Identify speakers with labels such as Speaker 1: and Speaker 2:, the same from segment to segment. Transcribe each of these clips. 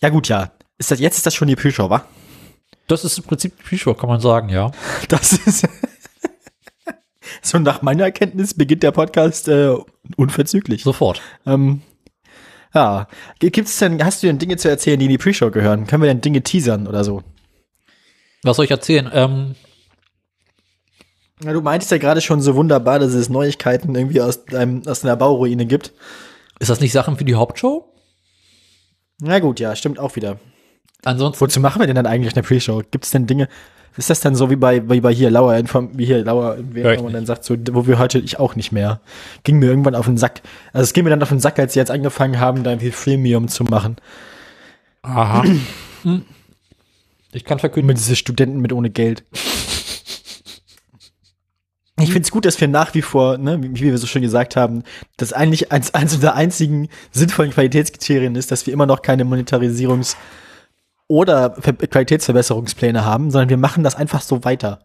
Speaker 1: Ja gut, ja. Ist das, jetzt ist das schon die Pre-Show, wa?
Speaker 2: Das ist im Prinzip die Pre-Show, kann man sagen, ja.
Speaker 1: Das ist. so nach meiner Erkenntnis beginnt der Podcast äh, unverzüglich.
Speaker 2: Sofort.
Speaker 1: Ähm, ja. G- Gibt's denn, hast du denn Dinge zu erzählen, die in die Pre-Show gehören? Können wir denn Dinge teasern oder so?
Speaker 2: Was soll ich erzählen? Ähm,
Speaker 1: Na, du meintest ja gerade schon so wunderbar, dass es Neuigkeiten irgendwie aus, deinem, aus einer Bauruine gibt.
Speaker 2: ist das nicht Sachen für die Hauptshow?
Speaker 1: Na gut, ja, stimmt auch wieder.
Speaker 2: Ansonsten,
Speaker 1: Wozu machen wir denn dann eigentlich eine Pre-Show? Gibt es denn Dinge? Ist das dann so wie bei, wie bei hier Lauer, Inform- wie hier Lauer in
Speaker 2: Hör ich
Speaker 1: Vietnam und dann sagt so, wo wir heute ich auch nicht mehr. Ging mir irgendwann auf den Sack. Also es ging mir dann auf den Sack, als sie jetzt angefangen haben, da irgendwie Freemium zu machen.
Speaker 2: aha. Hm. ich kann verkünden.
Speaker 1: Mit diese Studenten mit ohne Geld. Ich finde es gut, dass wir nach wie vor, ne, wie wie wir so schön gesagt haben, dass eigentlich eins, eins der einzigen sinnvollen Qualitätskriterien ist, dass wir immer noch keine Monetarisierungs- oder Ver Qualitätsverbesserungspläne haben, sondern wir machen das einfach so weiter.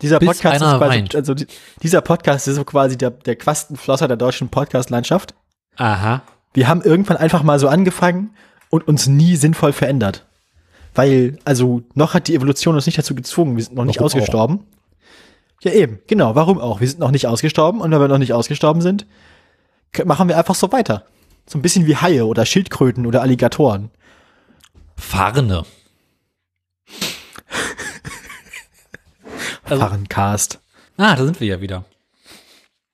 Speaker 1: Dieser
Speaker 2: Bis
Speaker 1: Podcast
Speaker 2: einer
Speaker 1: ist quasi,
Speaker 2: weint.
Speaker 1: also die, dieser Podcast ist so quasi der, der Quastenflosser der deutschen Podcast-Landschaft.
Speaker 2: Aha.
Speaker 1: Wir haben irgendwann einfach mal so angefangen und uns nie sinnvoll verändert. Weil, also, noch hat die Evolution uns nicht dazu gezwungen. Wir sind noch nicht
Speaker 2: Warum
Speaker 1: ausgestorben. Ja, eben, genau. Warum auch? Wir sind noch nicht ausgestorben und wenn wir noch nicht ausgestorben sind, k- machen wir einfach so weiter. So ein bisschen wie Haie oder Schildkröten oder Alligatoren.
Speaker 2: Farne. Also-
Speaker 1: Farrencast.
Speaker 2: Ah, da sind wir ja wieder.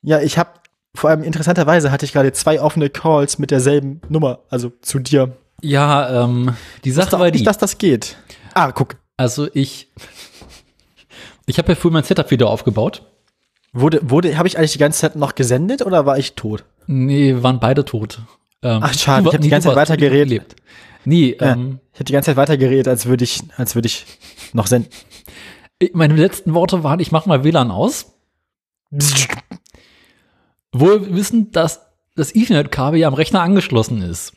Speaker 1: Ja, ich habe vor allem interessanterweise hatte ich gerade zwei offene Calls mit derselben Nummer, also zu dir.
Speaker 2: Ja, ähm, die
Speaker 1: Ich
Speaker 2: Sache war
Speaker 1: wusste
Speaker 2: die.
Speaker 1: nicht, dass das geht. Ah, guck,
Speaker 2: Also ich, ich habe ja früher mein Setup wieder aufgebaut.
Speaker 1: wurde wurde habe ich eigentlich die ganze Zeit noch gesendet oder war ich tot?
Speaker 2: Nee, waren beide tot. Ähm,
Speaker 1: Ach, schade,
Speaker 2: du
Speaker 1: ich hab
Speaker 2: war-
Speaker 1: die ganze
Speaker 2: du
Speaker 1: Zeit
Speaker 2: warst-
Speaker 1: weiter
Speaker 2: du
Speaker 1: geredet.
Speaker 2: lebst. Nee,
Speaker 1: Äh,
Speaker 2: ähm,
Speaker 1: Ich habe die ganze Zeit weitergeredet, als würde ich, als würde ich noch senden.
Speaker 2: ich- meine letzten Worte waren, ich mache mal WLAN aus. Wohl wissend, dass das Ethernet-Kabel ja am Rechner angeschlossen ist.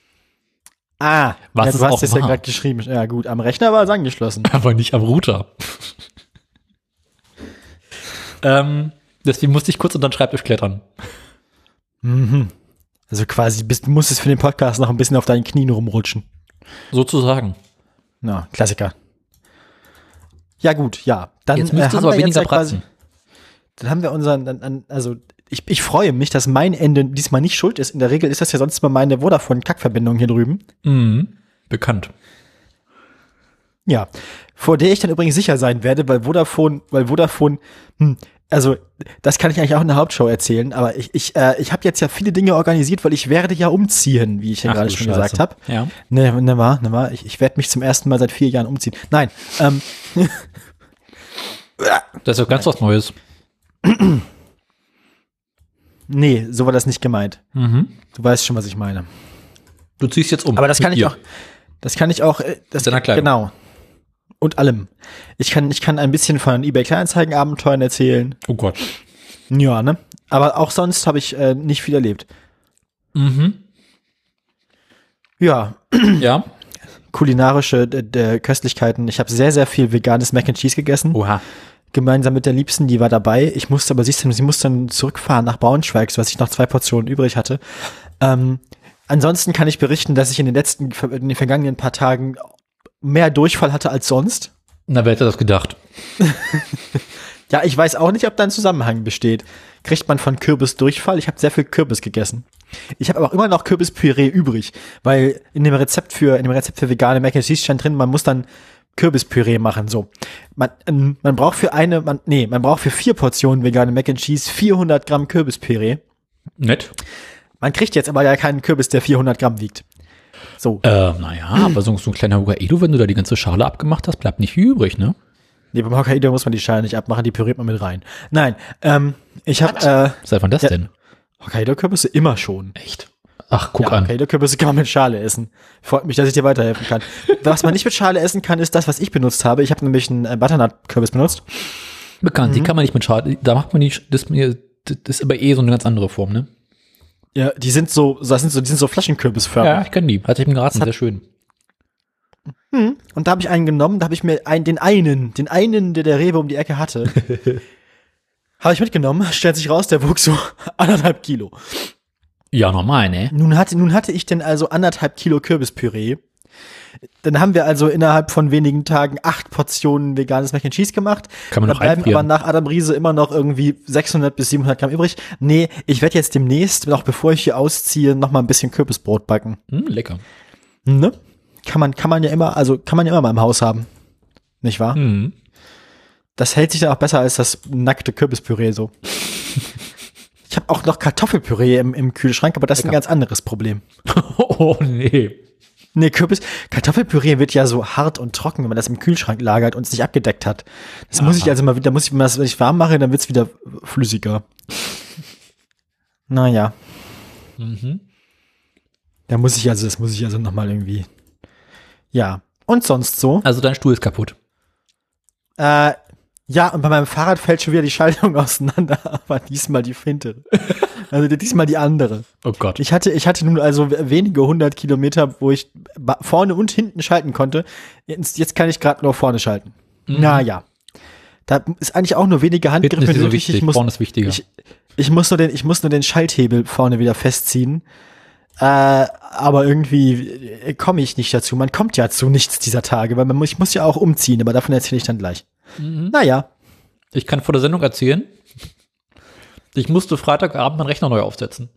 Speaker 1: Ah,
Speaker 2: Was
Speaker 1: ja,
Speaker 2: es
Speaker 1: du hast
Speaker 2: auch
Speaker 1: es
Speaker 2: war.
Speaker 1: ja gerade geschrieben. Ja gut, am Rechner war es angeschlossen.
Speaker 2: Aber nicht am Router. ähm, deswegen musste ich kurz unter den Schreibtisch klettern.
Speaker 1: Also quasi, bist, du musstest für den Podcast noch ein bisschen auf deinen Knien rumrutschen.
Speaker 2: Sozusagen.
Speaker 1: Na, Klassiker. Ja gut, ja. Dann äh,
Speaker 2: Jetzt müsste es aber
Speaker 1: wir jetzt
Speaker 2: weniger
Speaker 1: ja quasi-
Speaker 2: pratzen.
Speaker 1: Dann haben wir unseren, dann, an- also ich, ich freue mich, dass mein Ende diesmal nicht schuld ist. In der Regel ist das ja sonst mal meine Vodafone-Kackverbindung hier drüben.
Speaker 2: Mhm. Bekannt.
Speaker 1: Ja, vor der ich dann übrigens sicher sein werde, weil Vodafone, weil Vodafone, hm, also das kann ich eigentlich auch in der Hauptshow erzählen, aber ich, ich, äh, ich habe jetzt ja viele Dinge organisiert, weil ich werde ja umziehen, wie ich ja
Speaker 2: Ach,
Speaker 1: gerade
Speaker 2: du
Speaker 1: schon
Speaker 2: Scheiße.
Speaker 1: gesagt habe.
Speaker 2: Ja.
Speaker 1: Ne, ne war, ne war, ich, ich werde mich zum ersten Mal seit vier Jahren umziehen. Nein, ähm,
Speaker 2: Das ist ja ganz was Neues.
Speaker 1: nee, so war das nicht gemeint. Du weißt schon, was ich meine.
Speaker 2: Du ziehst jetzt um.
Speaker 1: Mhm. Aber das
Speaker 2: Mit
Speaker 1: kann ich
Speaker 2: ihr.
Speaker 1: auch, das kann ich auch, äh, das,
Speaker 2: Mit deiner Kleidung.
Speaker 1: genau. Und allem. Ich kann, ich kann ein bisschen von eBay Kleinanzeigen-Abenteuern erzählen.
Speaker 2: Oh Gott.
Speaker 1: Ja, ne? Aber auch sonst habe ich äh, nicht viel erlebt.
Speaker 2: Mhm.
Speaker 1: Ja,
Speaker 2: Ja.
Speaker 1: kulinarische d- d- Köstlichkeiten. Ich habe sehr, sehr viel veganes Mac and Cheese gegessen.
Speaker 2: Oha.
Speaker 1: Gemeinsam mit der Liebsten, die war dabei. Ich musste aber, siehst du, sie musste dann zurückfahren nach Braunschweig, so dass ich noch zwei Portionen übrig hatte. Ähm, ansonsten kann ich berichten, dass ich in den letzten, in den vergangenen paar Tagen mehr Durchfall hatte als sonst.
Speaker 2: Na, wer hätte das gedacht?
Speaker 1: Ja, ich weiß auch nicht, ob da ein Zusammenhang besteht. Kriegt man von Kürbis Durchfall? Ich habe sehr viel Kürbis gegessen. Ich habe aber auch immer noch Kürbispüree übrig, weil in dem Rezept für in dem Rezept für vegane Mac and Cheese stand drin, man muss dann Kürbispüree machen. So, man ähm, man braucht für eine, man, nee, man braucht für vier Portionen vegane Mac and Cheese 400 Gramm Kürbispüree.
Speaker 2: Nett.
Speaker 1: Man kriegt jetzt aber ja keinen Kürbis, der 400 Gramm wiegt. So,
Speaker 2: Ähm, naja, aber so, so ein kleiner Hokkaido, wenn du da die ganze Schale abgemacht hast, bleibt nicht viel übrig, ne?
Speaker 1: nee, beim Hokkaido muss man die Schale nicht abmachen, die püriert man mit rein. Nein, ähm, ich habe
Speaker 2: Seit wann das
Speaker 1: Ja.
Speaker 2: denn?
Speaker 1: äh, Hokkaido-Kürbisse immer schon.
Speaker 2: Echt? Ach, guck
Speaker 1: ja,
Speaker 2: an.
Speaker 1: okay, der Kürbisse kann man mit Schale essen. Freut mich, dass ich dir weiterhelfen kann. was man nicht mit Schale essen kann, ist das, was ich benutzt habe. Ich habe nämlich einen äh, Butternut-Kürbis benutzt.
Speaker 2: Bekannt,
Speaker 1: Mhm.
Speaker 2: die kann man nicht mit Schale. Da macht man die, Sch- das, mir- das ist aber eh so eine ganz andere Form, ne?
Speaker 1: Ja, die sind so, das sind so, die sind so Flaschenkürbisförmig.
Speaker 2: Ja, ich kenne die. Hatte ich mir geraten, sehr schön.
Speaker 1: Und da habe ich einen genommen, da habe ich mir einen, den einen, den einen, der der Rewe um die Ecke hatte, habe ich mitgenommen. Stellt sich raus, der wog so anderthalb Kilo.
Speaker 2: Ja, normal, ne?
Speaker 1: Nun hatte, nun hatte ich denn also anderthalb Kilo Kürbispüree. Dann haben wir also innerhalb von wenigen Tagen acht Portionen veganes Mac and Cheese gemacht.
Speaker 2: Kann man
Speaker 1: da
Speaker 2: noch
Speaker 1: bleiben
Speaker 2: einfrieren.
Speaker 1: aber nach Adam Riese immer noch irgendwie 600 bis 700 Gramm übrig. Nee, ich werde jetzt demnächst, noch bevor ich hier ausziehe, noch mal ein bisschen Kürbisbrot backen.
Speaker 2: Hm, lecker.
Speaker 1: Ne? Kann man, kann man ja immer, also kann man ja immer mal im Haus haben. Nicht wahr?
Speaker 2: Hm.
Speaker 1: Das hält sich dann auch besser als das nackte Kürbispüree so. ich habe auch noch Kartoffelpüree im, im Kühlschrank, aber das ist ein ganz anderes Problem.
Speaker 2: Oh, nee.
Speaker 1: Nee, Kürbis, Kartoffelpüree wird ja so hart und trocken, wenn man das im Kühlschrank lagert und es nicht abgedeckt hat. Das muss ich also mal wieder, muss ich, wenn das- wenn ich warm mache, dann wird's wieder flüssiger. Naja. Da muss ich also, das muss ich also nochmal irgendwie. Ja. Und sonst so.
Speaker 2: Also dein Stuhl ist kaputt.
Speaker 1: Äh, ja, und bei meinem Fahrrad fällt schon wieder die Schaltung auseinander, aber diesmal die hintere. Also diesmal die andere.
Speaker 2: Oh Gott.
Speaker 1: Ich hatte, ich hatte nun also w- wenige hundert Kilometer, wo ich ba- vorne und hinten schalten konnte. Jetzt, jetzt kann ich gerade nur vorne schalten. Naja. Da ist eigentlich auch nur wenige
Speaker 2: Mhm. Hinten ist
Speaker 1: Handgriffe
Speaker 2: nicht so
Speaker 1: nötig.
Speaker 2: wichtig.
Speaker 1: Ich muss,
Speaker 2: Vorne ist wichtiger.
Speaker 1: ich, ich, muss nur den, ich muss nur den Schalthebel vorne wieder festziehen. Äh, aber irgendwie äh, komme ich nicht dazu. Man kommt ja zu nichts dieser Tage, weil man muss, ich muss ja auch umziehen, aber davon erzähle ich dann gleich.
Speaker 2: Mhm.
Speaker 1: Naja.
Speaker 2: Ich kann vor der Sendung erzählen, ich musste Freitagabend meinen Rechner neu aufsetzen.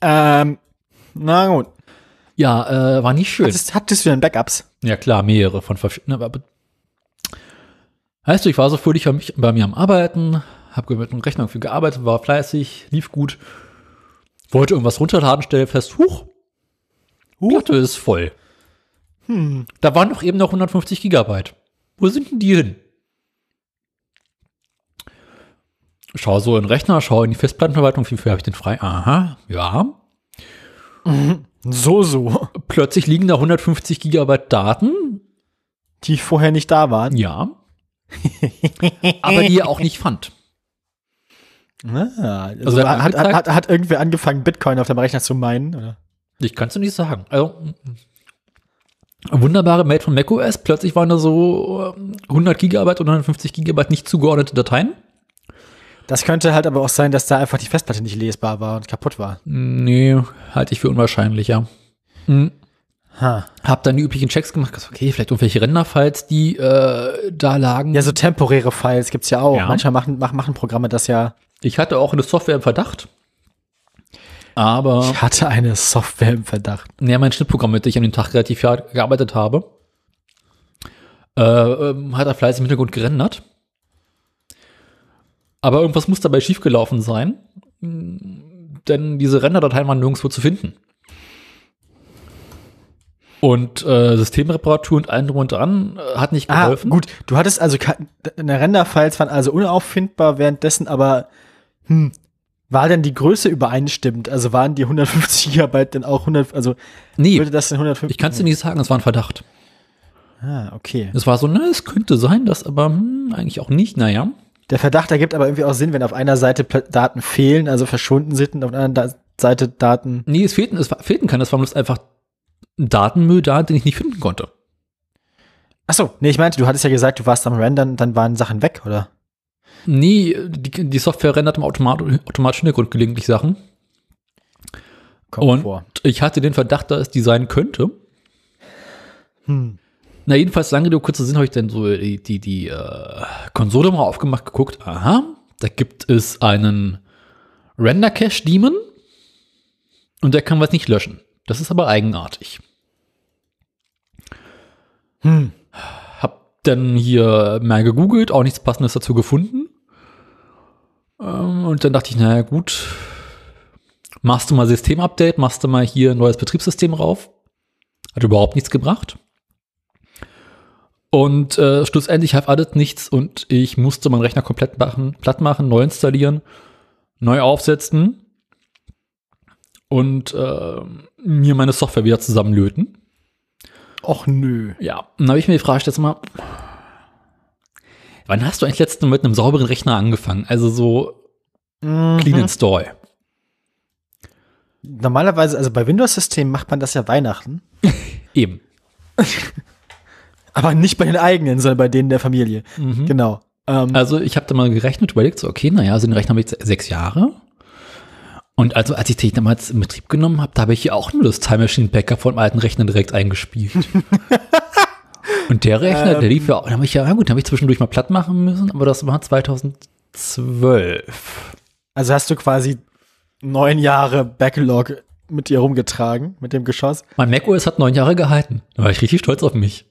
Speaker 1: Ähm, na gut.
Speaker 2: Ja, äh, war nicht schön.
Speaker 1: Hattest, hattest du denn Backups?
Speaker 2: Ja, klar, mehrere von verschiedenen. Aber heißt, du, ich war so fröhlich bei, mich, bei mir am Arbeiten, habe mit dem Rechner viel gearbeitet, war fleißig, lief gut, wollte irgendwas runterladen, stelle fest, huch, Platte ist voll. Hm. Da waren doch eben noch 150 Gigabyte. Wo sind denn die hin? Schau so in den Rechner, schau in die Festplattenverwaltung, wie viel habe ich denn frei? Aha, ja,
Speaker 1: So, so.
Speaker 2: plötzlich liegen da 150 Gigabyte Daten.
Speaker 1: Die vorher nicht da waren.
Speaker 2: Ja. Aber die er auch nicht fand.
Speaker 1: Ah, also
Speaker 2: Also
Speaker 1: hat,
Speaker 2: er hat
Speaker 1: hat,
Speaker 2: angezeigt-
Speaker 1: hat, hat irgendwer angefangen, Bitcoin auf dem Rechner zu meinen? Oder?
Speaker 2: Ich kann es dir nicht sagen. Also, m- m- wunderbare Mail von macOS. Plötzlich waren da so ähm, 100 Gigabyte und 150 Gigabyte nicht zugeordnete Dateien.
Speaker 1: Das könnte halt aber auch sein, dass da einfach die Festplatte nicht lesbar war und kaputt war.
Speaker 2: Nee, halte ich für unwahrscheinlicher.
Speaker 1: Ha.
Speaker 2: Hab dann die üblichen Checks gemacht. gesagt, Okay, vielleicht irgendwelche Renderfiles, die äh, da lagen.
Speaker 1: Ja, so temporäre Files gibt's ja auch.
Speaker 2: Ja.
Speaker 1: Manchmal machen, machen, machen Programme das ja.
Speaker 2: Ich hatte auch eine Software im Verdacht. Aber
Speaker 1: Ich hatte eine Software im Verdacht.
Speaker 2: Ja, mein Schnittprogramm, mit dem ich an dem Tag relativ viel gearbeitet habe, äh, ähm, hat er fleißig im Hintergrund gerendert. Aber irgendwas muss dabei schiefgelaufen sein, mh, denn diese Renderdateien waren nirgendwo zu finden. Und äh, Systemreparatur und allem drum und dran äh, hat nicht
Speaker 1: Ah,
Speaker 2: geholfen.
Speaker 1: gut. Du hattest also ke- deine Render-Files waren also unauffindbar währenddessen, aber hm, war denn die Größe übereinstimmend? Also waren die 150 Gigabyte denn auch 100? Also
Speaker 2: nee,
Speaker 1: würde das denn 150?
Speaker 2: ich kann es dir nicht sagen, es war ein Verdacht.
Speaker 1: Ah, okay.
Speaker 2: Es war so, na, es könnte sein, das aber hm, eigentlich auch nicht, naja.
Speaker 1: Der Verdacht ergibt aber irgendwie auch Sinn, wenn auf einer Seite Pla- Daten fehlen, also verschwunden sind und auf der anderen Da- Seite Daten.
Speaker 2: Nee, es fehlten, es fehlten kann. Das war bloß einfach ein Datenmüll da, den ich nicht finden konnte.
Speaker 1: Achso, nee, ich meinte, du hattest ja gesagt, du warst am Rendern, dann waren Sachen weg, oder?
Speaker 2: Nee, die, die Software rendert im Automat, automatischen Hintergrund gelegentlich Sachen.
Speaker 1: Kommt
Speaker 2: und
Speaker 1: vor.
Speaker 2: ich hatte den Verdacht, dass es die sein könnte.
Speaker 1: Hm.
Speaker 2: Na, jedenfalls, lange Rede, kurzer Sinn, habe ich dann so die, die, die äh, Konsole mal aufgemacht, geguckt. Aha, da gibt es einen Render-Cache-Demon und der kann was nicht löschen. Das ist aber eigenartig.
Speaker 1: Hm.
Speaker 2: Hab dann hier mal gegoogelt, auch nichts Passendes dazu gefunden. Ähm, Und dann dachte ich, naja, gut, machst du mal Systemupdate, machst du mal hier ein neues Betriebssystem rauf. Hat überhaupt nichts gebracht. Und äh, schlussendlich half alles nichts und ich musste meinen Rechner komplett machen, platt machen, neu installieren, neu aufsetzen und äh, mir meine Software wieder zusammenlöten.
Speaker 1: Och nö.
Speaker 2: Ja, und dann habe ich mir gefragt, jetzt mal, wann hast du eigentlich letztens mit einem sauberen Rechner angefangen? Also so clean install.
Speaker 1: Normalerweise, also bei Windows-Systemen macht man das ja Weihnachten.
Speaker 2: Eben.
Speaker 1: Aber nicht bei den eigenen, sondern bei denen der Familie. Genau. Ähm,
Speaker 2: Also ich habe da mal gerechnet, überlegt, so okay, naja, also den Rechner habe ich se- sechs Jahre. Und also, als ich die damals in Betrieb genommen habe, da habe ich hier auch nur das Time Machine Backup vom alten Rechner direkt eingespielt. Und der Rechner, der lief ja auch, da habe ich ja, ja gut, da habe ich zwischendurch mal platt machen müssen, aber das war 2012.
Speaker 1: Also hast du quasi neun Jahre Backlog mit dir rumgetragen, mit dem Geschoss.
Speaker 2: Mein macOS hat neun Jahre gehalten. Da war ich richtig stolz auf mich.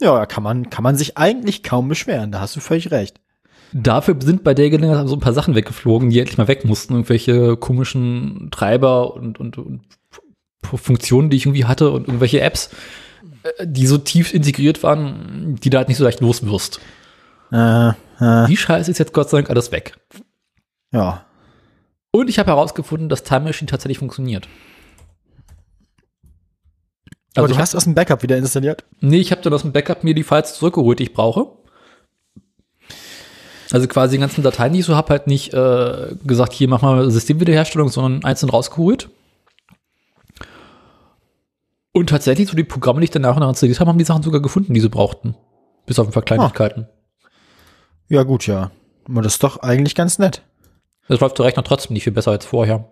Speaker 1: Ja, kann man, kann man sich eigentlich kaum beschweren, da hast du völlig recht.
Speaker 2: Dafür sind bei der Gelegenheit so ein paar Sachen weggeflogen, die endlich mal weg mussten. Irgendwelche komischen Treiber und, und, und Funktionen, die ich irgendwie hatte und irgendwelche Apps, äh, die so tief integriert waren, die da halt nicht so leicht loswirst.
Speaker 1: Äh, äh,
Speaker 2: Die Scheiße ist jetzt Gott sei Dank alles weg.
Speaker 1: ja.
Speaker 2: Und ich habe herausgefunden, dass Time Machine tatsächlich funktioniert.
Speaker 1: Aber
Speaker 2: Also ich
Speaker 1: du hast aus dem Backup wieder installiert.
Speaker 2: Nee, ich habe dann aus dem Backup mir die Files zurückgeholt, die ich brauche. Also quasi die ganzen Dateien, die ich so habe, halt nicht äh, gesagt, hier mach mal Systemwiederherstellung, sondern einzeln rausgeholt. Und tatsächlich, so die Programme, die ich dann nach und nach installiert habe, haben die Sachen sogar gefunden, die sie brauchten. Bis auf ein paar Kleinigkeiten.
Speaker 1: Ja, gut, ja. Aber das ist doch eigentlich ganz nett.
Speaker 2: Das läuft der Rechner trotzdem nicht viel besser als vorher.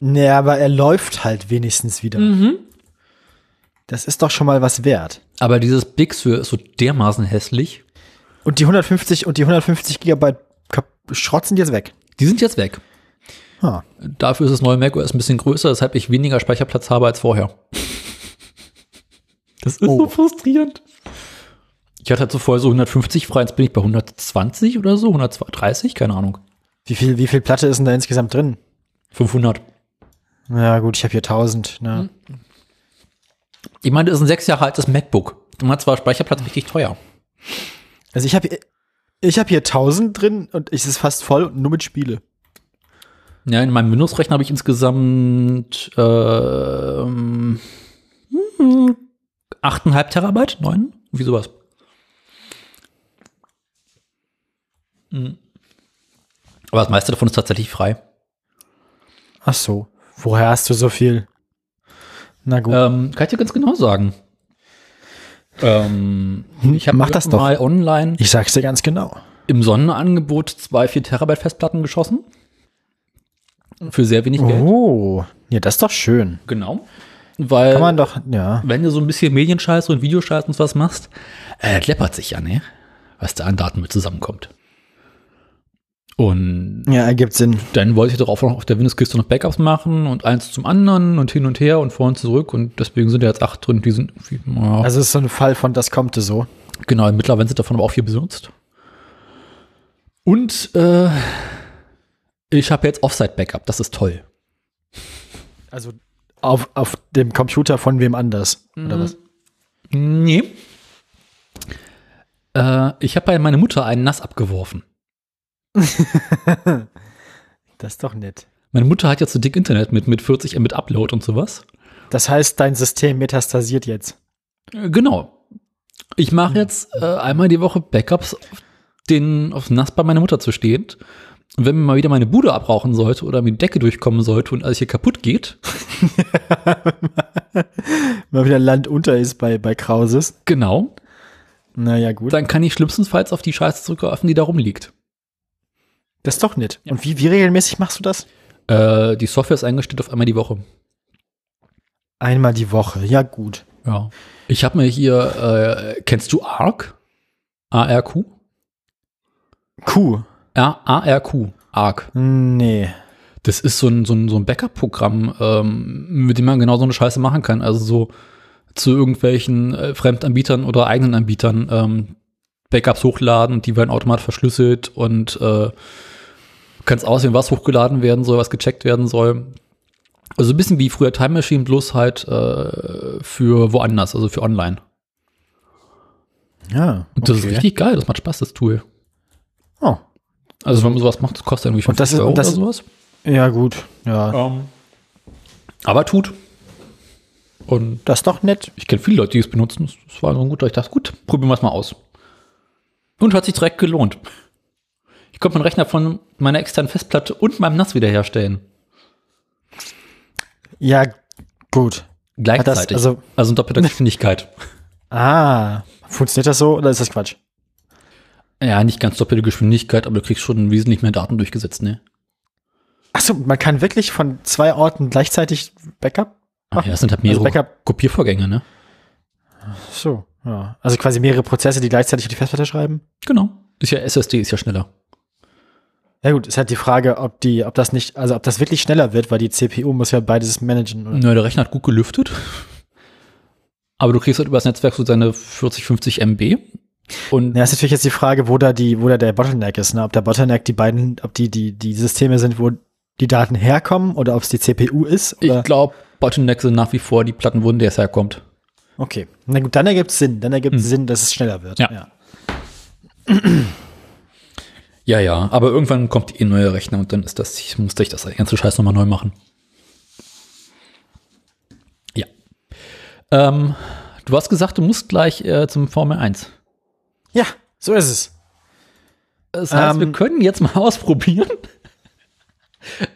Speaker 1: Nee, aber er läuft halt wenigstens wieder. Das ist doch schon mal was wert.
Speaker 2: Aber dieses Big Sur ist so dermaßen hässlich.
Speaker 1: Und die 150 und die 150 Gigabyte Kap Schrott sind jetzt weg.
Speaker 2: Die sind jetzt weg.
Speaker 1: Ah.
Speaker 2: Dafür ist das neue macOS ein bisschen größer, weshalb ich weniger Speicherplatz habe als vorher. Das ist
Speaker 1: Oh.
Speaker 2: so frustrierend. Ich hatte halt so vorher so 150 frei, jetzt bin ich bei 120 oder so, 130, keine Ahnung.
Speaker 1: Wie viel, wie viel Platte ist denn da insgesamt drin?
Speaker 2: 500.
Speaker 1: Ja, gut, ich habe hier 1000. Ne?
Speaker 2: Ich meine, das ist ein sechs Jahre altes MacBook. Und hat zwar Speicherplatz richtig teuer.
Speaker 1: Also ich habe ich hab hier 1000 drin und es ist fast voll und nur mit Spiele.
Speaker 2: Ja, in meinem Windows-Rechner habe ich insgesamt äh, ähm, 8,5 Terabyte, 9, wie sowas. Hm. Aber das meiste davon ist tatsächlich frei.
Speaker 1: Ach so. Woher hast du so viel? Na gut.
Speaker 2: Ähm, kann ich dir ganz genau sagen. Ähm, ich habe
Speaker 1: Hm, mach das doch.
Speaker 2: mal online
Speaker 1: Ich sag's dir ganz genau.
Speaker 2: im Sonderangebot zwei 4 Terabyte Festplatten geschossen. Für sehr wenig Geld.
Speaker 1: Oh, ja, das ist doch schön.
Speaker 2: Genau. Weil
Speaker 1: Oh. Kann man doch, ja.
Speaker 2: wenn du so ein bisschen Medienscheiß und Videoscheiß und was machst, äh, das läppert sich ja, ne? Was da an Daten mit zusammenkommt. Und
Speaker 1: Ja, ergibt Sinn.
Speaker 2: dann wollte ich darauf noch auf der Windows-Kiste noch Backups machen und eins zum anderen und hin und her und vor und zurück und deswegen sind da jetzt acht drin, die sind irgendwie, ja,
Speaker 1: Also es ist so ein Fall von, das kommt so.
Speaker 2: genau, mittlerweile sind davon aber auch vier benutzt. Und äh, ich habe jetzt Offsite-Backup, das ist toll.
Speaker 1: Also auf, auf dem Computer von wem anders, oder was?
Speaker 2: Nee. Äh, ich habe bei meiner Mutter einen Nass abgeworfen.
Speaker 1: Das ist doch nett.
Speaker 2: Meine Mutter hat jetzt so dick Internet mit, mit 40 Mbit Upload und sowas.
Speaker 1: Das heißt, dein System metastasiert jetzt.
Speaker 2: Äh, Genau. Ich mache jetzt äh, einmal die Woche Backups auf den auf NAS bei meiner Mutter zu stehen. Und wenn mir mal wieder meine Bude abrauchen sollte oder mir die Decke durchkommen sollte und alles hier kaputt geht,
Speaker 1: Mal wieder Land unter ist bei, bei Krauses.
Speaker 2: genau,
Speaker 1: Naja, gut.
Speaker 2: dann kann ich schlimmstenfalls auf die Scheiße zurückgreifen, die da rumliegt.
Speaker 1: Das ist doch nett. Und wie, wie regelmäßig machst du das?
Speaker 2: Äh, die Software ist eingestellt auf einmal die Woche.
Speaker 1: Einmal die Woche. Ja, gut.
Speaker 2: Ja. Ich habe mir hier, äh, kennst du ARC? ARQ?
Speaker 1: Cool.
Speaker 2: Ja, ARQ. ARC.
Speaker 1: Nee.
Speaker 2: Das ist so ein, so ein, so ein Backup-Programm, ähm, mit dem man genau so eine Scheiße machen kann. Also so zu irgendwelchen äh, Fremdanbietern oder eigenen Anbietern ähm, Backups hochladen und die werden automatisch verschlüsselt und äh, kannst aussehen, was hochgeladen werden soll, was gecheckt werden soll. Also ein bisschen wie früher Time Machine, bloß halt äh, für woanders, also für online.
Speaker 1: Ja.
Speaker 2: Und das ist richtig geil, das macht Spaß, das Tool.
Speaker 1: Oh.
Speaker 2: Also wenn man sowas macht, das kostet irgendwie
Speaker 1: Und das
Speaker 2: 50
Speaker 1: ist-
Speaker 2: Euro
Speaker 1: und das-
Speaker 2: oder sowas.
Speaker 1: Ja, gut. Ja.
Speaker 2: Aber tut. Und
Speaker 1: Das ist doch nett.
Speaker 2: Ich kenne viele Leute, die es benutzen. Das war so ein guter. Ich dachte, gut, probieren wir es mal aus. Und hat sich direkt gelohnt. Ich konnte meinen Rechner von meiner externen Festplatte und meinem NAS wiederherstellen.
Speaker 1: Ja, gut.
Speaker 2: Gleichzeitig.
Speaker 1: das- also-
Speaker 2: also in doppelter Geschwindigkeit.
Speaker 1: Ah. Funktioniert das so oder ist das Quatsch?
Speaker 2: ja, nicht ganz doppelte Geschwindigkeit, aber du kriegst schon wesentlich mehr Daten durchgesetzt, ne?
Speaker 1: Achso, man kann wirklich von zwei Orten gleichzeitig Backup?
Speaker 2: Ach, ja, es sind halt
Speaker 1: Also
Speaker 2: mehrere
Speaker 1: Backup-
Speaker 2: Kopiervorgänge, ne?
Speaker 1: So, ja. Also quasi mehrere Prozesse, die gleichzeitig auf die Festplatte schreiben?
Speaker 2: Genau. Ist ja SSD, ist ja schneller.
Speaker 1: Ja gut, ist halt die Frage, ob die, ob das nicht, also ob das wirklich schneller wird, weil die CPU muss ja beides managen. Oder?
Speaker 2: Na, der Rechner hat gut gelüftet. Aber du kriegst halt über das Netzwerk so deine 40, 50 MB. Und
Speaker 1: Ja, ist natürlich jetzt die Frage, wo da die, wo da der Bottleneck ist, ne? Ob der Bottleneck die beiden, ob die, die, die Systeme sind, wo die Daten herkommen oder ob es die CPU ist. Oder?
Speaker 2: ich glaube, Bottlenecks sind nach wie vor die Platten, wo der es herkommt.
Speaker 1: okay. Na gut, dann ergibt es Sinn. Dann ergibt es Sinn, dass es schneller wird.
Speaker 2: Mhm. Ja. Ja, ja. Aber irgendwann kommt eh ein neuer Rechner und dann ist das, ich musste ich das ganze Scheiß nochmal neu machen. Ja. Ähm, du hast gesagt, du musst gleich äh, zum Formel 1.
Speaker 1: Ja, so ist es.
Speaker 2: Das heißt,
Speaker 1: Ähm,
Speaker 2: wir können jetzt mal ausprobieren.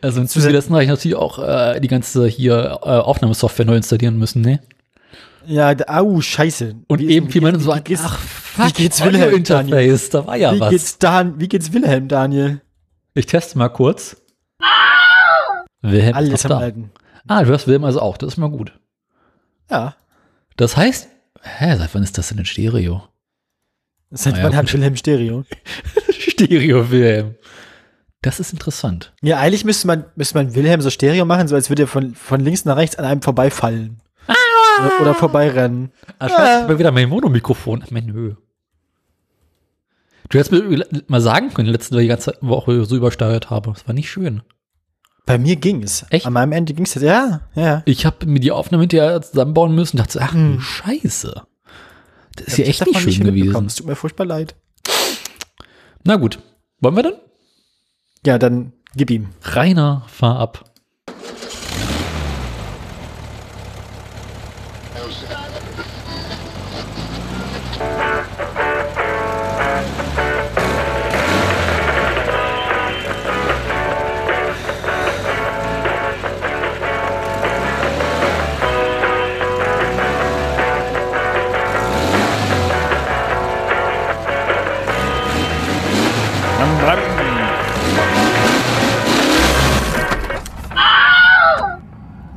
Speaker 2: Also im Zuge
Speaker 1: Zusätzlich-
Speaker 2: dessen habe ich natürlich auch äh, die ganze hier äh, Aufnahmesoftware neu installieren müssen, ne?
Speaker 1: Ja, d- au, scheiße.
Speaker 2: Und
Speaker 1: Wie ist-
Speaker 2: eben
Speaker 1: wie
Speaker 2: fiel mir
Speaker 1: geht's-
Speaker 2: dann so
Speaker 1: wie
Speaker 2: ein,
Speaker 1: geht's-
Speaker 2: ach fuck,
Speaker 1: geht's
Speaker 2: Audio
Speaker 1: Wilhelm,
Speaker 2: Interface, da war ja
Speaker 1: wie
Speaker 2: was.
Speaker 1: geht's Dan, wie geht's Wilhelm, Daniel?
Speaker 2: Ich teste mal kurz. Wilhelm ist
Speaker 1: Alles
Speaker 2: noch
Speaker 1: am
Speaker 2: da.
Speaker 1: Alten.
Speaker 2: Ah, du hast Wilhelm also auch, das ist mal gut.
Speaker 1: Ja.
Speaker 2: Das heißt, hä, seit wann ist das denn in Stereo?
Speaker 1: Seit
Speaker 2: Ah, ja,
Speaker 1: wann hat Wilhelm Stereo?
Speaker 2: Stereo Wilhelm. Das ist interessant.
Speaker 1: Ja, eigentlich müsste man, müsste man Wilhelm so Stereo machen, so als würde er von, von links nach rechts an einem vorbeifallen. Oder, oder vorbeirennen.
Speaker 2: Ah, scheiße, ich hab mal wieder mein Monomikrofon. Ach, Meine Höhe. Du hättest mir mal sagen können, letzte die ganze Woche so übersteuert habe. Das war nicht schön.
Speaker 1: Bei mir ging es.
Speaker 2: Echt?
Speaker 1: An meinem Ende ging es. Ja, ja.
Speaker 2: Ich habe mir die Aufnahme hinterher zusammenbauen müssen und dachte, so, ach du Scheiße. Das ist Hm. ja,
Speaker 1: Ich
Speaker 2: echt
Speaker 1: hab
Speaker 2: nicht
Speaker 1: davon
Speaker 2: schön
Speaker 1: viel mitbekommen.
Speaker 2: gewesen.
Speaker 1: Es tut mir furchtbar leid.
Speaker 2: Na gut, wollen wir dann?
Speaker 1: Ja, dann gib ihm.
Speaker 2: Rainer, fahr ab.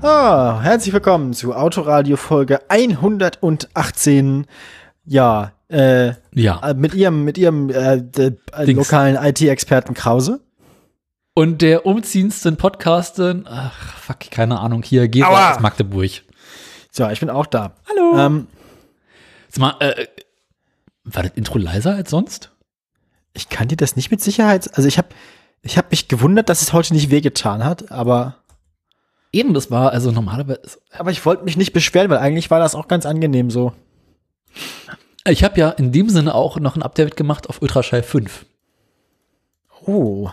Speaker 1: Ah, herzlich willkommen zu Autoradio Folge 118. Ja, äh,
Speaker 2: Ja.
Speaker 1: äh, mit ihrem, mit ihrem äh, de, äh,
Speaker 2: Dings.
Speaker 1: lokalen IT-Experten Krause.
Speaker 2: Und der umziehendsten Podcasten, ach fuck, keine Ahnung, hier, geht
Speaker 1: Aua.
Speaker 2: aus Magdeburg.
Speaker 1: So, ich bin auch da.
Speaker 2: Hallo.
Speaker 1: Ähm,
Speaker 2: Sag mal, äh, war das Intro leiser als sonst?
Speaker 1: ich kann dir das nicht mit Sicherheit. Also ich habe ich hab mich gewundert, dass es heute nicht wehgetan hat, aber.
Speaker 2: Eben, das war, also normalerweise,
Speaker 1: Aber ich wollte mich nicht beschweren, weil eigentlich war das auch ganz angenehm so.
Speaker 2: Ich habe ja in dem Sinne auch noch ein Update gemacht auf Ultraschall 5.
Speaker 1: Oh.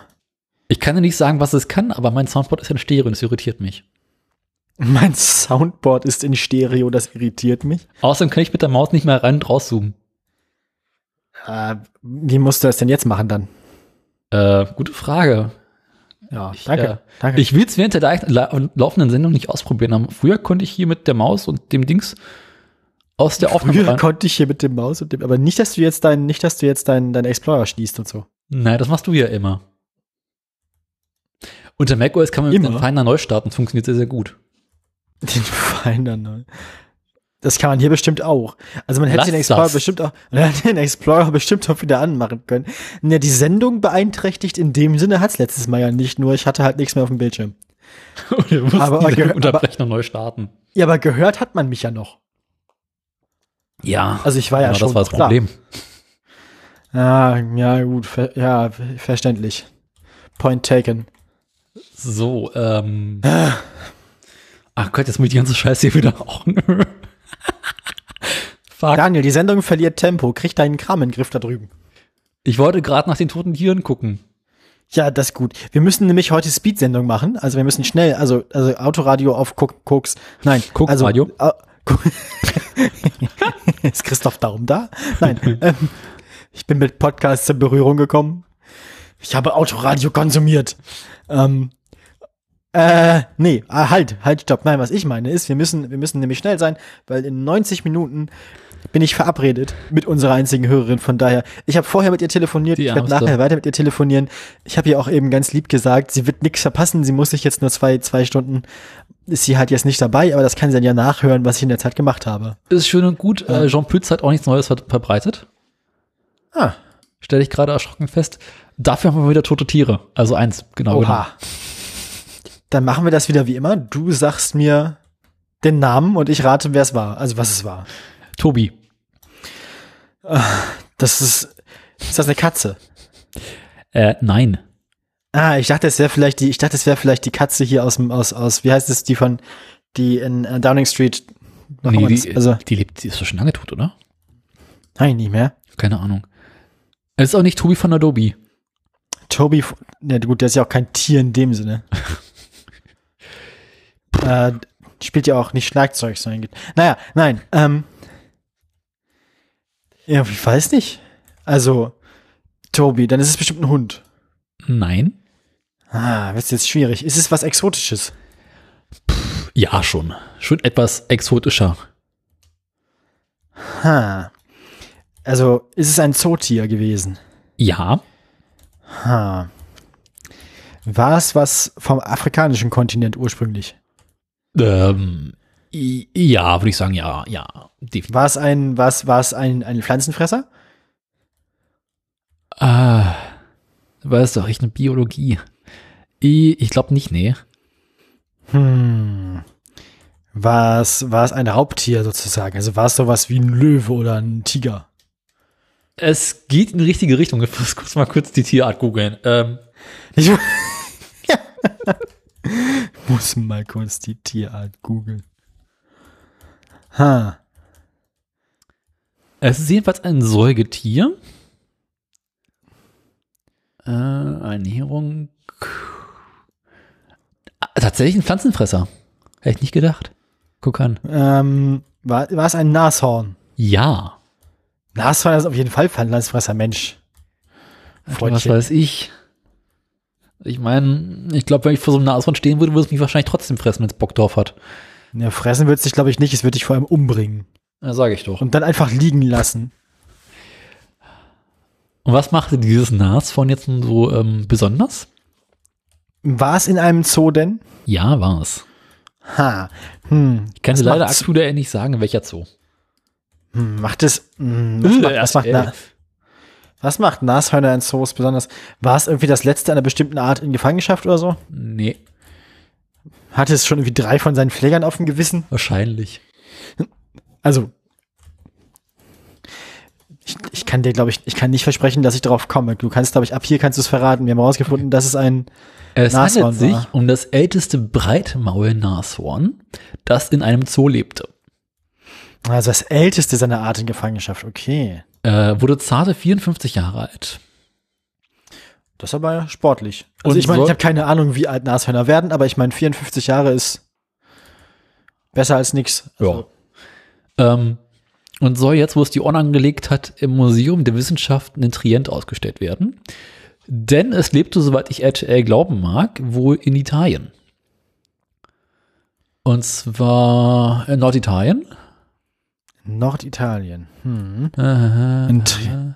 Speaker 2: Ich kann dir nicht sagen, was es kann, aber mein Soundboard ist ja in Stereo und das irritiert mich.
Speaker 1: Mein Soundboard ist in Stereo, das irritiert mich.
Speaker 2: Außerdem kann ich mit der Maus nicht mehr rein und rauszoomen.
Speaker 1: Äh, wie musst du das denn jetzt machen dann?
Speaker 2: Äh, gute Frage.
Speaker 1: Ja, danke.
Speaker 2: Ja.
Speaker 1: danke.
Speaker 2: Ich will es während der leicht- la- laufenden Sendung nicht ausprobieren. Am- Früher konnte ich hier mit der Maus und dem Dings aus der Aufnahme
Speaker 1: Früher
Speaker 2: rein.
Speaker 1: konnte ich hier mit dem Maus und dem, aber nicht, dass du jetzt deinen, nicht, dass du jetzt deinen, deinen Explorer schließt und so.
Speaker 2: Nein, das machst du ja immer. Unter macOS kann man mit
Speaker 1: Immer?
Speaker 2: einem Feiner neu starten. Das funktioniert sehr, sehr gut.
Speaker 1: Den Finder neu. Das kann man hier bestimmt auch. Also man hätte
Speaker 2: Lass
Speaker 1: den Explorer
Speaker 2: das.
Speaker 1: bestimmt auch, man hätte den Explorer bestimmt auch wieder anmachen können. Ja, die Sendung beeinträchtigt in dem Sinne hat's letztes Mal ja nicht, nur ich hatte halt nichts mehr auf dem Bildschirm.
Speaker 2: Und wir mussten
Speaker 1: Aber-
Speaker 2: aber,
Speaker 1: aber-
Speaker 2: unterbrechen und neu starten.
Speaker 1: Ja, aber gehört hat man mich ja noch.
Speaker 2: Ja,
Speaker 1: Also ich war ja,
Speaker 2: genau,
Speaker 1: schon
Speaker 2: das war das
Speaker 1: noch da.
Speaker 2: Problem.
Speaker 1: Ah, ja, gut, ver ja, ver- verständlich. Point taken.
Speaker 2: So, ähm.
Speaker 1: Ah.
Speaker 2: Ach Gott, jetzt muss ich die ganze Scheiße hier wieder rauchen. Fuck.
Speaker 1: Daniel, die Sendung verliert Tempo. Krieg deinen Kram in den Griff da drüben.
Speaker 2: Ich wollte gerade nach den toten Tieren gucken.
Speaker 1: Ja, das ist gut. Wir müssen nämlich heute Speed-Sendung machen. Also wir müssen schnell, also, also Autoradio auf Kuck, Koks. Nein,
Speaker 2: Koks
Speaker 1: also,
Speaker 2: Radio?
Speaker 1: Au- Ku- ist Christoph Daum da? Nein. ähm, ich bin mit Podcasts in Berührung gekommen. Ich habe Autoradio konsumiert. Ähm, äh, nee, ah, halt, halt, stopp. Nein, was ich meine ist, wir müssen, wir müssen nämlich schnell sein, weil in 90 Minuten bin ich verabredet mit unserer einzigen Hörerin. Von daher, ich habe vorher mit ihr telefoniert,
Speaker 2: Die
Speaker 1: ich werde
Speaker 2: Ärmste.
Speaker 1: nachher weiter mit ihr telefonieren. Ich habe ihr auch eben ganz lieb gesagt, sie wird nichts verpassen, sie muss sich jetzt nur zwei, zwei Stunden, ist sie halt jetzt nicht dabei, aber das kann sie dann ja nachhören, was ich in der Zeit gemacht habe.
Speaker 2: Ist schön und gut. Äh, Jean Pütz hat auch nichts Neues ver verbreitet.
Speaker 1: Ah,
Speaker 2: Stelle ich gerade erschrocken fest. Dafür haben wir wieder tote Tiere. Also eins, genau. genau.
Speaker 1: oha. Dann machen wir das wieder wie immer. Du sagst mir den Namen und ich rate, wer es war, also was es war.
Speaker 2: genau. Tobi.
Speaker 1: Das ist, ist das eine Katze?
Speaker 2: Äh, nein.
Speaker 1: Ah, ich dachte, es wäre vielleicht die, ich dachte, es wäre vielleicht die Katze hier aus dem, aus, aus, wie heißt es, die von, die in äh, Downing Street. Noch
Speaker 2: Nee,
Speaker 1: immer das-
Speaker 2: die,
Speaker 1: also,
Speaker 2: die lebt, die ist doch schon lange tot, oder?
Speaker 1: nein, nicht mehr.
Speaker 2: Keine Ahnung. Es ist auch nicht Tobi von Adobe.
Speaker 1: Toby, F- na gut, der ist ja auch kein Tier in dem Sinne. äh, spielt ja auch nicht Schlagzeug, sondern geht. Naja, nein, ähm. Ja, ich weiß nicht. Also, Toby, dann ist es bestimmt ein Hund.
Speaker 2: Nein.
Speaker 1: Ah, wird jetzt schwierig. Ist es was Exotisches?
Speaker 2: Ja, schon. Schon etwas exotischer.
Speaker 1: Ha. Ah. Also, ist es ein Zootier gewesen?
Speaker 2: Ja.
Speaker 1: Ha. War es was vom afrikanischen Kontinent ursprünglich?
Speaker 2: Ähm, i- ja, würde ich sagen, ja, ja. Definitiv.
Speaker 1: War es ein, war es, war es ein, ein Pflanzenfresser?
Speaker 2: Ah, weiß doch, ich eine Biologie. I- Ich glaube nicht, nee.
Speaker 1: Hm. War es, war es ein Raubtier sozusagen? Also war es sowas wie ein Löwe oder ein Tiger?
Speaker 2: Es geht in die richtige Richtung. Ich muss kurz mal kurz die Tierart googeln. Ähm,
Speaker 1: Ich Ja. muss mal kurz die Tierart googeln. Ha.
Speaker 2: es ist jedenfalls ein Säugetier. Äh, Ernährung. Ah, Tatsächlich ein Pflanzenfresser. Hätte ich nicht gedacht. Guck an.
Speaker 1: Ähm, war, war es ein Nashorn?
Speaker 2: Ja.
Speaker 1: Nashorn ist auf jeden Fall Pflanzenfresser, Mensch.
Speaker 2: Alter, was
Speaker 1: Freundchen.
Speaker 2: weiß ich? Ich meine, ich glaube, wenn ich vor so einem Nashorn stehen würde, würde es mich wahrscheinlich trotzdem fressen, wenn es Bock drauf hat.
Speaker 1: Ja, fressen wird dich, glaube ich, nicht. Es wird dich vor allem umbringen.
Speaker 2: Ja, sage ich doch.
Speaker 1: Und dann einfach liegen lassen.
Speaker 2: Und was machte dieses Nashorn jetzt nun so ähm, besonders?
Speaker 1: War es in einem Zoo denn?
Speaker 2: Ja, war es.
Speaker 1: Ha. Hm.
Speaker 2: Ich kann
Speaker 1: Was
Speaker 2: dir leider
Speaker 1: macht's-
Speaker 2: aktuell nicht sagen, welcher Zoo.
Speaker 1: Hm, Macht es. Hm, was, macht, was, macht
Speaker 2: Äh,
Speaker 1: Na, was macht Nashörner in Zoos besonders? War es irgendwie das letzte einer bestimmten Art in Gefangenschaft oder so?
Speaker 2: Nee,
Speaker 1: Hatte es schon irgendwie drei von seinen Pflegern auf dem Gewissen?
Speaker 2: wahrscheinlich.
Speaker 1: Also. Ich, ich kann dir, glaube ich, ich kann nicht versprechen, dass ich drauf komme. Du kannst, glaube ich, ab hier kannst du es verraten. Wir haben herausgefunden, dass es ein.
Speaker 2: Es
Speaker 1: Nashorn
Speaker 2: handelt sich
Speaker 1: war.
Speaker 2: um das älteste Breitmaul-Nashorn, das in einem Zoo lebte.
Speaker 1: Also das älteste seiner Art in Gefangenschaft. Okay.
Speaker 2: Äh, wurde zarte 54 Jahre alt.
Speaker 1: Das ist aber sportlich. Also
Speaker 2: Und
Speaker 1: ich meine,
Speaker 2: so-
Speaker 1: ich habe keine Ahnung, wie alt Nashörner werden, aber ich meine, 54 Jahre ist besser als nix. Also,
Speaker 2: Ja. Ähm, und soll jetzt, wo es die Ohren angelegt hat, im Museum der Wissenschaften in Trient ausgestellt werden. Denn es lebte, soweit ich RTL glauben mag, wohl in Italien. Und zwar in Norditalien.
Speaker 1: Norditalien. Hm.
Speaker 2: Aha.
Speaker 1: In Tri-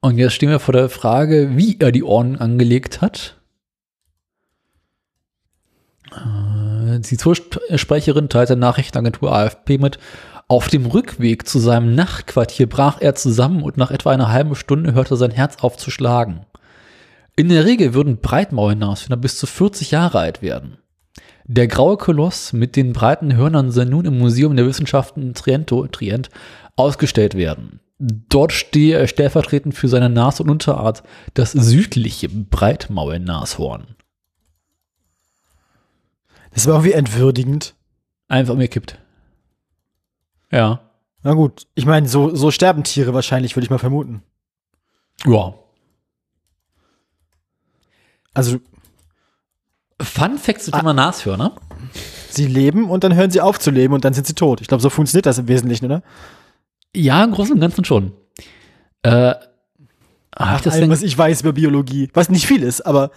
Speaker 2: Und jetzt stehen wir vor der Frage, wie er die Ohren angelegt hat. Äh, Die Zusprecherin teilte Nachrichtenagentur AFP mit, auf dem Rückweg zu seinem Nachtquartier brach er zusammen und nach etwa einer halben Stunde hörte sein Herz auf zu schlagen. In der Regel würden Breitmaulnashörner bis zu 40 Jahre alt werden. Der graue Koloss mit den breiten Hörnern soll nun im Museum der Wissenschaften in Triento, Trient ausgestellt werden. Dort stehe er stellvertretend für seine Nas- und Unterart, das südliche Breitmaulnashorn.
Speaker 1: Das ist aber irgendwie entwürdigend.
Speaker 2: Einfach umgekippt. Ja.
Speaker 1: Na gut, ich meine, so, so sterben Tiere wahrscheinlich, würde ich mal vermuten.
Speaker 2: Ja.
Speaker 1: Also
Speaker 2: Fun Fact zum Thema Nashörner.
Speaker 1: sie leben und dann hören sie auf zu leben und dann sind sie tot. Ich glaube, so funktioniert das im Wesentlichen, oder?
Speaker 2: Ja, im Großen und Ganzen schon. Äh, hab ich das
Speaker 1: Allem,
Speaker 2: denn,
Speaker 1: was ich weiß über Biologie, was nicht viel ist, aber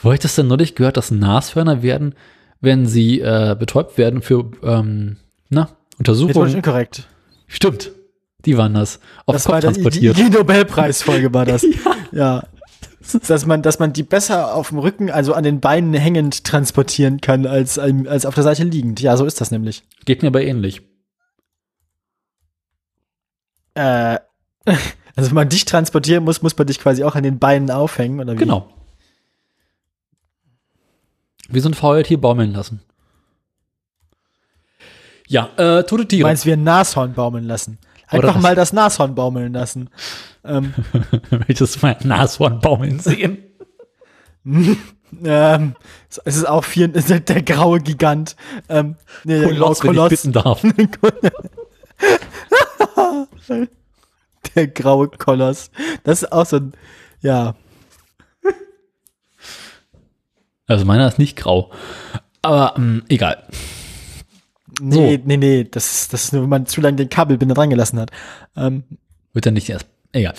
Speaker 2: wo hab ich das denn neulich gehört, dass Nashörner werden wenn sie äh, betäubt werden für ähm, na,
Speaker 1: Methodisch
Speaker 2: Untersuchungen.
Speaker 1: inkorrekt.
Speaker 2: Stimmt, die waren das. Auf
Speaker 1: Das
Speaker 2: Kopf
Speaker 1: war der die,
Speaker 2: transportiert.
Speaker 1: die Nobelpreisfolge war das.
Speaker 2: Ja.
Speaker 1: ja. Dass man, dass man die besser auf dem Rücken, also an den Beinen hängend transportieren kann, als, ähm, als auf der Seite liegend. Ja, so ist das nämlich.
Speaker 2: Geht mir aber ähnlich.
Speaker 1: Äh, also wenn man dich transportieren muss, muss man dich quasi auch an den Beinen aufhängen, oder wie?
Speaker 2: Genau. Wie so ein Faultier baumeln lassen. Ja, äh, tote
Speaker 1: Du
Speaker 2: Tiere.
Speaker 1: meinst, wir ein Nashorn baumeln lassen.
Speaker 2: Oder
Speaker 1: Einfach
Speaker 2: das-
Speaker 1: mal das Nashorn baumeln lassen. Ähm,
Speaker 2: Möchtest du mein Nashorn baumeln sehen?
Speaker 1: ähm, es ist auch vier, es ist der graue Gigant. Ähm, nee, der graue
Speaker 2: Koloss, wenn ich bitten darf.
Speaker 1: der graue Koloss. Das ist auch so ein, ja.
Speaker 2: Also meiner ist nicht grau. Aber ähm, egal.
Speaker 1: Nee, nee, nee, das ist, das ist nur, wenn man zu lange den Kabelbinder dran gelassen hat. Ähm,
Speaker 2: Wird dann nicht erst. Egal.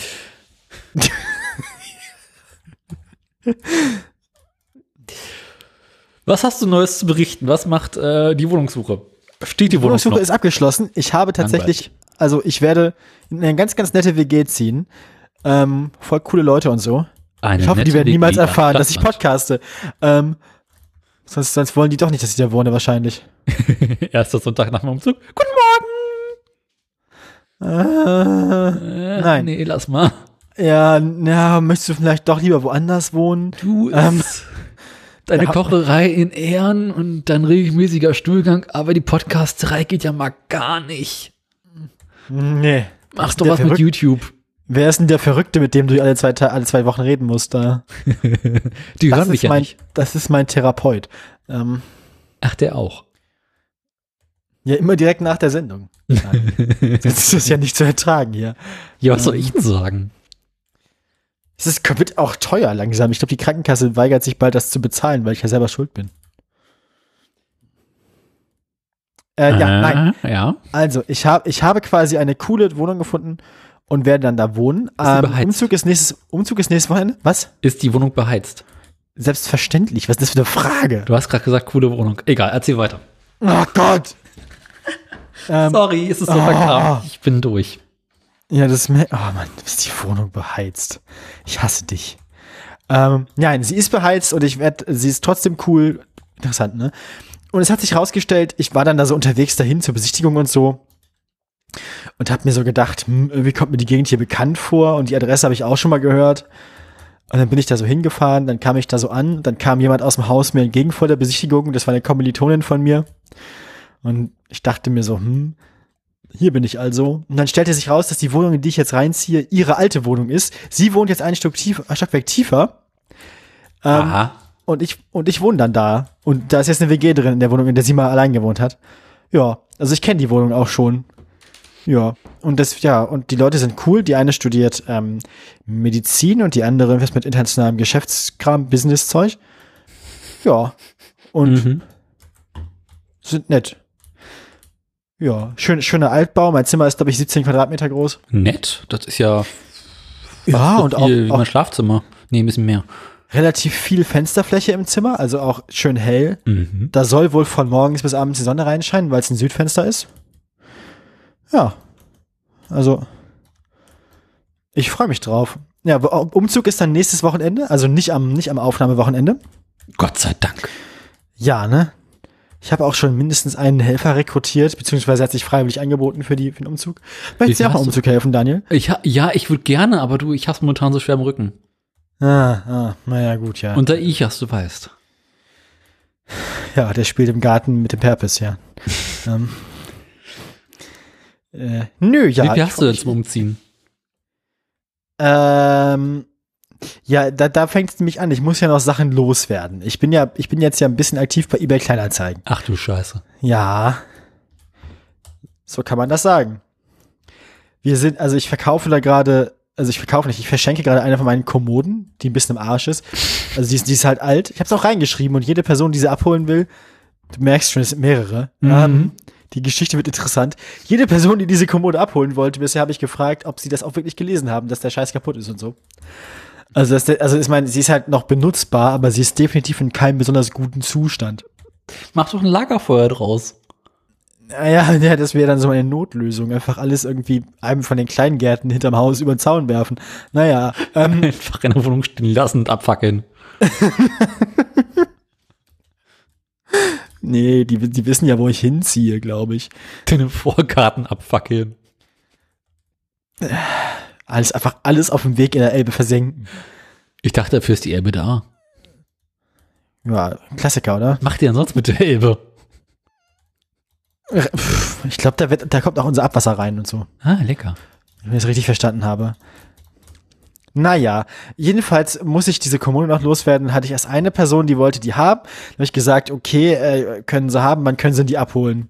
Speaker 2: Was hast du Neues zu berichten? Was macht äh, die Wohnungssuche? Steht die
Speaker 1: Die Wohnungssuche
Speaker 2: Wohnungssuche?
Speaker 1: ist abgeschlossen. Ich habe tatsächlich, also ich werde in eine ganz, ganz nette WG ziehen. Ähm, voll coole Leute und so.
Speaker 2: Eine
Speaker 1: Ich hoffe, die
Speaker 2: nette
Speaker 1: werden niemals
Speaker 2: WG am
Speaker 1: erfahren, dass ich
Speaker 2: Stadtrand.
Speaker 1: podcaste. Ähm, sonst, sonst wollen die doch nicht, dass ich da wohne, wahrscheinlich.
Speaker 2: Erster Sonntag nach meinem Umzug. Guten Morgen!
Speaker 1: Äh,
Speaker 2: Äh,
Speaker 1: Nein.
Speaker 2: Nee, lass mal.
Speaker 1: ja, na, möchtest du vielleicht doch lieber woanders wohnen?
Speaker 2: Du
Speaker 1: Ähm,
Speaker 2: ist deine
Speaker 1: ja.
Speaker 2: Kocherei in Ehren und dein regelmäßiger Stuhlgang, aber die Podcasterei geht ja mal gar nicht.
Speaker 1: Hm, Nee.
Speaker 2: Machst du
Speaker 1: Der
Speaker 2: was mit
Speaker 1: verrückt-
Speaker 2: YouTube?
Speaker 1: Wer ist denn der Verrückte, mit dem du alle zwei, Ta- alle zwei Wochen reden musst? Da?
Speaker 2: Die
Speaker 1: Das,
Speaker 2: hören mich
Speaker 1: ist
Speaker 2: ja
Speaker 1: mein,
Speaker 2: nicht.
Speaker 1: das ist mein Therapeut. Ähm,
Speaker 2: Ach, der auch.
Speaker 1: ja, immer direkt nach der Sendung. Nein. Sonst ist das ja nicht zu ertragen hier.
Speaker 2: Ja, was soll ich denn sagen?
Speaker 1: Es ist, wird auch teuer langsam. Ich glaube, die Krankenkasse weigert sich bald, das zu bezahlen, weil ich ja selber schuld bin. Äh, ja, nein.
Speaker 2: Äh, Ja.
Speaker 1: Also, ich, hab, ich habe quasi eine coole Wohnung gefunden und werde dann da wohnen.
Speaker 2: sie
Speaker 1: Ähm,
Speaker 2: beheizt?
Speaker 1: Umzug, ist nächstes, Umzug ist nächstes Wochenende? Was?
Speaker 2: Ist die Wohnung beheizt?
Speaker 1: Selbstverständlich. Was ist das für eine Frage?
Speaker 2: Du hast gerade gesagt, coole Wohnung. Egal, erzähl weiter.
Speaker 1: Oh Gott. ähm,
Speaker 2: Sorry, es ist so verkrampft. Ich bin durch.
Speaker 1: Ja, das ist mir. Oh Mann, ist die Wohnung beheizt. Ich hasse dich. Ähm, nein, sie ist beheizt und ich werde, sie ist trotzdem cool. Interessant, ne? Und es hat sich rausgestellt, ich war dann da so unterwegs dahin zur Besichtigung und so. Und habe mir so gedacht, hm, irgendwie kommt mir die Gegend hier bekannt vor und die Adresse habe ich auch schon mal gehört. Und dann bin ich da so hingefahren, dann kam ich da so an, dann kam jemand aus dem Haus mir entgegen vor der Besichtigung, das war eine Kommilitonin von mir. Und ich dachte mir so, hm, hier bin ich also. Und dann stellte sich raus, dass die Wohnung, in die ich jetzt reinziehe, ihre alte Wohnung ist. Sie wohnt jetzt ein Stück tief, ein Stockwerk tiefer. Ähm,
Speaker 2: Aha.
Speaker 1: und ich, und ich wohne dann da. Und da ist jetzt eine WG drin in der Wohnung, in der sie mal allein gewohnt hat. Ja, also ich kenne die Wohnung auch schon. Ja, und das, ja, und die Leute sind cool. Die eine studiert ähm, Medizin und die andere was mit internationalem Geschäftskram, Business-Zeug. Ja, und
Speaker 2: Mhm.
Speaker 1: sind nett. Ja, schön, schöner Altbau. Mein Zimmer ist, glaube ich, 17 Quadratmeter groß.
Speaker 2: Nett. Das ist ja
Speaker 1: Ja,
Speaker 2: so
Speaker 1: Ah, und auch,
Speaker 2: viel wie mein
Speaker 1: auch
Speaker 2: Schlafzimmer. Nee, ein bisschen mehr.
Speaker 1: relativ viel Fensterfläche im Zimmer, also auch schön hell.
Speaker 2: Mhm.
Speaker 1: Da soll wohl von morgens bis abends die Sonne reinscheinen, weil es ein Südfenster ist. Ja. Also, ich freue mich drauf. Ja, wo- Umzug ist dann nächstes Wochenende, also nicht am, nicht am Aufnahmewochenende.
Speaker 2: Gott sei Dank.
Speaker 1: Ja, ne? Ich habe auch schon mindestens einen Helfer rekrutiert, beziehungsweise hat sich freiwillig angeboten für, die, für den Umzug. Möchtest du dir auch
Speaker 2: hast
Speaker 1: mal
Speaker 2: du-
Speaker 1: Umzug helfen, Daniel?
Speaker 2: Ich, ha- ja, ich würde gerne, aber du, ich hab's momentan so schwer im Rücken.
Speaker 1: Ah, ah, naja, gut, ja.
Speaker 2: Und da ich, hast du weißt.
Speaker 1: Ja, der spielt im Garten mit dem Purpose, ja. ähm. äh, nö, ja.
Speaker 2: Wie viel
Speaker 1: ich
Speaker 2: hast
Speaker 1: freu
Speaker 2: du
Speaker 1: mich-
Speaker 2: jetzt zum Umziehen?
Speaker 1: Ähm, ja, da, da fängt es nämlich an. Ich muss ja noch Sachen loswerden. Ich bin ja, ich bin jetzt ja ein bisschen aktiv bei eBay Kleinanzeigen.
Speaker 2: Ach du Scheiße.
Speaker 1: Ja. So kann man das sagen. Wir sind, also ich verkaufe da gerade, also ich verkaufe nicht, ich verschenke gerade eine von meinen Kommoden, die ein bisschen im Arsch ist. Also die, ist- die ist halt alt. Ich habe es auch reingeschrieben und jede Person, die sie abholen will, du merkst schon, es sind mehrere. Ähm, die Geschichte wird interessant. Jede Person, die diese Kommode abholen wollte, bisher habe ich gefragt, ob sie das auch wirklich gelesen haben, dass der Scheiß kaputt ist und so. Also, das, also ich meine, sie ist halt noch benutzbar, aber sie ist definitiv in keinem besonders guten Zustand.
Speaker 2: Mach doch ein Lagerfeuer draus.
Speaker 1: Naja, Ah ja, das wäre dann so eine Notlösung. Einfach alles irgendwie einem von den Kleingärten hinterm Haus über den Zaun werfen. Naja, ähm,
Speaker 2: Einfach in der Wohnung stehen lassen und
Speaker 1: Hm.
Speaker 2: abfackeln.
Speaker 1: nee, die, die wissen ja, wo ich hinziehe, glaube ich.
Speaker 2: Den im Vorgarten abfackeln.
Speaker 1: Alles, einfach alles auf dem Weg in der Elbe versenken.
Speaker 2: Ich dachte, dafür ist die Elbe da.
Speaker 1: Ja, Klassiker, oder?
Speaker 2: Macht ihr denn sonst mit der Elbe?
Speaker 1: Pff, Ich glaube, da, wird- da kommt auch unser Abwasser rein und so.
Speaker 2: Ah, lecker.
Speaker 1: wenn ich es richtig verstanden habe. Naja, jedenfalls muss ich diese Kommune noch loswerden. Hatte ich erst eine Person, die wollte die haben. Dann habe ich gesagt, okay, äh, können sie haben, wann können sie die abholen?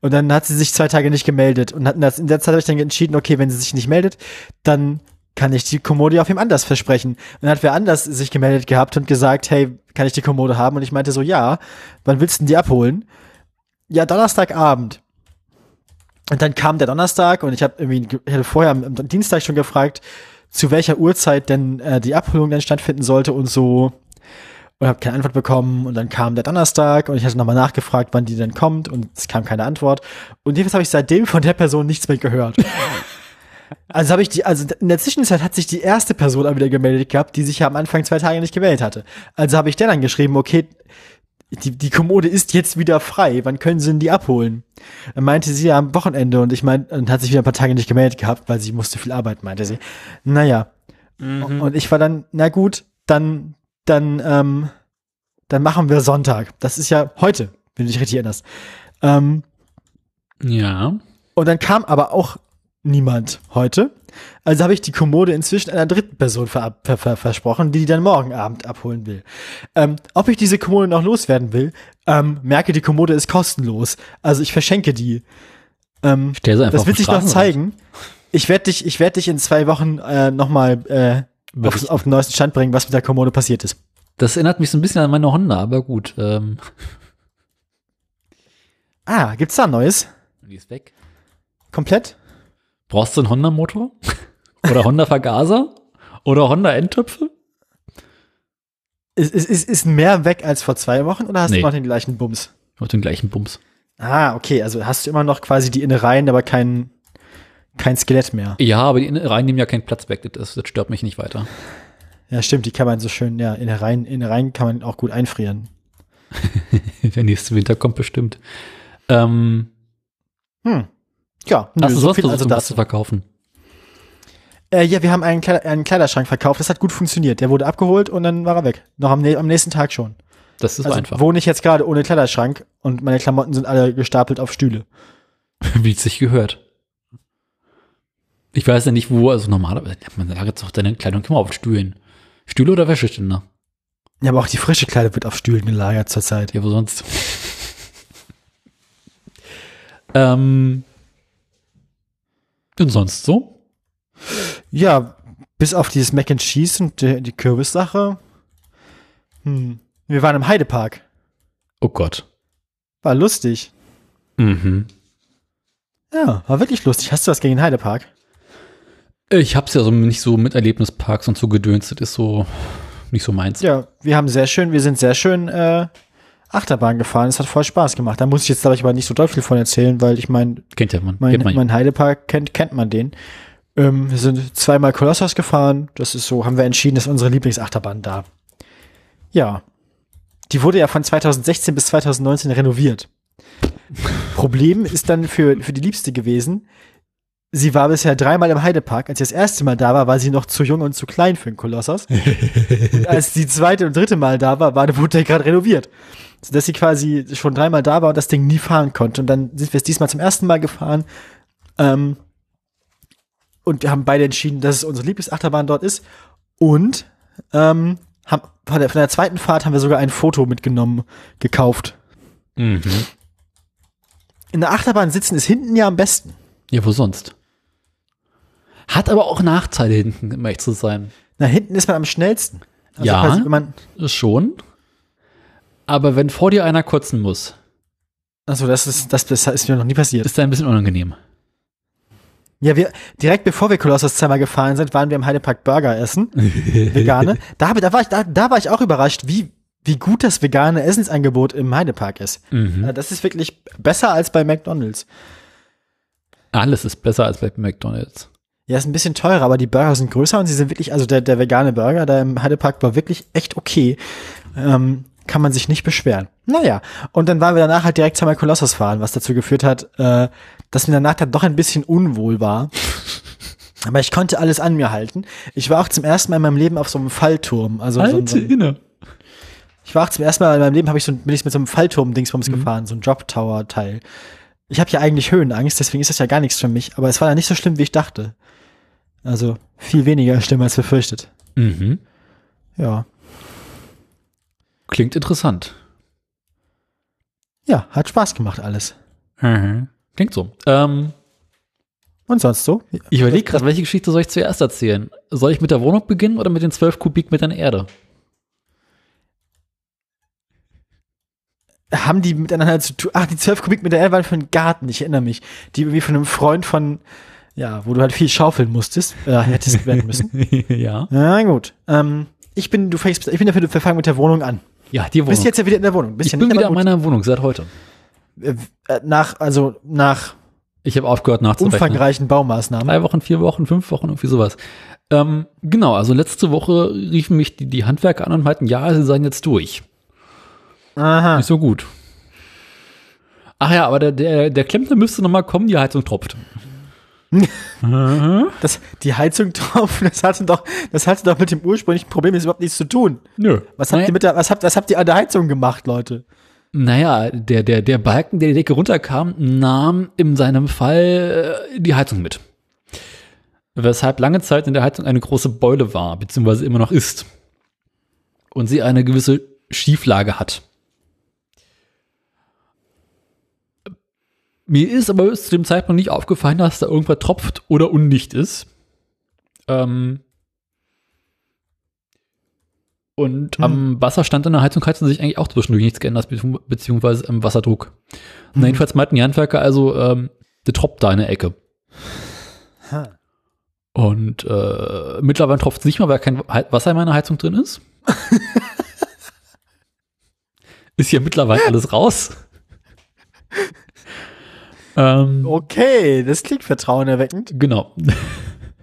Speaker 1: Und dann hat sie sich zwei Tage nicht gemeldet. Und hat, in der Zeit habe ich dann entschieden, okay, wenn sie sich nicht meldet, dann kann ich die Kommode auf wem anders versprechen. Und dann hat wer anders sich gemeldet gehabt und gesagt, hey, kann ich die Kommode haben? Und ich meinte so, ja, wann willst du denn die abholen? Ja, Donnerstagabend. Und dann kam der Donnerstag und ich habe irgendwie ge- ich hatte vorher am, am Dienstag schon gefragt, zu welcher Uhrzeit denn äh, die Abholung dann stattfinden sollte und so. Und habe keine Antwort bekommen. Und dann kam der Donnerstag und ich hatte nochmal nachgefragt, wann die denn kommt und es kam keine Antwort. Und jedenfalls habe ich seitdem von der Person nichts mehr gehört. Also habe ich die, also in der Zwischenzeit hat sich die erste Person dann wieder gemeldet gehabt, die sich ja am Anfang zwei Tage nicht gemeldet hatte. Also habe ich der dann geschrieben, okay, die, die Kommode ist jetzt wieder frei, wann können sie denn die abholen? Dann meinte sie ja am Wochenende und ich meinte, und hat sich wieder ein paar Tage nicht gemeldet gehabt, weil sie musste viel arbeiten, meinte sie. Naja. Und ich war dann, na gut, dann, dann, ähm, dann machen wir Sonntag. Das ist ja heute, wenn du dich richtig erinnerst. Ähm,
Speaker 2: Ja.
Speaker 1: und dann kam aber auch niemand heute. Also habe ich die Kommode inzwischen einer dritten Person ver ver ver versprochen, die die dann morgen Abend abholen will. Ähm, ob ich diese Kommode noch loswerden will, ähm, merke, die Kommode ist kostenlos. Also ich verschenke die. Ähm,
Speaker 2: Stell sie einfach
Speaker 1: das
Speaker 2: auf
Speaker 1: wird
Speaker 2: den
Speaker 1: sich noch
Speaker 2: Straßenrand.
Speaker 1: zeigen. Ich werde dich, ich werde dich in zwei Wochen äh, nochmal äh, auf,
Speaker 2: Berichten.
Speaker 1: auf den neuesten Stand bringen, was mit der Kommode passiert ist.
Speaker 2: Das erinnert mich so ein bisschen an meine Honda, aber gut. Ähm,
Speaker 1: Ah, gibt's da ein neues?
Speaker 2: die ist weg.
Speaker 1: Komplett?
Speaker 2: Brauchst du einen Honda-Motor? Oder Honda-Vergaser? Oder Honda-Endtöpfe?
Speaker 1: Ist, ist, ist, ist mehr weg als vor zwei Wochen oder hast
Speaker 2: Nee.
Speaker 1: du noch den gleichen Bums?
Speaker 2: Auf den gleichen Bums.
Speaker 1: Ah, okay, also hast du immer noch quasi die Innereien, aber kein, kein Skelett mehr.
Speaker 2: Ja, aber die Innereien nehmen ja keinen Platz weg. Das, das stört mich nicht weiter.
Speaker 1: Ja, stimmt, die kann man so schön, ja, Innereien, Innereien kann man auch gut einfrieren.
Speaker 2: Der nächste Winter kommt bestimmt. Ähm,
Speaker 1: Ja, nö,
Speaker 2: hast
Speaker 1: so
Speaker 2: du sonst
Speaker 1: viel
Speaker 2: versucht,
Speaker 1: also
Speaker 2: also was
Speaker 1: dazu.
Speaker 2: zu verkaufen?
Speaker 1: Äh, ja, wir haben einen, Kleider, einen Kleiderschrank verkauft, das hat gut funktioniert. Der wurde abgeholt und dann war er weg. Noch am, nä- am nächsten Tag schon.
Speaker 2: Das ist
Speaker 1: also
Speaker 2: einfach.
Speaker 1: wohne ich jetzt gerade ohne Kleiderschrank und meine Klamotten sind alle gestapelt auf Stühle.
Speaker 2: Wie es sich gehört. Ich weiß ja nicht, wo, also normalerweise, man lagert doch deine Kleidung immer auf Stühlen. Stühle oder Wäscheständer?
Speaker 1: Ja, aber auch die frische Kleider wird auf Stühlen gelagert zurzeit.
Speaker 2: Ja, wo sonst? ähm, und sonst so?
Speaker 1: Ja, bis auf dieses Mac and Cheese und die, die Kürbissache. Hm. Wir waren im Heidepark.
Speaker 2: Oh Gott.
Speaker 1: War lustig.
Speaker 2: Mhm.
Speaker 1: Ja, war wirklich lustig. Hast du was gegen den Heidepark?
Speaker 2: Ich hab's ja so nicht so mit Erlebnisparks und so gedönst, das ist so nicht so meins.
Speaker 1: Ja, wir haben sehr schön, wir sind sehr schön äh, Achterbahn gefahren. Es hat voll Spaß gemacht. Da muss ich jetzt, glaube ich, aber nicht so doll viel von erzählen, weil ich mein,
Speaker 2: Kennt ja man.
Speaker 1: mein,
Speaker 2: kennt man ja.
Speaker 1: mein Heidepark kennt, kennt man den. Ähm, wir sind zweimal Kolossos gefahren. Das ist so, haben wir entschieden, dass unsere Lieblingsachterbahn da. Ja. Die wurde ja von 2016 bis 2019 renoviert. Problem ist dann für, für die Liebste gewesen, sie war bisher dreimal im Heidepark. Als sie das erste Mal da war, war sie noch zu jung und zu klein für den Kolossos. und als die zweite und dritte Mal da war, war wurde der gerade renoviert. Sodass sie quasi schon dreimal da war und das Ding nie fahren konnte. Und dann sind wir es diesmal zum ersten Mal gefahren. Ähm, und wir haben beide entschieden, dass es unsere Lieblingsachterbahn dort ist. Und ähm, haben, von, der, von der zweiten Fahrt haben wir sogar ein Foto mitgenommen, gekauft.
Speaker 2: Mhm.
Speaker 1: In der Achterbahn sitzen ist hinten ja am besten.
Speaker 2: ja, wo sonst? Hat aber auch Nachteile hinten, um ehrlich zu sein.
Speaker 1: Na, hinten ist man am schnellsten. Also
Speaker 2: Ja.
Speaker 1: quasi, wenn man,
Speaker 2: Schon. Aber wenn vor dir einer kotzen muss,
Speaker 1: achso, also das ist, das, das ist mir noch nie passiert.
Speaker 2: ist das ein bisschen unangenehm.
Speaker 1: Ja, wir, direkt bevor wir Kolossos zweimal gefahren sind, waren wir im Heidepark Burger essen. Vegane. Da, hab- da, war ich, da, da war ich auch überrascht, wie, wie gut das vegane Essensangebot im Heidepark ist. Also Das ist wirklich besser als bei McDonalds.
Speaker 2: Alles ist besser als bei McDonalds.
Speaker 1: Ja, ist ein bisschen teurer, aber die Burger sind größer und sie sind wirklich, also der, der vegane Burger da im Heidepark war wirklich echt okay. Ähm, kann man sich nicht beschweren. Naja, und dann waren wir danach halt direkt zum Kolossos fahren, was dazu geführt hat, äh, dass mir danach dann doch ein bisschen unwohl war. Aber ich konnte alles an mir halten. Ich war auch zum ersten Mal in meinem Leben auf so einem Fallturm. Also so, ein- so,
Speaker 2: Alte
Speaker 1: ein-
Speaker 2: Inne.
Speaker 1: ich war auch zum ersten Mal in meinem Leben, hab ich so, ein- bin ich mit so einem
Speaker 2: Mhm.
Speaker 1: Fallturm-Dingsbums gefahren, so ein Drop-Tower-Teil. Ich habe ja eigentlich Höhenangst, deswegen ist das ja gar nichts für mich. Aber es war ja nicht so schlimm, wie ich dachte. Also viel weniger schlimm als befürchtet.
Speaker 2: Mhm.
Speaker 1: Ja.
Speaker 2: Klingt interessant.
Speaker 1: Ja, hat Spaß gemacht alles. Mhm.
Speaker 2: Klingt so. Ähm,
Speaker 1: Und sonst so?
Speaker 2: ich überlege gerade, welche Geschichte soll ich zuerst erzählen? Soll ich mit der Wohnung beginnen oder mit den 12 Kubikmetern Erde?
Speaker 1: Haben die miteinander zu tun? Ach, die 12 Kubikmeter Erde waren für einen Garten, ich erinnere mich. Die irgendwie von einem Freund von, ja, wo du halt viel schaufeln musstest, äh, hättest werden müssen.
Speaker 2: ja.
Speaker 1: Na gut. Ähm, ich bin, du fängst, ich bin dafür, wir fangen mit der Wohnung an.
Speaker 2: Ja, die
Speaker 1: Du bist
Speaker 2: Wohnung.
Speaker 1: jetzt ja wieder in der Wohnung. Bist
Speaker 2: Oh. Ich
Speaker 1: ja
Speaker 2: bin
Speaker 1: nicht,
Speaker 2: wieder
Speaker 1: aber
Speaker 2: in
Speaker 1: gut.
Speaker 2: meiner Wohnung seit heute.
Speaker 1: äh, äh, nach, also nach
Speaker 2: Ich habe aufgehört nachzurechnen.
Speaker 1: umfangreichen Baumaßnahmen.
Speaker 2: Drei Wochen, vier Wochen, fünf Wochen, irgendwie sowas. Ähm, genau, also letzte Woche riefen mich die, die Handwerker an und meinten, ja, sie seien jetzt durch. Äh,
Speaker 1: Aha.
Speaker 2: Nicht so gut. Ah. Ach ja, aber der, der, der Klempner müsste noch mal kommen, die Heizung tropft.
Speaker 1: Das, die Heizung drauf, das hatte doch, das hatte doch mit dem ursprünglichen Problem jetzt überhaupt nichts zu tun.
Speaker 2: Nö.
Speaker 1: Was habt
Speaker 2: naja,
Speaker 1: ihr mit der, was habt, was habt ihr an der Heizung gemacht, Leute?
Speaker 2: Naja, der, der, der Balken, der die Decke runterkam, nahm in seinem Fall äh, die Heizung mit. Weshalb lange Zeit in der Heizung eine große Beule war, beziehungsweise immer noch ist. Und sie eine gewisse Schieflage hat. Mir ist aber bis zu dem Zeitpunkt nicht aufgefallen, dass da irgendwas tropft oder undicht ist. Ähm und am Wasserstand in der Heizung hat sich eigentlich auch zwischendurch nichts geändert, beziehungs- beziehungsweise am Wasserdruck. Na, jedenfalls meinten die Handwerker also, ähm, der tropft da in der Ecke.
Speaker 1: Ha.
Speaker 2: Und äh, mittlerweile tropft es nicht mehr, weil kein He- Wasser in meiner Heizung drin ist. ist ja mittlerweile alles raus. ähm,
Speaker 1: Okay, das klingt vertrauenerweckend.
Speaker 2: Genau.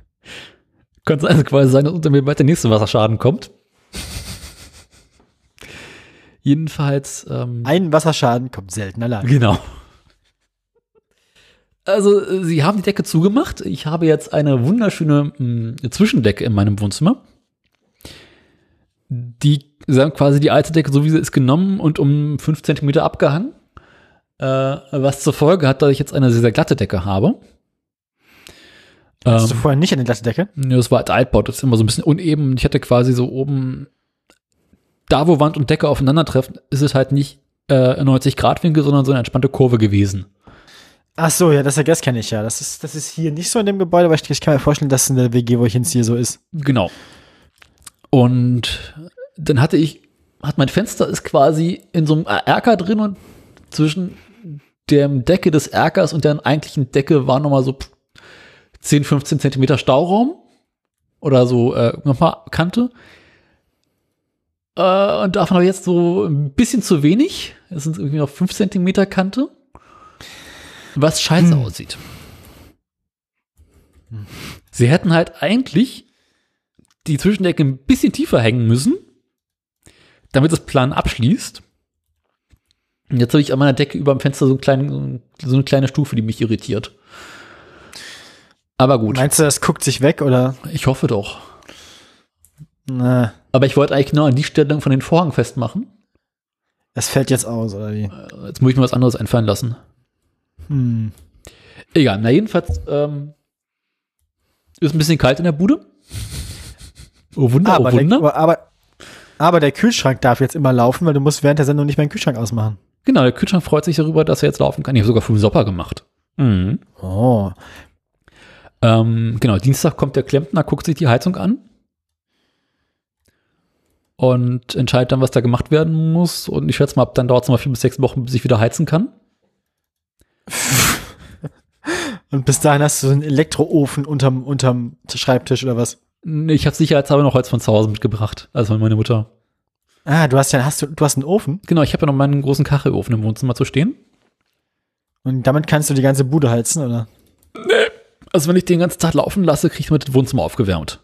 Speaker 2: Könnte also quasi sein, dass unter mir bald der nächste Wasserschaden kommt. Jedenfalls. Ähm,
Speaker 1: Ein Wasserschaden kommt selten allein.
Speaker 2: genau. Also, äh, sie haben die Decke zugemacht. Ich habe jetzt eine wunderschöne mh, Zwischendecke in meinem Wohnzimmer. Die, sie haben quasi die alte Decke, so wie sie ist, genommen und um 5 cm abgehangen. Äh, was zur Folge hat, dass ich jetzt eine sehr, sehr glatte Decke habe.
Speaker 1: Hast
Speaker 2: Ähm,
Speaker 1: du vorher nicht eine glatte Decke?
Speaker 2: Ne, das war der Altbau, das ist immer so ein bisschen uneben. Ich hatte quasi so oben, da wo Wand und Decke aufeinandertreffen, ist es halt nicht äh, 90 Grad Winkel, sondern so eine entspannte Kurve gewesen.
Speaker 1: Ach so, ja, das, das kenne ich ja. Das ist, das ist hier nicht so in dem Gebäude, aber ich, ich kann mir vorstellen, dass es in der WG, wo ich jetzt hier so ist.
Speaker 2: Genau. Und dann hatte ich, hat mein Fenster ist quasi in so einem Erker drin und zwischen der Decke des Erkers und der eigentlichen Decke war nochmal so pff, 10, 15 Zentimeter Stauraum oder so äh, nochmal Kante. Äh, und davon habe ich jetzt so ein bisschen zu wenig. Es sind irgendwie noch 5 Zentimeter Kante. Was scheiße aussieht. Sie hätten halt eigentlich die Zwischendecke ein bisschen tiefer hängen müssen, damit das Plan abschließt. Und jetzt habe ich an meiner Decke über dem Fenster so, einen kleinen, so eine kleine Stufe, die mich irritiert. Aber gut,
Speaker 1: Meinst du, das guckt sich weg oder? ne,
Speaker 2: ich hoffe doch.
Speaker 1: Na,
Speaker 2: Aber ich wollte eigentlich genau an die Stelle von den Vorhang festmachen.
Speaker 1: das fällt jetzt aus, oder wie?
Speaker 2: Jetzt muss ich mir was anderes einfallen lassen.
Speaker 1: Hm.
Speaker 2: Egal, na jedenfalls ähm, ist ein bisschen kalt in der Bude. Oh Wunder,
Speaker 1: Aber,
Speaker 2: oh Wunder.
Speaker 1: Der, aber, aber der Kühlschrank darf jetzt immer laufen, weil du musst während der Sendung nicht mehr den Kühlschrank ausmachen.
Speaker 2: genau, der Kühlschrank freut sich darüber, dass er jetzt laufen kann. Ich habe sogar fünf Sopper gemacht. Mhm.
Speaker 1: Oh.
Speaker 2: Ähm, genau, Dienstag kommt der Klempner, guckt sich die Heizung an und entscheidet dann, was da gemacht werden muss. Und ich schätze mal, ab dann dauert es mal vier bis sechs Wochen, bis ich wieder heizen kann.
Speaker 1: Und bis dahin hast du so einen Elektroofen unterm, unterm Schreibtisch oder was?
Speaker 2: Nee, Ich habe sicherheitshalber noch Holz von zu Hause mitgebracht, also von meiner Mutter.
Speaker 1: Ah, du hast ja, hast du, du hast einen Ofen
Speaker 2: Genau, ich habe ja noch meinen großen Kachelofen im Wohnzimmer zu stehen.
Speaker 1: und damit kannst du die ganze Bude heizen, oder?
Speaker 2: Also wenn ich den ganzen Tag laufen lasse, kriege ich damit das Wohnzimmer aufgewärmt.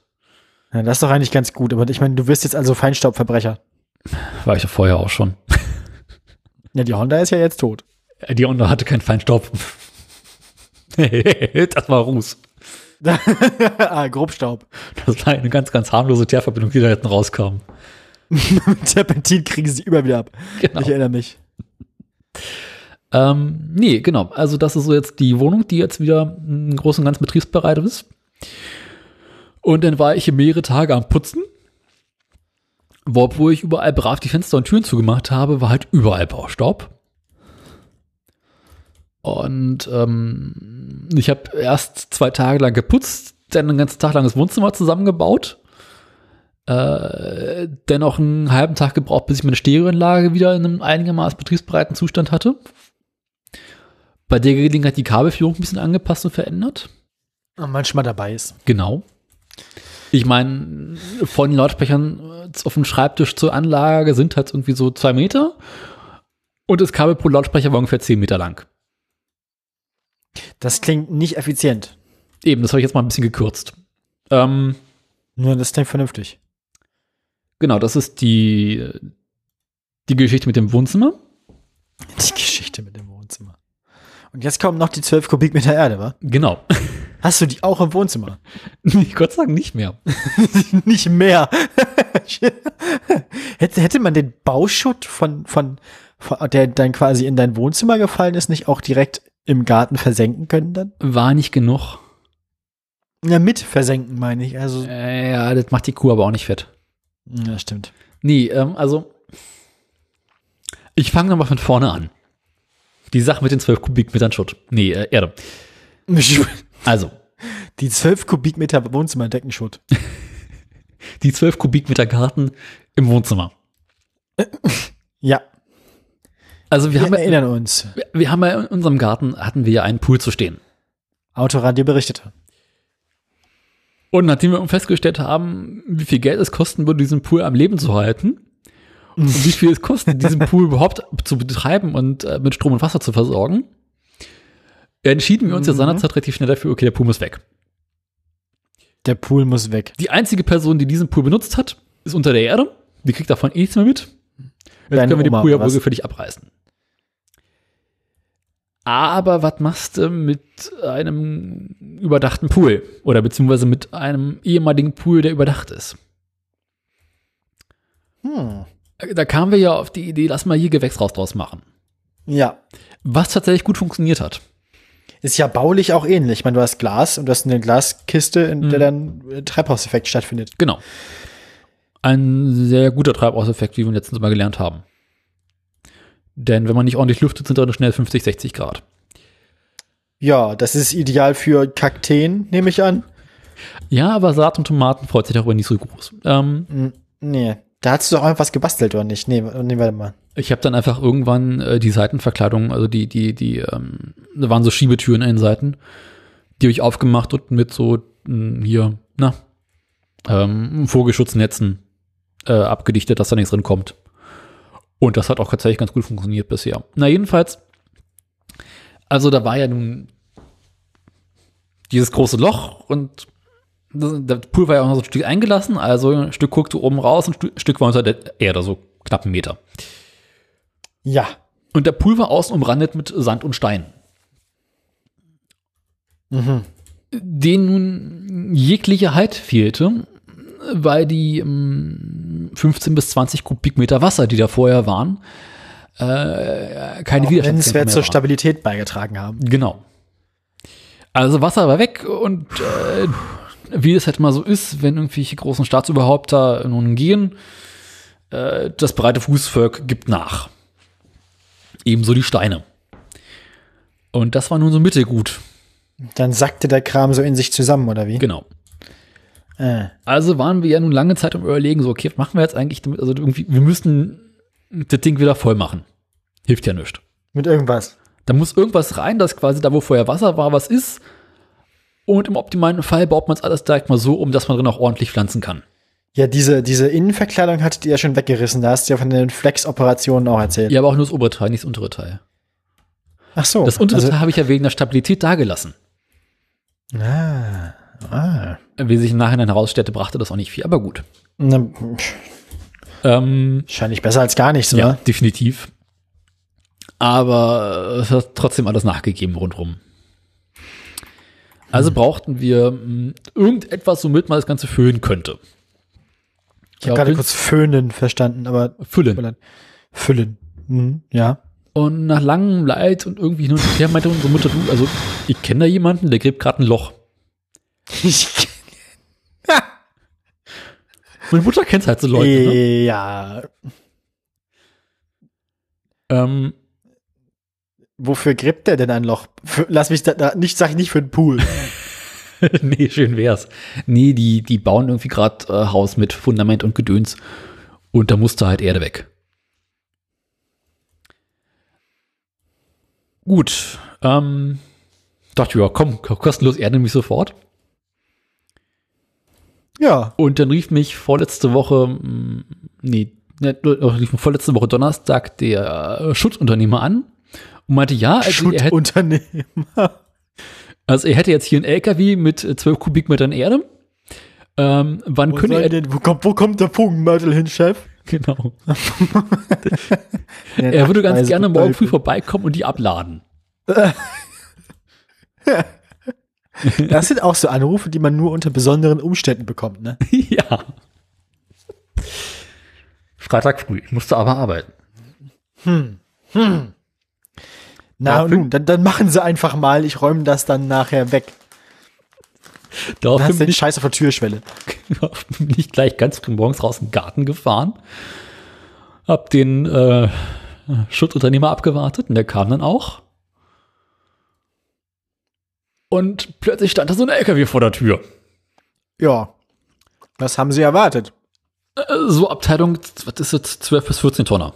Speaker 1: Ja, das ist doch eigentlich ganz gut, aber ich meine, du wirst jetzt also Feinstaubverbrecher.
Speaker 2: War ich ja vorher auch schon. Äh,
Speaker 1: Ja, die Honda ist ja jetzt tot.
Speaker 2: Die Onda hatte keinen Feinstaub. das war Ruß.
Speaker 1: ah, Grobstaub.
Speaker 2: Das war eine ganz, ganz harmlose Teerverbindung, die da hinten rauskam.
Speaker 1: Mit Terpentin kriegen sie immer wieder ab.
Speaker 2: Genau.
Speaker 1: Ich erinnere mich.
Speaker 2: Ähm, nee, genau. Also das ist so jetzt die Wohnung, die jetzt wieder im Großen und Ganzen betriebsbereit ist. Und dann war ich hier mehrere Tage am Putzen. Obwohl ich überall brav die Fenster und Türen zugemacht habe, war halt überall Baustaub. Und ähm, ich habe erst zwei Tage lang geputzt, dann den ganzen Tag lang das Wohnzimmer zusammengebaut. Äh, dennoch einen halben Tag gebraucht, bis ich meine Stereoanlage wieder in einem einigermaßen betriebsbereiten Zustand hatte. Bei der Gelegenheit die Kabelführung ein bisschen angepasst und verändert.
Speaker 1: Und manchmal dabei ist.
Speaker 2: Genau. Ich meine, von den Lautsprechern äh, auf dem Schreibtisch zur Anlage sind halt irgendwie so zwei Meter. Und das Kabel pro Lautsprecher war ungefähr zehn Meter lang.
Speaker 1: Das klingt nicht effizient.
Speaker 2: Eben, das habe ich jetzt mal ein bisschen gekürzt. Ähm,
Speaker 1: Nur das klingt vernünftig.
Speaker 2: genau, das ist die, die Geschichte mit dem Wohnzimmer.
Speaker 1: Die Geschichte mit dem Wohnzimmer. Und jetzt kommen noch die 12 Kubikmeter Erde, wa?
Speaker 2: Genau.
Speaker 1: Hast du die auch im Wohnzimmer?
Speaker 2: Gott sei Dank nicht mehr.
Speaker 1: Nicht mehr. hätte, hätte man den Bauschutt von, von, von, der dann quasi in dein Wohnzimmer gefallen ist, nicht auch direkt im Garten versenken können dann?
Speaker 2: war nicht genug.
Speaker 1: Ja, mit versenken meine ich. Also,
Speaker 2: Äh, ja, das macht die Kuh aber auch nicht fett.
Speaker 1: ja, stimmt.
Speaker 2: Nee, ähm, also ich fange nochmal von vorne an. Die Sache mit den 12 Kubikmetern Schutt. Nee, äh, Erde.
Speaker 1: Die
Speaker 2: Also,
Speaker 1: 12 Kubikmeter Wohnzimmer Deckenschutt.
Speaker 2: die 12 Kubikmeter Garten im Wohnzimmer.
Speaker 1: Ja,
Speaker 2: Also wir,
Speaker 1: wir
Speaker 2: haben, ja-
Speaker 1: erinnern uns.
Speaker 2: wir, wir haben ja in unserem Garten, hatten wir ja einen Pool zu stehen.
Speaker 1: Autoradio berichtete.
Speaker 2: Und nachdem wir festgestellt haben, wie viel Geld es kosten würde, diesen Pool am Leben zu halten, und wie viel es kostet, diesen Pool überhaupt zu betreiben und äh, mit Strom und Wasser zu versorgen, entschieden wir uns ja seinerzeit relativ schnell dafür, okay, der Pool muss weg.
Speaker 1: Der Pool muss weg.
Speaker 2: Die einzige Person, die diesen Pool benutzt hat, ist unter der Erde. Die kriegt davon eh nichts mehr mit. Jetzt
Speaker 1: Deine
Speaker 2: können wir den
Speaker 1: Oma,
Speaker 2: Pool ja
Speaker 1: oder
Speaker 2: wohl
Speaker 1: was?
Speaker 2: völlig abreißen. Aber was machst du mit einem überdachten Pool? Oder beziehungsweise mit einem ehemaligen Pool, der überdacht ist?
Speaker 1: Hm.
Speaker 2: Da kamen wir ja auf die Idee, lass mal hier Gewächshaus draus machen.
Speaker 1: Ja.
Speaker 2: Was tatsächlich gut funktioniert hat.
Speaker 1: Ist ja baulich auch ähnlich. Ich meine, du hast Glas und du hast eine Glaskiste, in der
Speaker 2: Mhm.
Speaker 1: dann äh, Treibhauseffekt stattfindet.
Speaker 2: Genau. Ein sehr guter Treibhauseffekt, wie wir letztens mal gelernt haben. Denn wenn man nicht ordentlich lüftet, sind da schnell 50, 60 Grad.
Speaker 1: Ja, das ist ideal für Kakteen, nehme ich an.
Speaker 2: Ja, aber Salat und Tomaten freut sich darüber nicht so groß. Ähm,
Speaker 1: Hm, nee. Da hast du doch irgendwas gebastelt, oder nicht? Nee, wa- nee warte mal.
Speaker 2: ich habe dann einfach irgendwann äh, die Seitenverkleidung, also die, die, die, ähm, da waren so Schiebetüren an den Seiten, die habe ich aufgemacht und mit so mh, hier, na, ähm, Vogelschutznetzen äh, abgedichtet, dass da nichts drin kommt. Und das hat auch tatsächlich ganz gut funktioniert bisher. Na, jedenfalls, also da war ja nun dieses große Loch und das, der Pool war ja auch noch so ein Stück eingelassen, also ein Stück guckte oben raus, ein Stück- Stück war unter der Erde, so knapp einen Meter.
Speaker 1: Ja.
Speaker 2: Und der Pool war außen umrandet mit Sand und Stein.
Speaker 1: Mhm.
Speaker 2: Den nun jegliche Halt fehlte, weil die ähm, 15 bis 20 Kubikmeter Wasser, die da vorher waren, äh, keine
Speaker 1: Auch wenn es
Speaker 2: Widerstandsgrenze
Speaker 1: wer
Speaker 2: mehr
Speaker 1: zur
Speaker 2: waren.
Speaker 1: Stabilität beigetragen haben.
Speaker 2: Genau. Also Wasser war weg und äh, wie es halt mal so ist, wenn irgendwelche großen Staatsüberhaupter nun gehen, äh, das breite Fußvolk gibt nach. Ebenso die Steine. Und das war nun so mittelgut.
Speaker 1: Dann sackte der Kram so in sich zusammen, oder wie?
Speaker 2: Genau.
Speaker 1: Äh.
Speaker 2: Also waren wir ja nun lange Zeit am Überlegen, so, okay, was machen wir jetzt eigentlich damit? Also irgendwie, wir müssen das Ding wieder voll machen. Hilft ja nichts.
Speaker 1: Mit irgendwas.
Speaker 2: Da muss irgendwas rein, dass quasi da, wo vorher Wasser war, was ist. Und im optimalen Fall baut man es alles direkt mal so um, dass man drin auch ordentlich pflanzen kann.
Speaker 1: Ja, diese, diese Innenverkleidung hattet ihr ja schon weggerissen. Da hast du ja von den Flex-Operationen auch erzählt.
Speaker 2: Ja, aber auch nur das obere Teil, nicht das untere Teil.
Speaker 1: Ach so.
Speaker 2: Das untere
Speaker 1: also,
Speaker 2: Teil habe ich ja wegen der Stabilität dagelassen.
Speaker 1: Ah, ah.
Speaker 2: Wie sich im Nachhinein herausstellte, brachte das auch nicht viel, aber gut.
Speaker 1: Na, pff,
Speaker 2: Ähm,
Speaker 1: wahrscheinlich besser als gar nichts,
Speaker 2: ja,
Speaker 1: oder?
Speaker 2: definitiv. Aber es hat trotzdem alles nachgegeben rundrum. Also brauchten wir mh, irgendetwas, womit man das Ganze füllen könnte.
Speaker 1: Ich habe
Speaker 2: Ja,
Speaker 1: gerade
Speaker 2: will-
Speaker 1: kurz föhnen verstanden, aber
Speaker 2: Füllen.
Speaker 1: füllen. Mhm, ja.
Speaker 2: Und nach langem Leid und irgendwie hin und her meinte unsere Mutter, du, also ich kenne da jemanden, der gräbt gerade ein Loch.
Speaker 1: Ich,
Speaker 2: Meine Mutter kennt halt so Leute. Ne?
Speaker 1: Äh, Ja.
Speaker 2: Ähm,
Speaker 1: Wofür gräbt der denn ein Loch? Für, lass mich da, da nicht, sag ich nicht für den Pool.
Speaker 2: nee, schön wär's. Nee, die, die bauen irgendwie gerade äh, Haus mit Fundament und Gedöns. Und da musste halt Erde weg. Gut. Ähm, dachte, ja, komm, kostenlos Erde mich sofort.
Speaker 1: ja.
Speaker 2: Und dann rief mich vorletzte Woche, mm, nee, ne, doch, rief mich vorletzte Woche Donnerstag der äh, Schutzunternehmer an und meinte, ja, also er, hätte,
Speaker 1: Schuttunternehmen.
Speaker 2: also er hätte jetzt hier einen LKW mit äh, 12 Kubikmetern Erde. Ähm, wann
Speaker 1: Wo,
Speaker 2: könne
Speaker 1: soll
Speaker 2: er
Speaker 1: denn, wo, kommt, wo kommt der Fugenmörtel hin, Chef?
Speaker 2: Genau. Er würde ganz
Speaker 1: Achtweise
Speaker 2: gerne morgen
Speaker 1: Balken.
Speaker 2: früh vorbeikommen und die abladen.
Speaker 1: Das sind auch so Anrufe, die man nur unter besonderen Umständen bekommt, ne?
Speaker 2: ja. Freitag früh. Ich musste aber arbeiten.
Speaker 1: Na
Speaker 2: Ja, für-
Speaker 1: nun, dann, dann machen sie einfach mal, ich räume das dann nachher weg. Dann
Speaker 2: Daraufhin
Speaker 1: hast du
Speaker 2: bin
Speaker 1: den
Speaker 2: ich,
Speaker 1: Scheiß auf der Türschwelle.
Speaker 2: bin ich gleich ganz früh morgens raus in den Garten gefahren. Hab den äh, Schuttunternehmer abgewartet und der kam dann auch. Und plötzlich stand da so ein LKW vor der Tür.
Speaker 1: Ja. Das haben sie erwartet.
Speaker 2: Äh, so Abteilung, was ist jetzt, 12 bis 14 Tonner.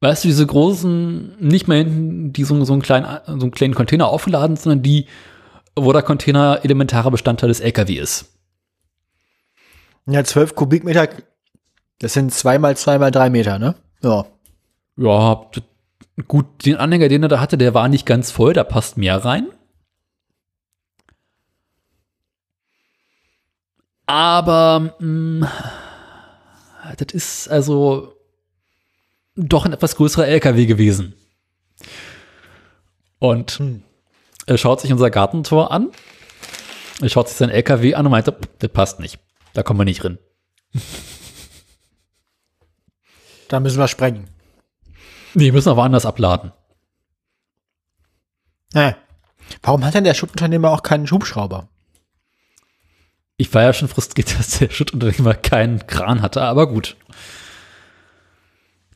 Speaker 2: Weißt du, diese großen, nicht mehr hinten, die so, so, einen kleinen, so einen kleinen Container aufgeladen, sondern die, wo der Container elementarer Bestandteil des LKW ist.
Speaker 1: Ja, 12 Kubikmeter, das sind zweimal, zweimal drei Meter, ne? Ja.
Speaker 2: Ja, d- gut, den Anhänger, den er da hatte, der war nicht ganz voll, da passt mehr rein. Aber mh, das ist also doch ein etwas größerer LKW gewesen. Und
Speaker 1: Hm.
Speaker 2: er schaut sich unser Gartentor an, er schaut sich sein LKW an und meinte, "Pff, der passt nicht. Da kommen wir nicht drin.
Speaker 1: Da müssen wir sprengen.
Speaker 2: Nee, wir müssen aber anders abladen.
Speaker 1: Äh. Warum hat denn der Schuttunternehmer auch keinen Hubschrauber?
Speaker 2: Ich war ja schon frustriert, dass der Schuttunternehmer keinen Kran hatte, aber gut.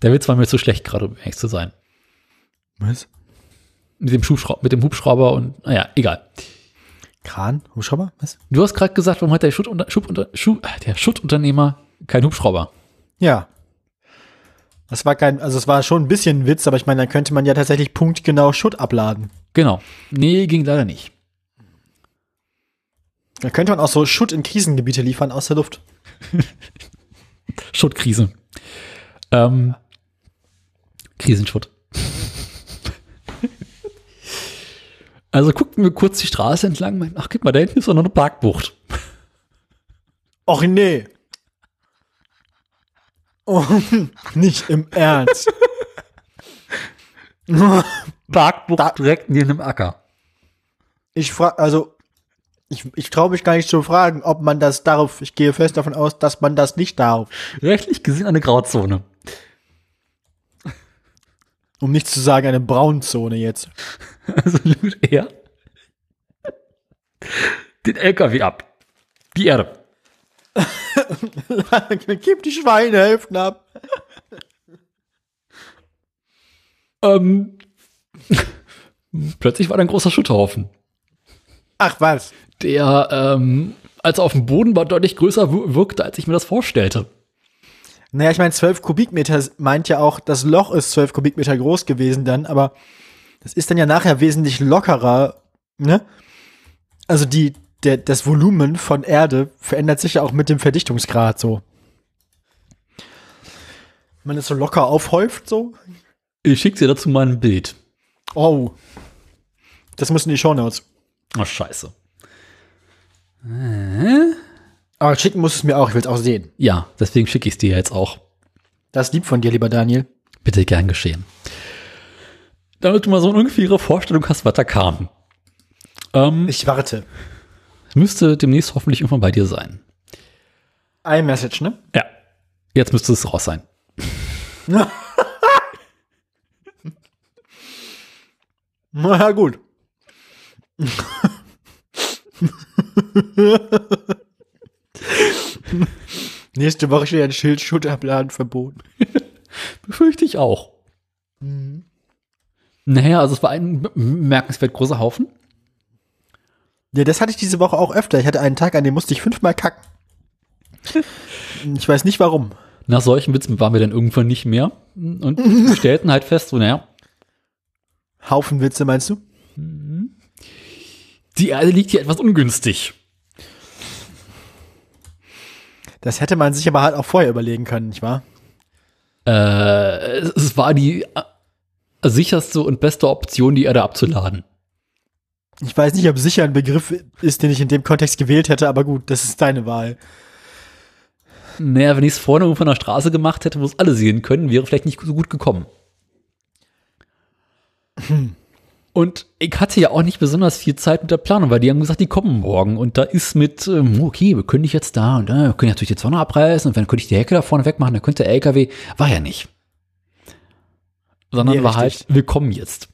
Speaker 2: Der Witz war mir zu schlecht gerade, um ehrlich zu sein.
Speaker 1: Was?
Speaker 2: Mit dem, Schubschra mit dem Hubschrauber und, naja, egal.
Speaker 1: Kran? Hubschrauber? Was?
Speaker 2: Du hast gerade gesagt, warum hat der, Schuttunter Schubunter Schu äh, der Schuttunternehmer keinen Hubschrauber?
Speaker 1: Ja. Das war kein, also es war schon ein bisschen ein Witz, aber ich meine, dann könnte man ja tatsächlich punktgenau Schutt abladen.
Speaker 2: Genau. Nee, ging leider nicht.
Speaker 1: Dann könnte man auch so Schutt in Krisengebiete liefern aus der Luft.
Speaker 2: Schuttkrise. Ähm, Krisenschutt. also guckten wir kurz die Straße entlang, meinten, ach, guck mal, da hinten ist doch noch eine Parkbucht.
Speaker 1: Och nee. Oh, nicht im Ernst.
Speaker 2: Parkbucht direkt neben dem Acker.
Speaker 1: Ich frage, also, ich, ich traue mich gar nicht zu fragen, ob man das darf. Ich gehe fest davon aus, dass man das nicht darf.
Speaker 2: Rechtlich gesehen eine Grauzone.
Speaker 1: Um nicht zu sagen, eine Braunzone jetzt.
Speaker 2: Also lud er den LKW ab. Die Erde.
Speaker 1: Gib die Schweinehälften ab.
Speaker 2: Ähm, plötzlich war da ein großer Schutthaufen.
Speaker 1: Ach was.
Speaker 2: Der, ähm, als er auf dem Boden war, deutlich größer wir- wirkte, als ich mir das vorstellte.
Speaker 1: Naja, ich meine, 12 Kubikmeter meint ja auch, das Loch ist 12 Kubikmeter groß gewesen dann, aber das ist dann ja nachher wesentlich lockerer, ne? Also die, der, das Volumen von Erde verändert sich ja auch mit dem Verdichtungsgrad so. Wenn man es so locker aufhäuft, so.
Speaker 2: Ich schicke dir dazu mal ein Bild.
Speaker 1: Oh. Das muss in die Shownotes.
Speaker 2: Oh, scheiße.
Speaker 1: Aber schicken muss es mir auch, ich will es auch sehen.
Speaker 2: Ja, deswegen schicke ich es dir jetzt auch.
Speaker 1: Das ist lieb von dir, lieber Daniel.
Speaker 2: Bitte gern geschehen. Damit du mal so eine ungefähre Vorstellung hast, was da kam. Ähm,
Speaker 1: Ich warte.
Speaker 2: es müsste demnächst hoffentlich irgendwann bei dir sein.
Speaker 1: iMessage, ne?
Speaker 2: Ja. Jetzt müsste es raus sein.
Speaker 1: Na ja, gut. Nächste Woche steht ein Schild Schulterbladen verboten.
Speaker 2: Befürchte ich auch. Naja, also es war ein bemerkenswert großer Haufen.
Speaker 1: Ja, das hatte ich diese Woche auch öfter. Ich hatte einen Tag, an dem musste ich fünfmal kacken. Ich weiß nicht warum.
Speaker 2: Nach solchen Witzen waren wir dann irgendwann nicht mehr und stellten halt fest, so, naja,
Speaker 1: Haufen Witze, meinst du?
Speaker 2: die Erde liegt hier etwas ungünstig.
Speaker 1: Das hätte man sich aber halt auch vorher überlegen können, nicht wahr?
Speaker 2: Äh, es- es war die äh, sicherste und beste Option, die Erde abzuladen.
Speaker 1: Ich weiß nicht, ob sicher ein Begriff ist, den ich in dem Kontext gewählt hätte, aber gut, das ist deine Wahl.
Speaker 2: Naja, wenn ich es vorne irgendwo von der Straße gemacht hätte, wo es alle sehen können, wäre vielleicht nicht so gut gekommen.
Speaker 1: Hm.
Speaker 2: Und ich hatte ja auch nicht besonders viel Zeit mit der Planung, weil die haben gesagt, die kommen morgen. Und da ist mit, ähm, okay, wir können dich jetzt da und da, wir können natürlich die Sonne abreißen und dann könnte ich die Hecke da vorne wegmachen, dann könnte der LKW, war ja nicht. Sondern
Speaker 1: Nee,
Speaker 2: war
Speaker 1: richtig.
Speaker 2: halt, wir kommen jetzt.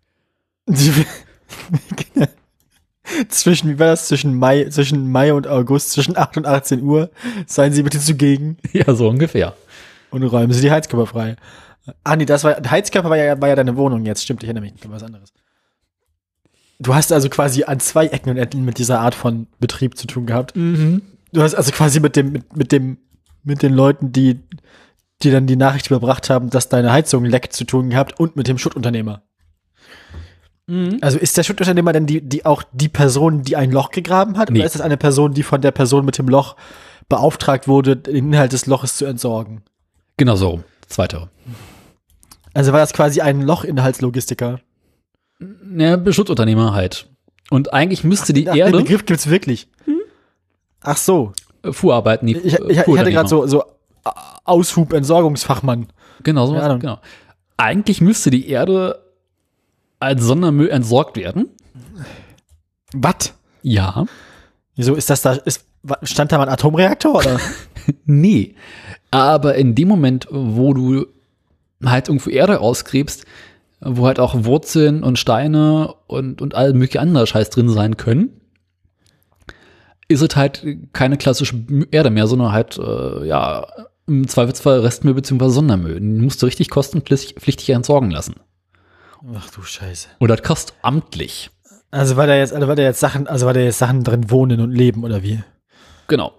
Speaker 1: zwischen, wie war das? Zwischen Mai, zwischen Mai und August, zwischen 8 und 18 Uhr, seien Sie bitte zugegen
Speaker 2: Ja, so ungefähr.
Speaker 1: und räumen Sie die Heizkörper frei. Ah, nee, das war, Heizkörper war ja, war ja deine Wohnung jetzt, stimmt, ich erinnere mich an was anderes. Du hast also quasi an zwei Ecken und Enden mit dieser Art von Betrieb zu tun gehabt. Du hast also quasi mit dem, mit, mit dem, mit den Leuten, die, die dann die Nachricht überbracht haben, dass deine Heizung leckt zu tun gehabt und mit dem Schuttunternehmer. Also ist der Schuttunternehmer denn die, die auch die Person, die ein Loch gegraben hat?
Speaker 2: Nee.
Speaker 1: Oder ist das eine Person, die von der Person mit dem Loch beauftragt wurde, den Inhalt des Loches zu entsorgen?
Speaker 2: Genau so. Zweite.
Speaker 1: Also war das quasi ein Lochinhaltslogistiker?
Speaker 2: Ja, Schutzunternehmer halt. Und eigentlich müsste die
Speaker 1: Ja, Den
Speaker 2: Erde
Speaker 1: Begriff gibt's wirklich. Ach so.
Speaker 2: äh, Fuhrarbeiten, die
Speaker 1: Ich, ich,
Speaker 2: äh,
Speaker 1: ich hatte
Speaker 2: Fuhrunternehmer.
Speaker 1: gerade so, so äh, Aushub-Entsorgungsfachmann.
Speaker 2: Genau, so
Speaker 1: Keine Ahnung.
Speaker 2: genau. Eigentlich müsste die Erde als Sondermüll entsorgt werden.
Speaker 1: Was?
Speaker 2: Ja.
Speaker 1: Wieso ist das da? Ist, wa- stand da mal ein Atomreaktor? Oder?
Speaker 2: Nee. Aber in dem Moment, wo du halt irgendwo Erde ausgräbst, wo halt auch Wurzeln und Steine und, und all mögliche anderer Scheiß drin sein können, ist es halt keine klassische M- Erde mehr, sondern halt, äh, ja, im Zweifelsfall Restmüll bzw. Sondermüll. Den musst du richtig kostenpflichtig entsorgen lassen.
Speaker 1: Ach du Scheiße.
Speaker 2: Oder das kostet amtlich.
Speaker 1: Also war da jetzt, also war da jetzt Sachen, also war da jetzt Sachen drin wohnen und leben oder wie?
Speaker 2: Genau.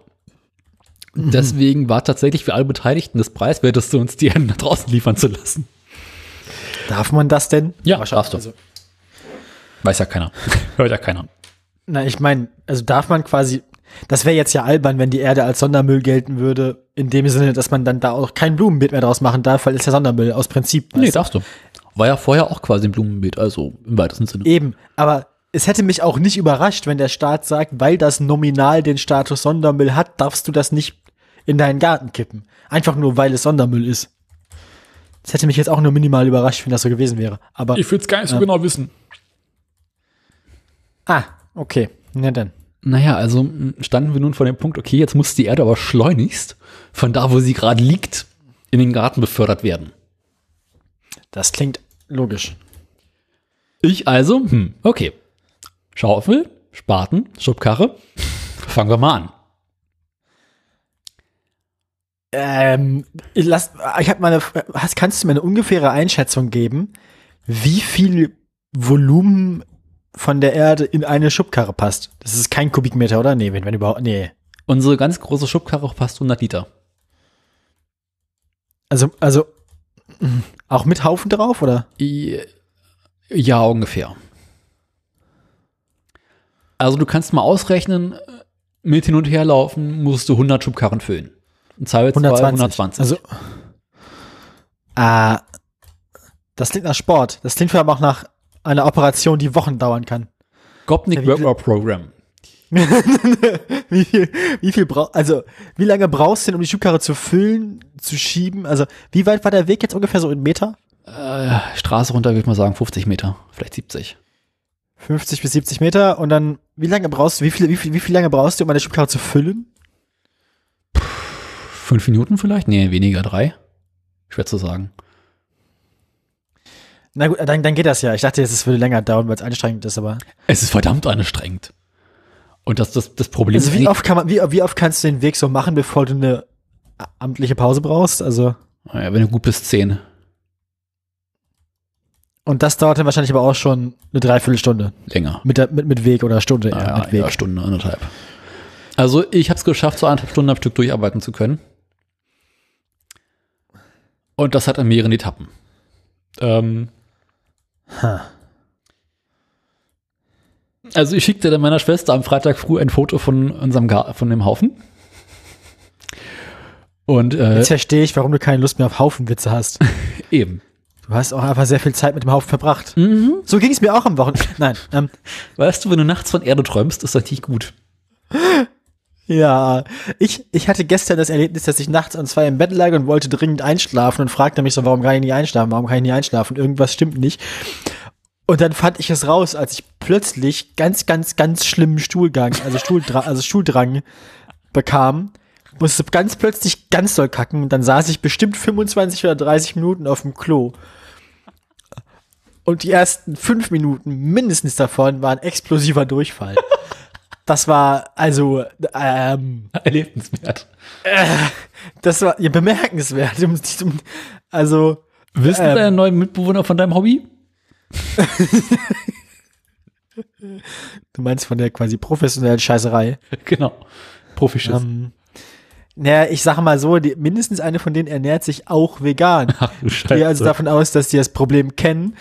Speaker 2: Deswegen war tatsächlich für alle Beteiligten das preiswerteste, uns die Hände nach draußen liefern zu lassen.
Speaker 1: Darf man das denn?
Speaker 2: Ja, also.
Speaker 1: Wahrscheinlich.
Speaker 2: darfst du. Weiß ja keiner. Hört ja keiner.
Speaker 1: Na, ich meine, also darf man quasi. Das wäre jetzt ja albern, wenn die Erde als Sondermüll gelten würde, in dem Sinne, dass man dann da auch kein Blumenbeet mehr draus machen darf, weil ist ja Sondermüll aus Prinzip.
Speaker 2: Nee,
Speaker 1: weißt du?
Speaker 2: darfst du. War ja vorher auch quasi ein Blumenbeet, also im weitesten Sinne.
Speaker 1: Eben, aber es hätte mich auch nicht überrascht, wenn der Staat sagt, weil das nominal den Status Sondermüll hat, darfst du das nicht in deinen Garten kippen. Einfach nur, weil es Sondermüll ist. Das hätte mich jetzt auch nur minimal überrascht, wenn das so gewesen wäre. Aber,
Speaker 2: will es gar nicht so genau wissen.
Speaker 1: ah, okay, na dann.
Speaker 2: Naja, also mh, standen wir nun vor dem Punkt, okay, jetzt muss die Erde aber schleunigst von da, wo sie gerade liegt, in den Garten befördert werden.
Speaker 1: Das klingt logisch.
Speaker 2: Ich also, hm, okay. Schaufel, Spaten, Schubkarre. Fangen wir mal an.
Speaker 1: Ähm, lass, ich habe meine, hast, kannst du mir eine ungefähre Einschätzung geben, wie viel Volumen von der Erde in eine Schubkarre passt? Das ist kein Kubikmeter, oder? Nee, wenn, wenn überhaupt, nee.
Speaker 2: Unsere ganz große Schubkarre passt 100 Liter.
Speaker 1: Also, also mh, auch mit Haufen drauf, oder?
Speaker 2: I- Ja, ungefähr. Also du kannst mal ausrechnen, äh, mit hin und her laufen musst du 100 Schubkarren füllen. Und Zweifelsfall 120.
Speaker 1: Also, äh, das klingt nach Sport. Das klingt vor allem auch nach einer Operation, die Wochen dauern kann.
Speaker 2: Gopnik
Speaker 1: Ja, wie-
Speaker 2: Workout Program.
Speaker 1: wie viel, wie viel brau also, wie lange brauchst du denn, um die Schubkarre zu füllen, zu schieben? Also, wie weit war der Weg jetzt ungefähr so in Meter?
Speaker 2: Äh, Straße runter würde ich mal sagen 50 Meter, vielleicht 70.
Speaker 1: 50 bis 70 Meter und dann, wie lange brauchst du, wie viel, wie viel, wie viel lange brauchst du, um eine Schubkarre zu füllen?
Speaker 2: Fünf Minuten vielleicht? Nee, weniger, drei. Schwer zu sagen.
Speaker 1: Na gut, dann, dann geht das ja. Ich dachte, jetzt, es würde länger dauern, weil es anstrengend ist, aber.
Speaker 2: Es ist verdammt anstrengend. Und das, das, das Problem
Speaker 1: Also,
Speaker 2: ist
Speaker 1: wie
Speaker 2: eigentlich-
Speaker 1: oft kann man, wie, wie oft kannst du den Weg so machen, bevor du eine amtliche Pause brauchst? Also,
Speaker 2: Ah Ja, wenn du gut bist, zehn.
Speaker 1: und das dauert dann wahrscheinlich aber auch schon eine Dreiviertelstunde.
Speaker 2: Länger.
Speaker 1: Mit, der, mit, mit Weg oder Stunde, eher,
Speaker 2: Ah, Ja,
Speaker 1: mit Weg.
Speaker 2: ja, Stunde, anderthalb. Also ich habe es geschafft, so anderthalb Stunden am Stück durcharbeiten zu können. Und das hat an mehreren Etappen. Ähm,
Speaker 1: Ha.
Speaker 2: also ich schickte dann meiner Schwester am Freitag früh ein Foto von unserem Gar von dem Haufen. Und äh,
Speaker 1: Jetzt verstehe ich, warum du keine Lust mehr auf Haufenwitze hast.
Speaker 2: eben.
Speaker 1: Du hast auch einfach sehr viel Zeit mit dem Haufen verbracht. So ging es mir auch am Wochenende. Nein, ähm,
Speaker 2: Weißt du, wenn du nachts von Erde träumst, ist das nicht gut.
Speaker 1: ja, ich, ich hatte gestern das Erlebnis, dass ich nachts um zwei im Bett lag und wollte dringend einschlafen und fragte mich so, warum kann ich nicht einschlafen, warum kann ich nicht einschlafen, irgendwas stimmt nicht. Und dann fand ich es raus, als ich plötzlich ganz, ganz, ganz schlimmen Stuhlgang, also, Stuhldra also Stuhldrang bekam, musste ganz plötzlich ganz doll kacken und dann saß ich bestimmt 25 oder 30 Minuten auf dem Klo. Und die ersten fünf Minuten mindestens davon waren explosiver Durchfall. Das war also, ähm,
Speaker 2: Erlebenswert.
Speaker 1: das war ja, bemerkenswert. Um- um- Also,
Speaker 2: Wissen
Speaker 1: Ähm.
Speaker 2: deine neuen Mitbewohner von deinem Hobby?
Speaker 1: du meinst von der quasi professionellen Scheißerei.
Speaker 2: Genau. Profisches.
Speaker 1: Ähm, naja, ich sage mal so, die, mindestens eine von denen ernährt sich auch vegan.
Speaker 2: Ach du
Speaker 1: Ich gehe also
Speaker 2: Scheiße.
Speaker 1: davon aus, dass die das Problem kennen.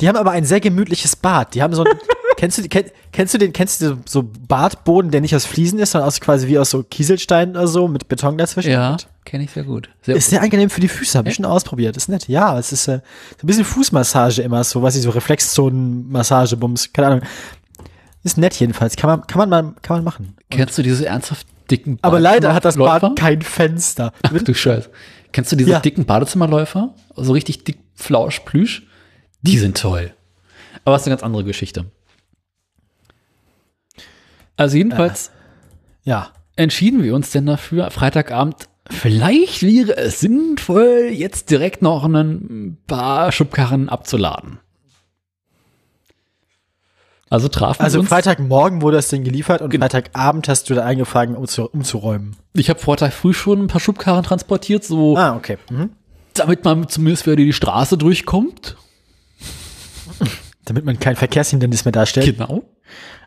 Speaker 1: Die haben aber ein sehr gemütliches Bad. Die haben so ein, kennst du, die- kenn, kennst du den, kennst du so- so Badboden, der nicht aus Fliesen ist, sondern aus quasi wie aus so Kieselsteinen oder so mit Beton dazwischen?
Speaker 2: Ja, kenne ich sehr gut. Sehr
Speaker 1: Ist sehr angenehm für die Füße, habe ich schon ausprobiert. Ist nett. Ja, es ist äh, so ein bisschen Fußmassage immer, so was ich so Reflexzonenmassage, Bums, keine Ahnung. Ist nett jedenfalls. Kann man, kann man mal, kann man machen.
Speaker 2: Kennst du diese ernsthaft dicken
Speaker 1: Aber leider hat das
Speaker 2: Badezimmerläufer?
Speaker 1: Bad kein Fenster.
Speaker 2: Ach du Scheiße. Kennst du diese
Speaker 1: Ja.
Speaker 2: dicken Badezimmerläufer? So richtig dick, flausch, plüsch? Die sind toll. Aber das ist eine ganz andere Geschichte. Also jedenfalls
Speaker 1: Äh, Ja.
Speaker 2: entschieden wir uns denn dafür, Freitagabend, vielleicht wäre es sinnvoll, jetzt direkt noch ein paar Schubkarren abzuladen. Also trafen wir
Speaker 1: Also
Speaker 2: uns.
Speaker 1: Freitagmorgen wurde das Ding geliefert und Freitagabend hast du da angefangen, um zu, umzuräumen.
Speaker 2: Ich habe Vortag früh schon ein paar Schubkarren transportiert, so
Speaker 1: Ah, okay. Mhm.
Speaker 2: damit man zumindest wieder die Straße durchkommt.
Speaker 1: Damit man kein Verkehrshindernis mehr darstellt.
Speaker 2: Genau.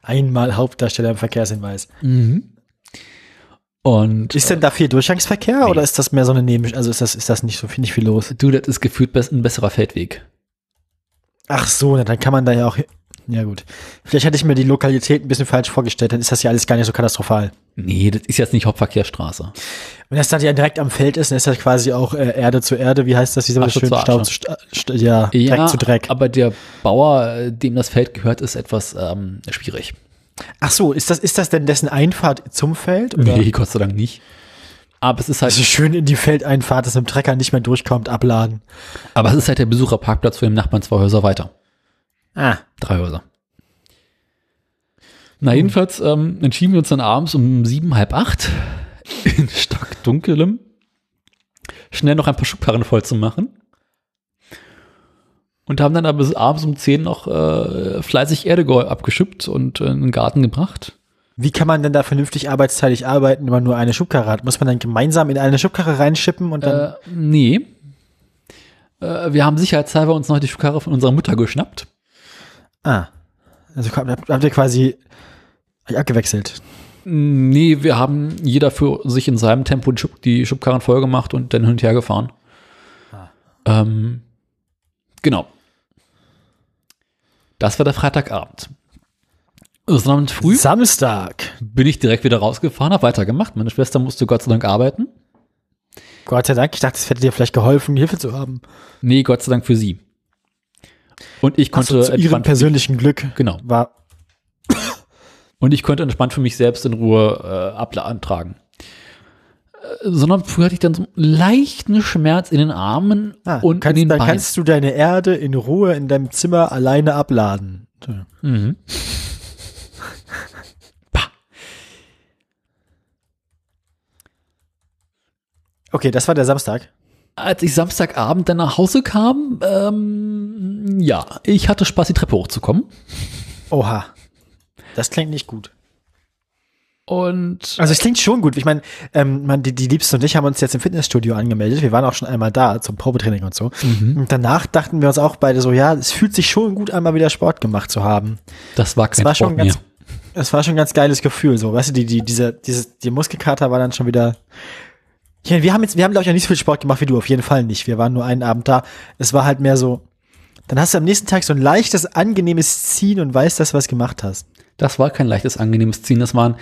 Speaker 1: Einmal Hauptdarsteller im Verkehrshinweis.
Speaker 2: Und
Speaker 1: Ist denn da viel Durchgangsverkehr oder ist das mehr so eine Neben... Also ist das, ist das nicht so viel, nicht viel los?
Speaker 2: du, das ist gefühlt best- ein besserer Feldweg.
Speaker 1: Ach so, na, dann kann man da ja auch. hin- Ja, gut. Vielleicht hatte ich mir die Lokalität ein bisschen falsch vorgestellt, dann ist das ja alles gar nicht so katastrophal.
Speaker 2: Nee, das ist jetzt nicht Hauptverkehrsstraße.
Speaker 1: Wenn das dann ja direkt am Feld ist, dann ist das quasi auch äh, Erde zu Erde, wie heißt das, dieser
Speaker 2: Asche
Speaker 1: schön
Speaker 2: zu Asche.
Speaker 1: Staub zu Sta Sta ja, Dreck zu Dreck.
Speaker 2: aber der Bauer, äh, dem das Feld gehört, ist etwas ähm, schwierig.
Speaker 1: Ach so, ist das, ist das denn dessen Einfahrt zum Feld? Oder?
Speaker 2: Nee, Gott sei Dank nicht. Aber es ist halt,
Speaker 1: Also schön in die Feldeinfahrt, dass mit dem Trecker nicht mehr durchkommt, abladen.
Speaker 2: aber es ist halt der Besucherparkplatz von dem Nachbarn zwei Häuser weiter.
Speaker 1: Ah.
Speaker 2: Drei Häuser. Na, jedenfalls ähm, entschieden wir uns dann abends um sieben, halb acht in stark dunkelem schnell noch ein paar Schubkarren voll zu machen. Und haben dann aber bis abends um zehn noch äh, fleißig Erde ge- abgeschüppt und äh, in den Garten gebracht.
Speaker 1: Wie kann man denn da vernünftig arbeitsteilig arbeiten, wenn man nur eine Schubkarre hat? Muss man dann gemeinsam in eine Schubkarre reinschippen und dann.
Speaker 2: Äh, nee. Äh, wir haben sicherheitshalber uns noch die Schubkarre von unserer Mutter geschnappt.
Speaker 1: Ah. Also habt habt ihr quasi abgewechselt.
Speaker 2: Nee, wir haben jeder für sich in seinem Tempo die, Schub, die Schubkarren voll gemacht und dann hin und her gefahren. Ähm, genau. Das war der Freitagabend. Sonnabend früh
Speaker 1: Samstag.
Speaker 2: bin ich direkt wieder rausgefahren, habe weitergemacht. Meine Schwester musste Gott sei Dank arbeiten.
Speaker 1: Gott sei Dank, ich dachte, es hätte dir vielleicht geholfen, Hilfe zu haben.
Speaker 2: Nee, Gott sei Dank für sie. Und ich konnte
Speaker 1: Also zu ihrem
Speaker 2: entspannt-
Speaker 1: persönlichen Glück
Speaker 2: genau.
Speaker 1: war.
Speaker 2: Und ich konnte entspannt für mich selbst in Ruhe äh, abbeantragen. Äh, Sondern früher hatte ich dann so einen leichten Schmerz in den Armen
Speaker 1: Ah,
Speaker 2: und
Speaker 1: kannst,
Speaker 2: in den
Speaker 1: dann
Speaker 2: Beinen.
Speaker 1: kannst du deine Erde in Ruhe in deinem Zimmer alleine abladen.
Speaker 2: Mhm. Pah.
Speaker 1: Okay, das war der Samstag.
Speaker 2: Als ich Samstagabend dann nach Hause kam, ähm, ja, ich hatte Spaß, die Treppe hochzukommen.
Speaker 1: Oha. Das klingt nicht gut.
Speaker 2: Und
Speaker 1: Also es klingt schon gut. Ich meine, ähm, man, die, die Liebsten und ich haben uns jetzt im Fitnessstudio angemeldet. Wir waren auch schon einmal da zum Probetraining und so.
Speaker 2: Mhm.
Speaker 1: Und danach dachten wir uns auch beide so, ja, es fühlt sich schon gut an, mal wieder Sport gemacht zu haben.
Speaker 2: das war kein
Speaker 1: Es war
Speaker 2: Sport
Speaker 1: schon ganz,
Speaker 2: mehr.
Speaker 1: es war schon ein ganz geiles Gefühl. So, weißt du, die, die, diese, dieses, die Muskelkater war dann schon wieder. Ich meine, wir haben jetzt, wir haben glaube ich auch nicht so viel Sport gemacht wie du. Auf jeden Fall nicht. Wir waren nur einen Abend da. Es war halt mehr so. Dann hast du am nächsten Tag so ein leichtes, angenehmes Ziehen und weißt, dass du was gemacht hast.
Speaker 2: Das war kein leichtes, angenehmes Ziehen. Das waren,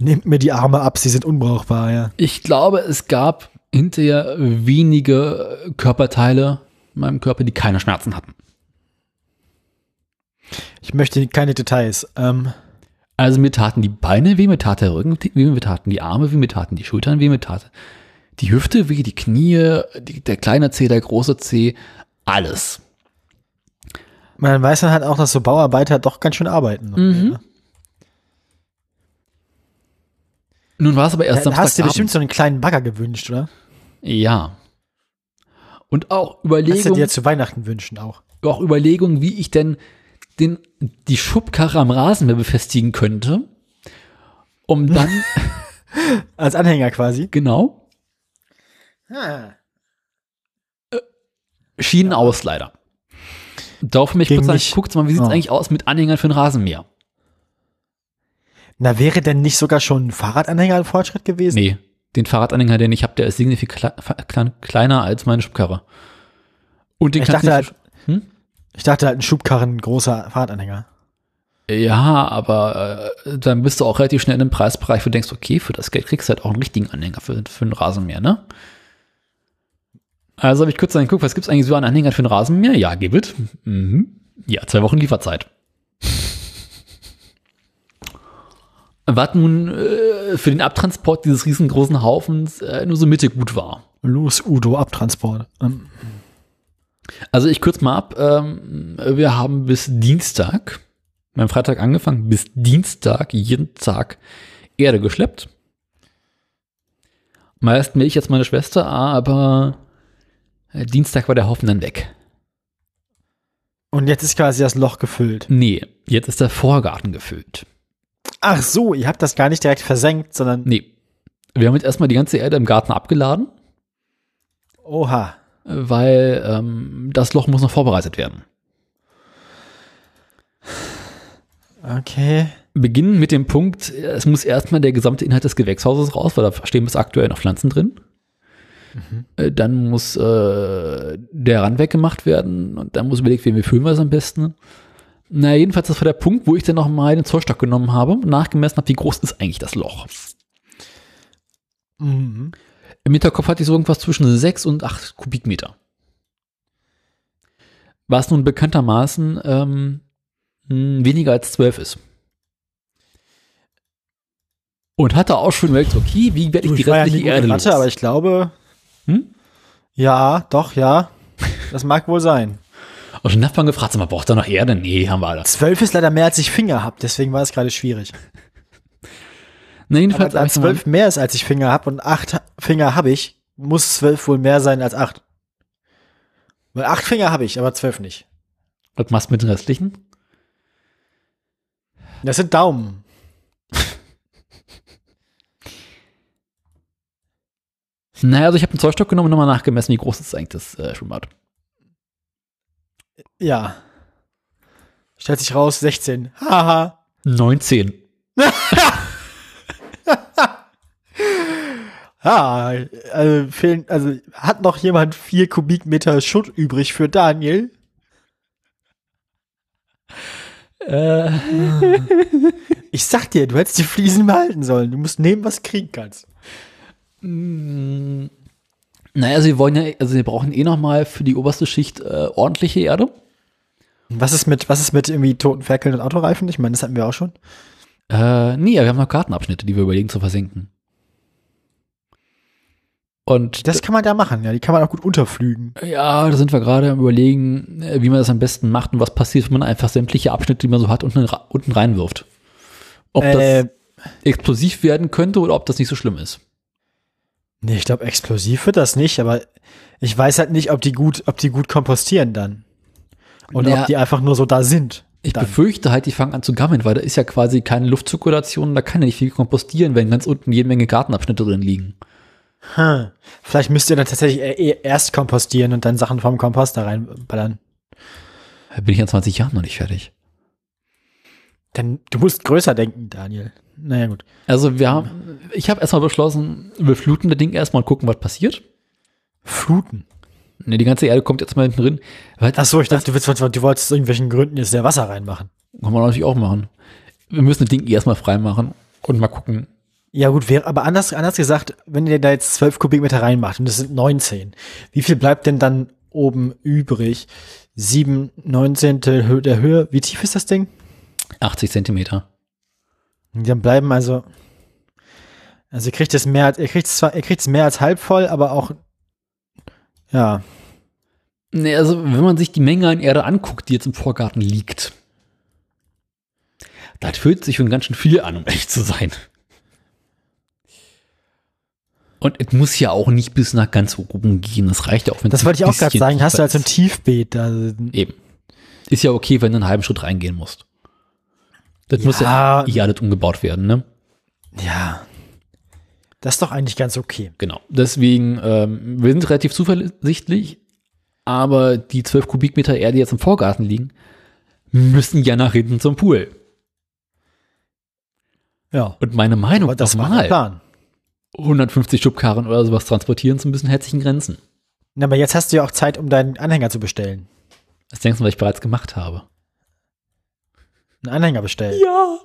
Speaker 1: Nehmt mir die Arme ab, sie sind unbrauchbar, ja.
Speaker 2: ich glaube, es gab hinterher wenige Körperteile in meinem Körper, die keine Schmerzen hatten.
Speaker 1: Ich möchte keine Details. Ähm,
Speaker 2: Also mir taten die Beine weh, mir tat der Rücken weh, mir taten die Arme weh, mir taten die Schultern weh, mir tat die Hüfte weh, die Knie, die, der kleine Zeh, der große Zeh, alles.
Speaker 1: man weiß dann halt auch, dass so Bauarbeiter doch ganz schön arbeiten. ne? Ja.
Speaker 2: Nun war es aber erst
Speaker 1: Dann hast du dir
Speaker 2: Samstagabend.
Speaker 1: bestimmt so einen kleinen Bagger gewünscht, oder?
Speaker 2: ja. Und auch
Speaker 1: Kannst du
Speaker 2: Überlegung,
Speaker 1: dir zu Weihnachten wünschen auch.
Speaker 2: auch Überlegung, wie ich denn den, die Schubkarre am Rasen mehr befestigen könnte, um dann,
Speaker 1: Als Anhänger quasi.
Speaker 2: genau,
Speaker 1: Ah.
Speaker 2: Schienenausleider. Darauf mich
Speaker 1: Gegen
Speaker 2: kurz an,
Speaker 1: mich.
Speaker 2: guckt mal, wie sieht's
Speaker 1: Oh.
Speaker 2: eigentlich aus mit Anhängern für ein Rasenmäher?
Speaker 1: Na, wäre denn nicht sogar schon ein Fahrradanhänger ein Fortschritt gewesen?
Speaker 2: Nee, den Fahrradanhänger, den ich habe, der ist signifikant kle- kle- kleiner als meine Schubkarre. Und den
Speaker 1: Ich
Speaker 2: kannst
Speaker 1: dachte
Speaker 2: du nicht-
Speaker 1: Ich dachte halt, ein Schubkarren, ein großer Fahrradanhänger.
Speaker 2: hm? Ja, aber äh, dann bist du auch relativ schnell in einem Preisbereich, wo du denkst, okay, für das Geld kriegst du halt auch einen richtigen Anhänger für, für einen Rasenmäher, ne? Also habe ich kurz dann geguckt, was gibt's eigentlich so an Anhängern für einen Rasenmäher? Ja, Gebit. Mhm. Ja, zwei Wochen Lieferzeit. Was nun äh, für den Abtransport dieses riesengroßen Haufens äh, nur so mittelgut war.
Speaker 1: Los, Udo, Abtransport. Ähm,
Speaker 2: Also ich kürze mal ab. Ähm, wir haben bis Dienstag, wir haben Freitag angefangen, bis Dienstag jeden Tag Erde geschleppt. Meist mehr ich als meine Schwester, aber äh, Dienstag war der Haufen dann weg.
Speaker 1: Und jetzt ist quasi das Loch gefüllt.
Speaker 2: Nee, jetzt ist der Vorgarten gefüllt.
Speaker 1: Ach so, ihr habt das gar nicht direkt versenkt, sondern
Speaker 2: Nee. Wir haben jetzt erstmal die ganze Erde im Garten abgeladen,
Speaker 1: oha.
Speaker 2: äh, weil ähm, das Loch muss noch vorbereitet werden.
Speaker 1: Okay.
Speaker 2: beginnen mit dem Punkt, es muss erstmal der gesamte Inhalt des Gewächshauses raus, weil da stehen bis aktuell noch Pflanzen drin. Äh, Dann muss äh, der Rand weggemacht werden und dann muss überlegt werden, wie füllen wir es am besten. Na, jedenfalls, das war der Punkt, wo ich dann nochmal den Zollstock genommen habe und nachgemessen habe, wie groß ist eigentlich das Loch.
Speaker 1: Mhm.
Speaker 2: Im Hinterkopf hatte ich so irgendwas zwischen 6 und 8 Kubikmeter. Was nun bekanntermaßen ähm, mh, weniger als 12 ist. Und hatte auch schon überlegt, okay, wie werde ich
Speaker 1: Du,
Speaker 2: die
Speaker 1: ich war ja nie
Speaker 2: restliche
Speaker 1: gut
Speaker 2: Erde
Speaker 1: in
Speaker 2: los?
Speaker 1: Mathe, aber ich glaube.
Speaker 2: Hm?
Speaker 1: Ja, doch, ja. Das mag wohl sein.
Speaker 2: Und schon Nachbarn gefragt, sag mal, braucht er noch Erde? Nee, haben wir alle.
Speaker 1: Zwölf ist leider mehr, als ich Finger habe, deswegen war es gerade schwierig.
Speaker 2: Na,
Speaker 1: Aber
Speaker 2: jedenfalls
Speaker 1: da
Speaker 2: hab ich
Speaker 1: zwölf mehr ist, als ich Finger habe und acht Finger habe ich, muss zwölf wohl mehr sein als acht. Weil acht Finger habe ich, aber zwölf nicht.
Speaker 2: nochmal- Was machst du mit den restlichen?
Speaker 1: Das sind Daumen.
Speaker 2: Naja, also ich habe einen Zollstock genommen und nochmal nachgemessen, wie groß ist eigentlich das äh, Schwimmbad.
Speaker 1: Ja. Stellt sich raus, 16. Haha.
Speaker 2: 19.
Speaker 1: Ja, also fehlen, also hat noch jemand vier Kubikmeter Schutt übrig für Daniel?
Speaker 2: Äh,
Speaker 1: Ich sag dir, du hättest die Fliesen behalten sollen. Du musst nehmen, was du kriegen kannst.
Speaker 2: Naja, sie wollen ja, also sie brauchen eh nochmal für die oberste Schicht äh, ordentliche Erde.
Speaker 1: Und was ist mit, was ist mit irgendwie toten Ferkeln und Autoreifen? Ich meine, das hatten wir auch schon.
Speaker 2: Äh, nee, wir haben noch Gartenabschnitte, die wir überlegen zu versenken. Und äh,
Speaker 1: Das kann man da machen, ja. Die kann man auch gut unterflügen.
Speaker 2: Ja, da sind wir gerade am überlegen, äh, wie man das am besten macht und was passiert, wenn man einfach sämtliche Abschnitte, die man so hat, unten, ra- unten reinwirft. Ob
Speaker 1: Äh,
Speaker 2: das explosiv werden könnte oder ob das nicht so schlimm ist.
Speaker 1: nee, ich glaube, explosiv wird das nicht, aber ich weiß halt nicht, ob die gut, ob die gut kompostieren dann. Oder
Speaker 2: Ja.
Speaker 1: ob die einfach nur so da sind.
Speaker 2: Ich
Speaker 1: dann.
Speaker 2: befürchte halt, die fangen an zu gammeln, weil da ist ja quasi keine Luftzirkulation, da kann ja nicht viel kompostieren, wenn ganz unten jede Menge Gartenabschnitte drin liegen.
Speaker 1: Hm. Vielleicht müsst ihr dann tatsächlich eh- eh erst kompostieren und dann Sachen vom Kompost da reinballern.
Speaker 2: Da bin ich in 20 Jahren noch nicht fertig.
Speaker 1: Denn du musst größer denken, Daniel. Naja, gut.
Speaker 2: Also wir haben, ich habe erstmal beschlossen, wir fluten das Ding erstmal und gucken, was passiert.
Speaker 1: Fluten.
Speaker 2: Ne, die ganze Erde kommt jetzt mal hinten drin. Weil
Speaker 1: Ach so, ich dachte, du, willst, du wolltest aus irgendwelchen Gründen jetzt der Wasser reinmachen.
Speaker 2: Kann man natürlich auch machen. Wir müssen das Ding eh erstmal freimachen und mal gucken.
Speaker 1: Ja, gut, wär, aber anders, anders gesagt, wenn ihr da jetzt 12 Kubikmeter reinmacht und das sind 19, wie viel bleibt denn dann oben übrig? 7, 19 Hö der Höhe. Wie tief ist das Ding?
Speaker 2: 80 Zentimeter.
Speaker 1: Dann bleiben also. Also ihr kriegt es mehr als, ihr kriegt es zwar, ihr kriegt es mehr als halb voll, aber auch. Ja.
Speaker 2: Nee, also wenn man sich die Menge an Erde anguckt, die jetzt im Vorgarten liegt, das fühlt sich schon ganz schön viel an, um ehrlich zu sein. Und es muss ja auch nicht bis nach ganz oben gehen. Das reicht ja auch, wenn
Speaker 1: Das
Speaker 2: es
Speaker 1: wollte ich
Speaker 2: ein
Speaker 1: auch gerade
Speaker 2: bisschen
Speaker 1: sagen. Hast du
Speaker 2: tiefer
Speaker 1: also ein
Speaker 2: ist.
Speaker 1: Tiefbeet da.
Speaker 2: Eben. Ist ja okay, wenn du einen halben Schritt reingehen musst. Das muss ja,
Speaker 1: Ja.
Speaker 2: ja alles umgebaut werden, ne?
Speaker 1: Ja. Das ist doch eigentlich ganz okay.
Speaker 2: Genau. Deswegen, ähm, wir sind relativ zuversichtlich, aber die 12 Kubikmeter Erde, die jetzt im Vorgarten liegen, müssen ja nach hinten zum Pool.
Speaker 1: Ja.
Speaker 2: Und meine Meinung,
Speaker 1: Aber das war der
Speaker 2: nochmal,
Speaker 1: Plan.
Speaker 2: 150 Schubkarren oder sowas transportieren zu ein bisschen herzlichen Grenzen.
Speaker 1: Na, aber jetzt hast du ja auch Zeit, um deinen Anhänger zu bestellen.
Speaker 2: Das denkst du, was ich bereits gemacht habe?
Speaker 1: Einen Anhänger bestellen.
Speaker 2: Ja.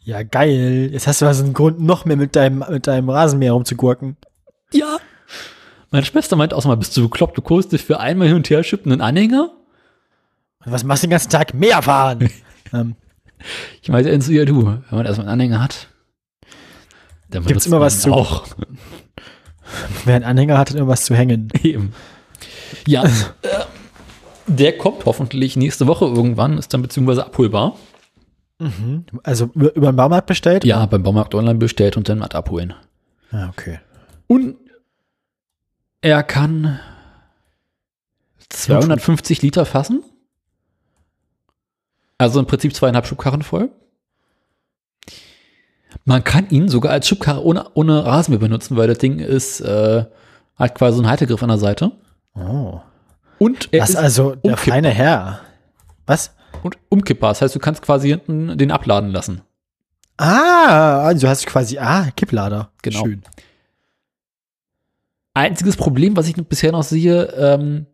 Speaker 1: Ja, geil. Jetzt hast du also einen Grund, noch mehr mit deinem, mit deinem Rasenmäher rumzugurken.
Speaker 2: Ja. Meine Schwester meint auch mal, bist du bekloppt, du kurst dich für einmal hin und her schippen einen Anhänger?
Speaker 1: Und was machst du den ganzen Tag? Mehr fahren! ähm,
Speaker 2: Ich meine, ins ja du, wenn man erstmal einen Anhänger hat, dann
Speaker 1: Gibt's
Speaker 2: benutzt
Speaker 1: immer
Speaker 2: man
Speaker 1: was
Speaker 2: ihn
Speaker 1: zu-
Speaker 2: auch.
Speaker 1: wer einen Anhänger hat, hat irgendwas zu hängen.
Speaker 2: Eben. Ja, äh, der kommt hoffentlich nächste Woche irgendwann, ist dann beziehungsweise abholbar.
Speaker 1: Also über, über den Baumarkt bestellt?
Speaker 2: Mhm. Ja, beim Baumarkt online bestellt und dann mal abholen.
Speaker 1: Ah, okay.
Speaker 2: Und er kann 250 Liter fassen. Also im Prinzip zweieinhalb Schubkarren voll. Man kann ihn sogar als Schubkarre ohne, ohne Rasenmäher benutzen, weil das Ding ist, äh, hat quasi so einen Haltegriff an der Seite.
Speaker 1: Oh.
Speaker 2: Und er
Speaker 1: Das
Speaker 2: ist
Speaker 1: ist also der
Speaker 2: umkippbar.
Speaker 1: feine Herr. Was?
Speaker 2: und umkippbar. Das heißt, du kannst quasi hinten den abladen lassen.
Speaker 1: Ah, also hast du quasi, ah, Kipplader.
Speaker 2: Genau.
Speaker 1: Schön.
Speaker 2: Einziges Problem, was ich bisher noch sehe, ähm,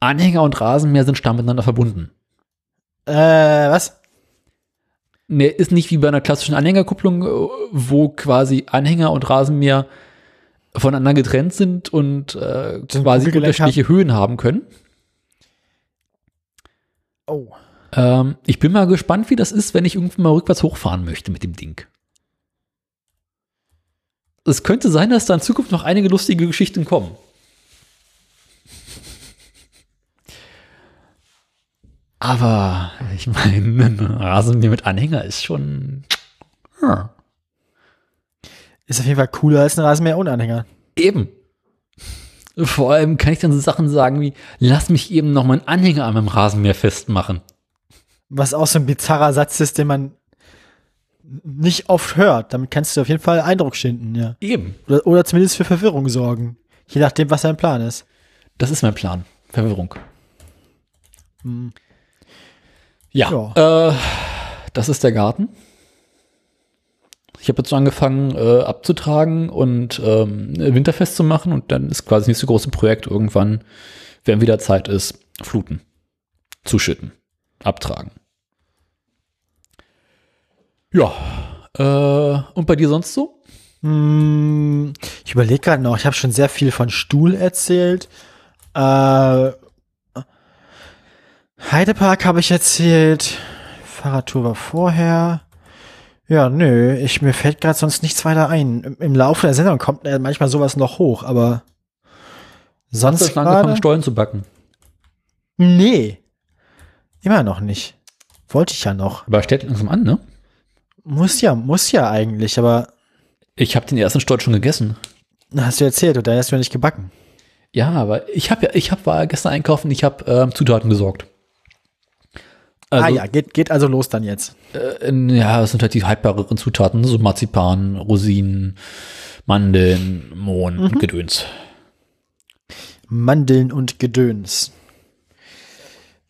Speaker 2: Anhänger und Rasenmäher sind starr miteinander verbunden.
Speaker 1: Äh, was?
Speaker 2: Ne, ist nicht wie bei einer klassischen Anhängerkupplung, äh, wo quasi Anhänger und Rasenmäher voneinander getrennt sind und äh,
Speaker 1: Sind
Speaker 2: quasi
Speaker 1: Kugelgelenk
Speaker 2: unterschiedliche Höhen haben können.
Speaker 1: Oh.
Speaker 2: Ähm, ich bin mal gespannt, wie das ist, wenn ich irgendwann mal rückwärts hochfahren möchte mit dem Ding. Es könnte sein, dass da in Zukunft noch einige lustige Geschichten kommen. Aber ich meine, ein Rasenmäher mit Anhänger ist schon. Hm.
Speaker 1: Ist auf jeden Fall cooler als ein Rasenmäher ohne Anhänger.
Speaker 2: Eben. Vor allem kann ich dann so Sachen sagen wie: Lass mich eben noch meinen Anhänger an meinem Rasenmäher festmachen.
Speaker 1: Was auch so ein bizarrer Satz ist, den man nicht oft hört. Damit kannst du auf jeden Fall Eindruck schinden, ja.
Speaker 2: Eben.
Speaker 1: Oder, oder zumindest für Verwirrung sorgen. Je nachdem, was dein Plan ist.
Speaker 2: Das ist mein Plan. Verwirrung. Ja, Äh, das ist der Garten. Ich habe jetzt so angefangen äh, abzutragen und ähm, winterfest zu machen und dann ist quasi das nächste große Projekt irgendwann, wenn wieder Zeit ist, fluten, zuschütten, abtragen. Ja. Äh, und bei dir sonst so?
Speaker 1: Mm, Ich überlege gerade noch, ich habe schon sehr viel von Stuhl erzählt. Äh, Heidepark habe ich erzählt. Fahrradtour war vorher. Ja, nö, ich, mir fällt gerade sonst nichts weiter ein. Im, Im Laufe der Sendung kommt äh, manchmal sowas noch hoch, aber
Speaker 2: Hast du
Speaker 1: sonst
Speaker 2: schon angefangen,
Speaker 1: gerade?
Speaker 2: Stollen zu backen?
Speaker 1: Nee, immer noch nicht. Wollte ich ja noch.
Speaker 2: Aber stellt langsam an, ne?
Speaker 1: Muss ja, muss ja eigentlich, aber
Speaker 2: Ich habe den ersten Stollen schon gegessen.
Speaker 1: hast du erzählt und da hast du ja nicht gebacken.
Speaker 2: Ja, aber ich habe ja, ich hab, war gestern einkaufen, ich habe ähm, Zutaten gesorgt. Also,
Speaker 1: ah ja, geht, geht also los dann jetzt.
Speaker 2: äh, ja, es sind halt die haltbareren Zutaten, so Marzipan, Rosinen, Mandeln, Mohn
Speaker 1: Mhm.
Speaker 2: und Gedöns.
Speaker 1: Mandeln und Gedöns.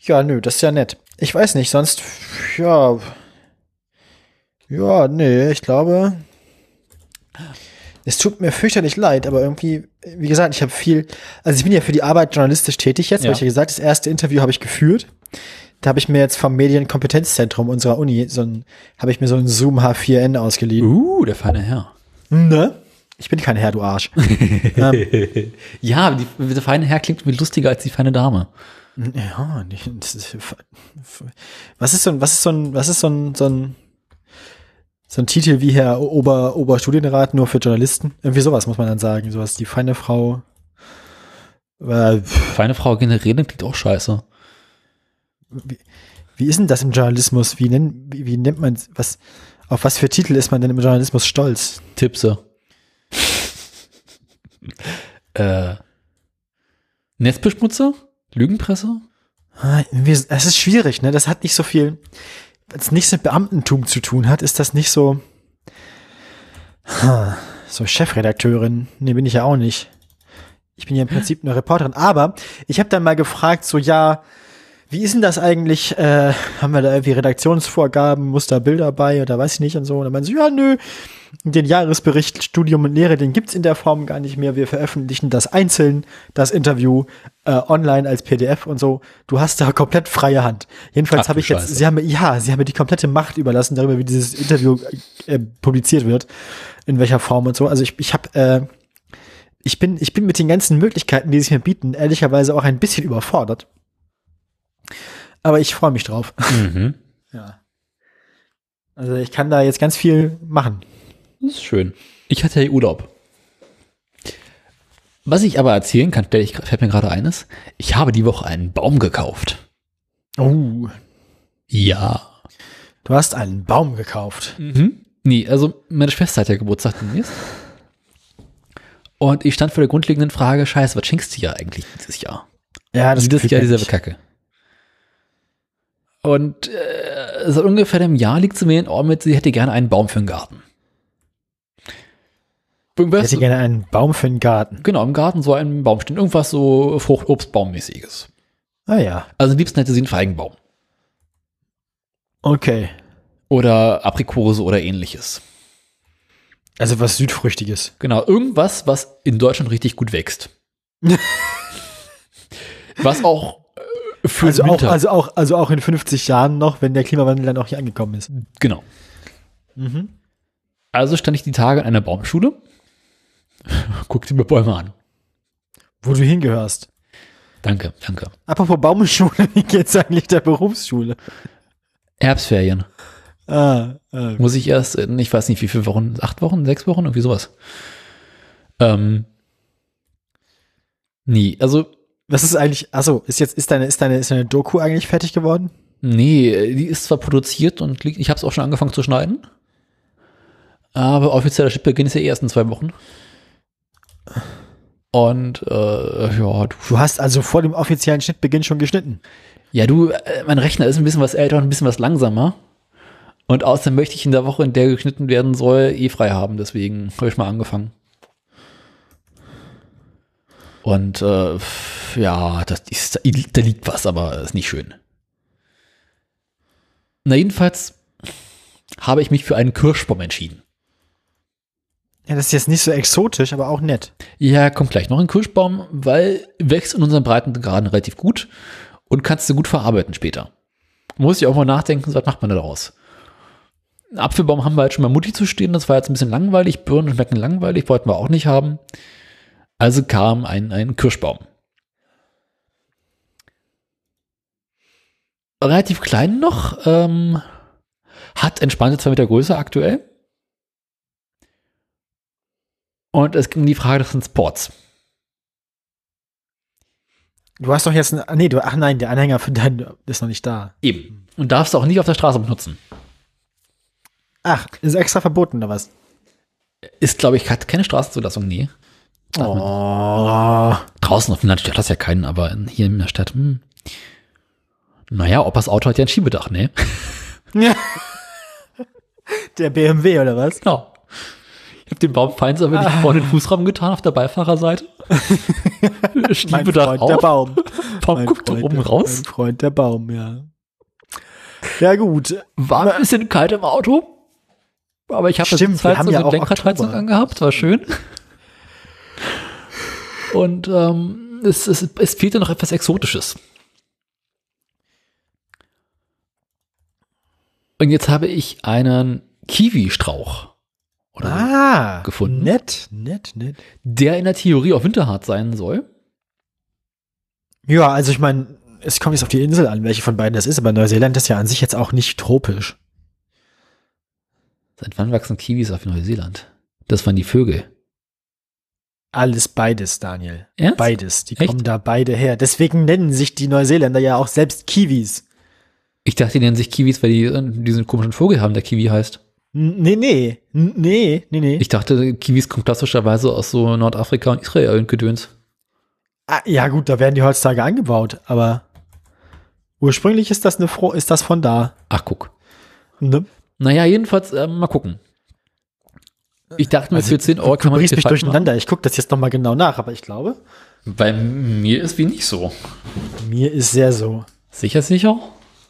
Speaker 1: Ja, nö, das ist ja nett. Ich weiß nicht, sonst, ja. Ja, nee, ich glaube. Es tut mir fürchterlich leid, aber irgendwie, wie gesagt, ich habe viel. Also, ich bin ja für die Arbeit journalistisch tätig jetzt,
Speaker 2: Ja.
Speaker 1: habe ich ja gesagt, das erste Interview habe ich geführt. Da habe ich mir jetzt vom Medienkompetenzzentrum unserer Uni so ein, habe ich mir so einen Zoom H4n ausgeliehen.
Speaker 2: Uh, der feine Herr.
Speaker 1: Ne? Ich bin kein Herr, du Arsch.
Speaker 2: Ja, die, der feine Herr klingt mir lustiger als die feine Dame.
Speaker 1: Ja, nicht- das ist- was ist so ein, was ist so ein, was ist so ein, so ein, so ein Titel wie Herr Ober, Oberstudienrat nur für Journalisten? Irgendwie sowas muss man dann sagen. Sowas, die feine Frau. Äh,
Speaker 2: Feine Frau generell klingt auch scheiße.
Speaker 1: wie ist denn das im Journalismus? Wie, nenn, wie, wie nennt man, was, auf was für Titel ist man denn im Journalismus stolz?
Speaker 2: Tippse. äh, Netzbeschmutzer? Lügenpresse?
Speaker 1: Ah, irgendwie, es ist schwierig, ne? Das hat nicht so viel, wenn es nichts mit Beamtentum zu tun hat, ist das nicht so, Ha, so Chefredakteurin. Nee, bin ich ja auch nicht. Ich bin ja im Prinzip eine Reporterin. Aber ich habe dann mal gefragt, so, ja, wie ist denn das eigentlich? Äh, haben wir da irgendwie Redaktionsvorgaben, muss da Bilder bei oder weiß ich nicht und so? Und dann meinen sie, ja, nö, den Jahresbericht Studium und Lehre, den gibt's in der Form gar nicht mehr. Wir veröffentlichen das einzeln, das Interview äh, online als PDF und so. Du hast da komplett freie Hand. Jedenfalls
Speaker 2: Ach
Speaker 1: habe
Speaker 2: du
Speaker 1: ich jetzt,
Speaker 2: Scheiße.
Speaker 1: sie haben mir, ja, sie haben mir die komplette Macht überlassen darüber, wie dieses Interview äh, publiziert wird, in welcher Form und so. Also ich, ich habe äh, ich bin, ich bin mit den ganzen Möglichkeiten, die sich mir bieten, ehrlicherweise auch ein bisschen überfordert. Aber ich freue mich drauf.
Speaker 2: Mhm.
Speaker 1: Ja. Also ich kann da jetzt ganz viel machen.
Speaker 2: Das ist schön. Ich hatte ja Urlaub. Was ich aber erzählen kann, stell ich, fällt mir gerade ein, ist, ich habe die Woche einen Baum gekauft.
Speaker 1: Oh,
Speaker 2: Ja.
Speaker 1: du hast einen Baum gekauft.
Speaker 2: Mhm. Nee, also meine Schwester hat ja Geburtstag demnächst. Und ich stand vor der grundlegenden Frage, scheiße, was schenkst du ihr eigentlich dieses Jahr?
Speaker 1: Ja,
Speaker 2: Sie das
Speaker 1: Gefühl
Speaker 2: ist ja
Speaker 1: kenn
Speaker 2: dieselbe
Speaker 1: ich.
Speaker 2: Kacke. Und äh, seit ungefähr einem Jahr liegt sie mir in Ohren mit, sie hätte gerne einen Baum für den Garten.
Speaker 1: Ich
Speaker 2: Irgendwas,
Speaker 1: hätte gerne einen Baum für den Garten.
Speaker 2: genau, im Garten soll ein Baum stehen. Irgendwas so Frucht-Obstbaummäßiges.
Speaker 1: Ah ja,
Speaker 2: Also am liebsten hätte sie einen Feigenbaum.
Speaker 1: okay.
Speaker 2: Oder Aprikose oder ähnliches.
Speaker 1: Also was Südfrüchtiges.
Speaker 2: Genau, irgendwas, was in Deutschland richtig gut wächst. was auch äh, für
Speaker 1: Also
Speaker 2: den
Speaker 1: auch,
Speaker 2: Winter.
Speaker 1: also, auch, also auch in 50 Jahren noch, wenn der Klimawandel dann auch hier angekommen ist.
Speaker 2: Genau.
Speaker 1: Mhm.
Speaker 2: Also stand ich die Tage in einer Baumschule, guckte mir Bäume an.
Speaker 1: Wo du hingehörst.
Speaker 2: Danke, danke.
Speaker 1: Apropos Baumschule, wie geht's eigentlich der Berufsschule?
Speaker 2: Herbstferien.
Speaker 1: Ah, äh,
Speaker 2: Muss ich erst, in, ich weiß nicht, wie viele Wochen, acht Wochen, sechs Wochen, irgendwie sowas. Ähm, nee, also,
Speaker 1: was ist eigentlich, achso, ist jetzt, ist deine, ist deine, ist deine Doku eigentlich fertig geworden?
Speaker 2: nee, die ist zwar produziert und liegt, ich habe es auch schon angefangen zu schneiden. Aber offizieller Schnittbeginn ist ja eh erst in zwei Wochen. Und äh, ja, du,
Speaker 1: Du hast also vor dem offiziellen Schnittbeginn schon geschnitten.
Speaker 2: Ja, du, äh, mein Rechner ist ein bisschen was älter und ein bisschen was langsamer. Und außerdem möchte ich in der Woche, in der geschnitten werden soll, eh frei haben. Deswegen habe ich mal angefangen. Und äh, pf, ja, das ist, da liegt was, aber ist nicht schön. Na, jedenfalls habe ich mich für einen Kirschbaum entschieden.
Speaker 1: Ja, das ist jetzt nicht so exotisch, aber auch nett.
Speaker 2: Ja, kommt gleich noch ein Kirschbaum, weil wächst in unseren Breitengraden relativ gut und kannst du gut verarbeiten später. Muss ich auch mal nachdenken, was macht man da daraus? Einen Apfelbaum haben wir halt schon bei Mutti zu stehen, das war jetzt ein bisschen langweilig. Birnen schmecken langweilig, wollten wir auch nicht haben. Also kam ein, ein Kirschbaum. Relativ klein noch, ähm, hat entspannte 2 Meter Größe aktuell. Und es ging um die Frage des Transports.
Speaker 1: Du hast doch jetzt, einen, nee, du, ach nein, der Anhänger für deinen ist noch nicht da.
Speaker 2: Eben. Und darfst du auch nicht auf der Straße benutzen.
Speaker 1: Ach, ist extra verboten oder was?
Speaker 2: Ist, glaube ich, hat keine Straßenzulassung, nee.
Speaker 1: Oh.
Speaker 2: Draußen auf dem Land hat das ja keinen, aber in- hier in der Stadt, hm. Naja, Opas Auto hat ja ein Schiebedach, ne?
Speaker 1: Ja. Der BMW oder was?
Speaker 2: Genau. Ich habe den Baum fein so wenig
Speaker 1: Ah.
Speaker 2: vorne den Fußraum getan auf der Beifahrerseite. Schiebedach
Speaker 1: der
Speaker 2: auf.
Speaker 1: Baum.
Speaker 2: Baum guckt
Speaker 1: Freund
Speaker 2: oben
Speaker 1: der,
Speaker 2: raus.
Speaker 1: Mein Freund der Baum, ja. Ja gut,
Speaker 2: War ein bisschen kalt im Auto. Aber ich habe
Speaker 1: Stimmt, wir haben ja auch
Speaker 2: Lenkradheizung
Speaker 1: Oktober.
Speaker 2: angehabt, war schön. Und ähm, es, es, es fehlte noch etwas Exotisches. Und jetzt habe ich einen Kiwi-Strauch. Oder so.
Speaker 1: ah,
Speaker 2: gefunden.
Speaker 1: Nett, nett, nett.
Speaker 2: der in der Theorie auch winterhart sein soll.
Speaker 1: Ja, also ich meine, es kommt jetzt auf die Insel an, welche von beiden das ist, aber Neuseeland ist ja an sich jetzt auch nicht tropisch.
Speaker 2: Seit wann wachsen Kiwis auf Neuseeland? Das waren die Vögel.
Speaker 1: Alles beides, Daniel.
Speaker 2: Ernst?
Speaker 1: Beides. Die
Speaker 2: Echt?
Speaker 1: kommen da beide her. Deswegen nennen sich die Neuseeländer ja auch selbst Kiwis.
Speaker 2: Ich dachte, die nennen sich Kiwis, weil die äh, diesen komischen Vogel haben, der Kiwi heißt.
Speaker 1: N- Nee, nee, N- nee, nee, nee.
Speaker 2: Ich dachte, Kiwis kommen klassischerweise aus so Nordafrika und Israel und Gedöns.
Speaker 1: Ah, ja, gut, da werden die heutzutage angebaut, aber ursprünglich ist das eine Fro ist das von da.
Speaker 2: Ach, guck.
Speaker 1: Ne?
Speaker 2: Naja, jedenfalls, äh, mal gucken. Ich dachte mir,
Speaker 1: Also,
Speaker 2: für 10 Euro kann
Speaker 1: Du
Speaker 2: man
Speaker 1: bringst mich
Speaker 2: viel falsch
Speaker 1: durcheinander. Ich gucke das jetzt nochmal genau nach, aber ich glaube,
Speaker 2: machen. Bei mir ist wie nicht so.
Speaker 1: mir ist sehr so.
Speaker 2: Sicher, sicher?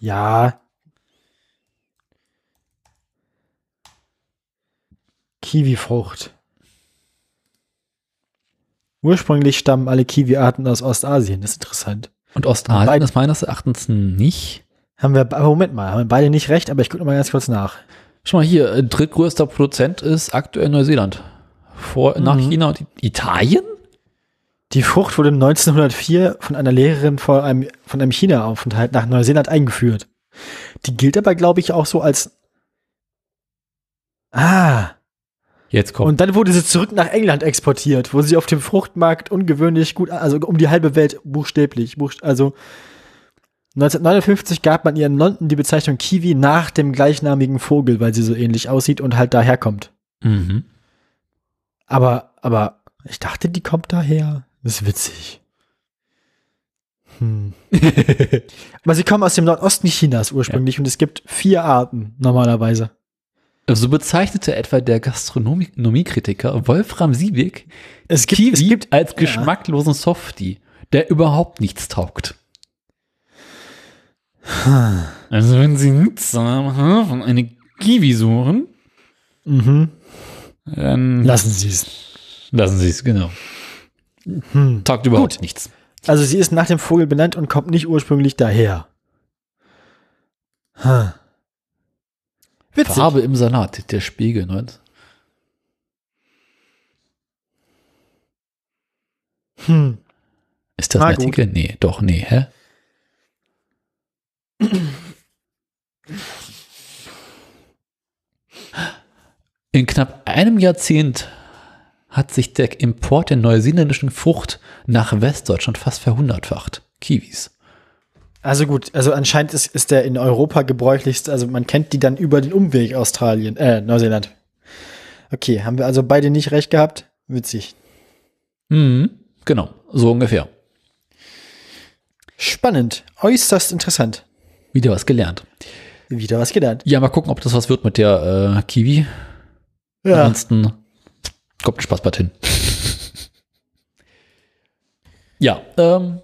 Speaker 1: Ja. Kiwifrucht. Ursprünglich stammen alle Kiwi-Arten aus Ostasien. Das ist interessant.
Speaker 2: Und Ostasien
Speaker 1: Beide-
Speaker 2: ist meines Erachtens nicht.
Speaker 1: Haben wir, aber Moment mal, haben wir beide nicht recht, aber ich gucke mal ganz kurz nach.
Speaker 2: Schau mal hier, äh, drittgrößter Produzent ist aktuell Neuseeland. Vor, nach China und I- Italien?
Speaker 1: Die Frucht wurde 1904 von einer Lehrerin vor einem, von einem China-Aufenthalt nach Neuseeland eingeführt. Die gilt aber, glaube ich, auch so als. Ah,
Speaker 2: Jetzt kommt.
Speaker 1: und dann wurde sie zurück nach England exportiert, wo sie auf dem Fruchtmarkt ungewöhnlich gut, also um die halbe Welt buchstäblich, buchst- also 1959 gab man ihr in London die Bezeichnung Kiwi nach dem gleichnamigen Vogel, weil sie so ähnlich aussieht und halt daherkommt.
Speaker 2: mhm.
Speaker 1: Aber, aber ich dachte, die kommt daher. Das ist witzig. Hm. aber sie kommen aus dem Nordosten Chinas ursprünglich und es gibt vier Arten normalerweise.
Speaker 2: So bezeichnete etwa der Gastronomiekritiker Wolfram Siebeck
Speaker 1: Es gibt,
Speaker 2: Kiwi
Speaker 1: es gibt
Speaker 2: als geschmacklosen Softie, der überhaupt nichts taugt.
Speaker 1: Hm.
Speaker 2: Also wenn Sie nichts haben, eine Kiwi suchen,
Speaker 1: Mhm.
Speaker 2: dann
Speaker 1: Lassen Sie es.
Speaker 2: lassen Sie es, genau.
Speaker 1: Hm.
Speaker 2: Taugt überhaupt nichts.
Speaker 1: Also sie ist nach dem Vogel benannt und kommt nicht ursprünglich daher. Hm. Witzig.
Speaker 2: Farbe im Salat, der Spiegel. Ne?
Speaker 1: Hm.
Speaker 2: Ist das
Speaker 1: Na
Speaker 2: ein
Speaker 1: gut.
Speaker 2: Artikel? Nee, doch, nee, hä? In knapp einem Jahrzehnt hat sich der Import der neuseeländischen Frucht nach Westdeutschland fast verhundertfacht. Kiwis.
Speaker 1: Also gut, also anscheinend ist, ist der in Europa gebräuchlichste, also man kennt die dann über den Umweg Australien, äh, Neuseeland. Okay, haben wir also beide nicht recht gehabt? Witzig.
Speaker 2: Mhm, genau, so ungefähr.
Speaker 1: Spannend, äußerst interessant.
Speaker 2: Wieder was gelernt.
Speaker 1: Wieder was gelernt.
Speaker 2: Ja, mal gucken, ob das was wird mit der äh, Kiwi.
Speaker 1: Ja.
Speaker 2: Ansonsten kommt ein Spaßbad hin. ja, ähm,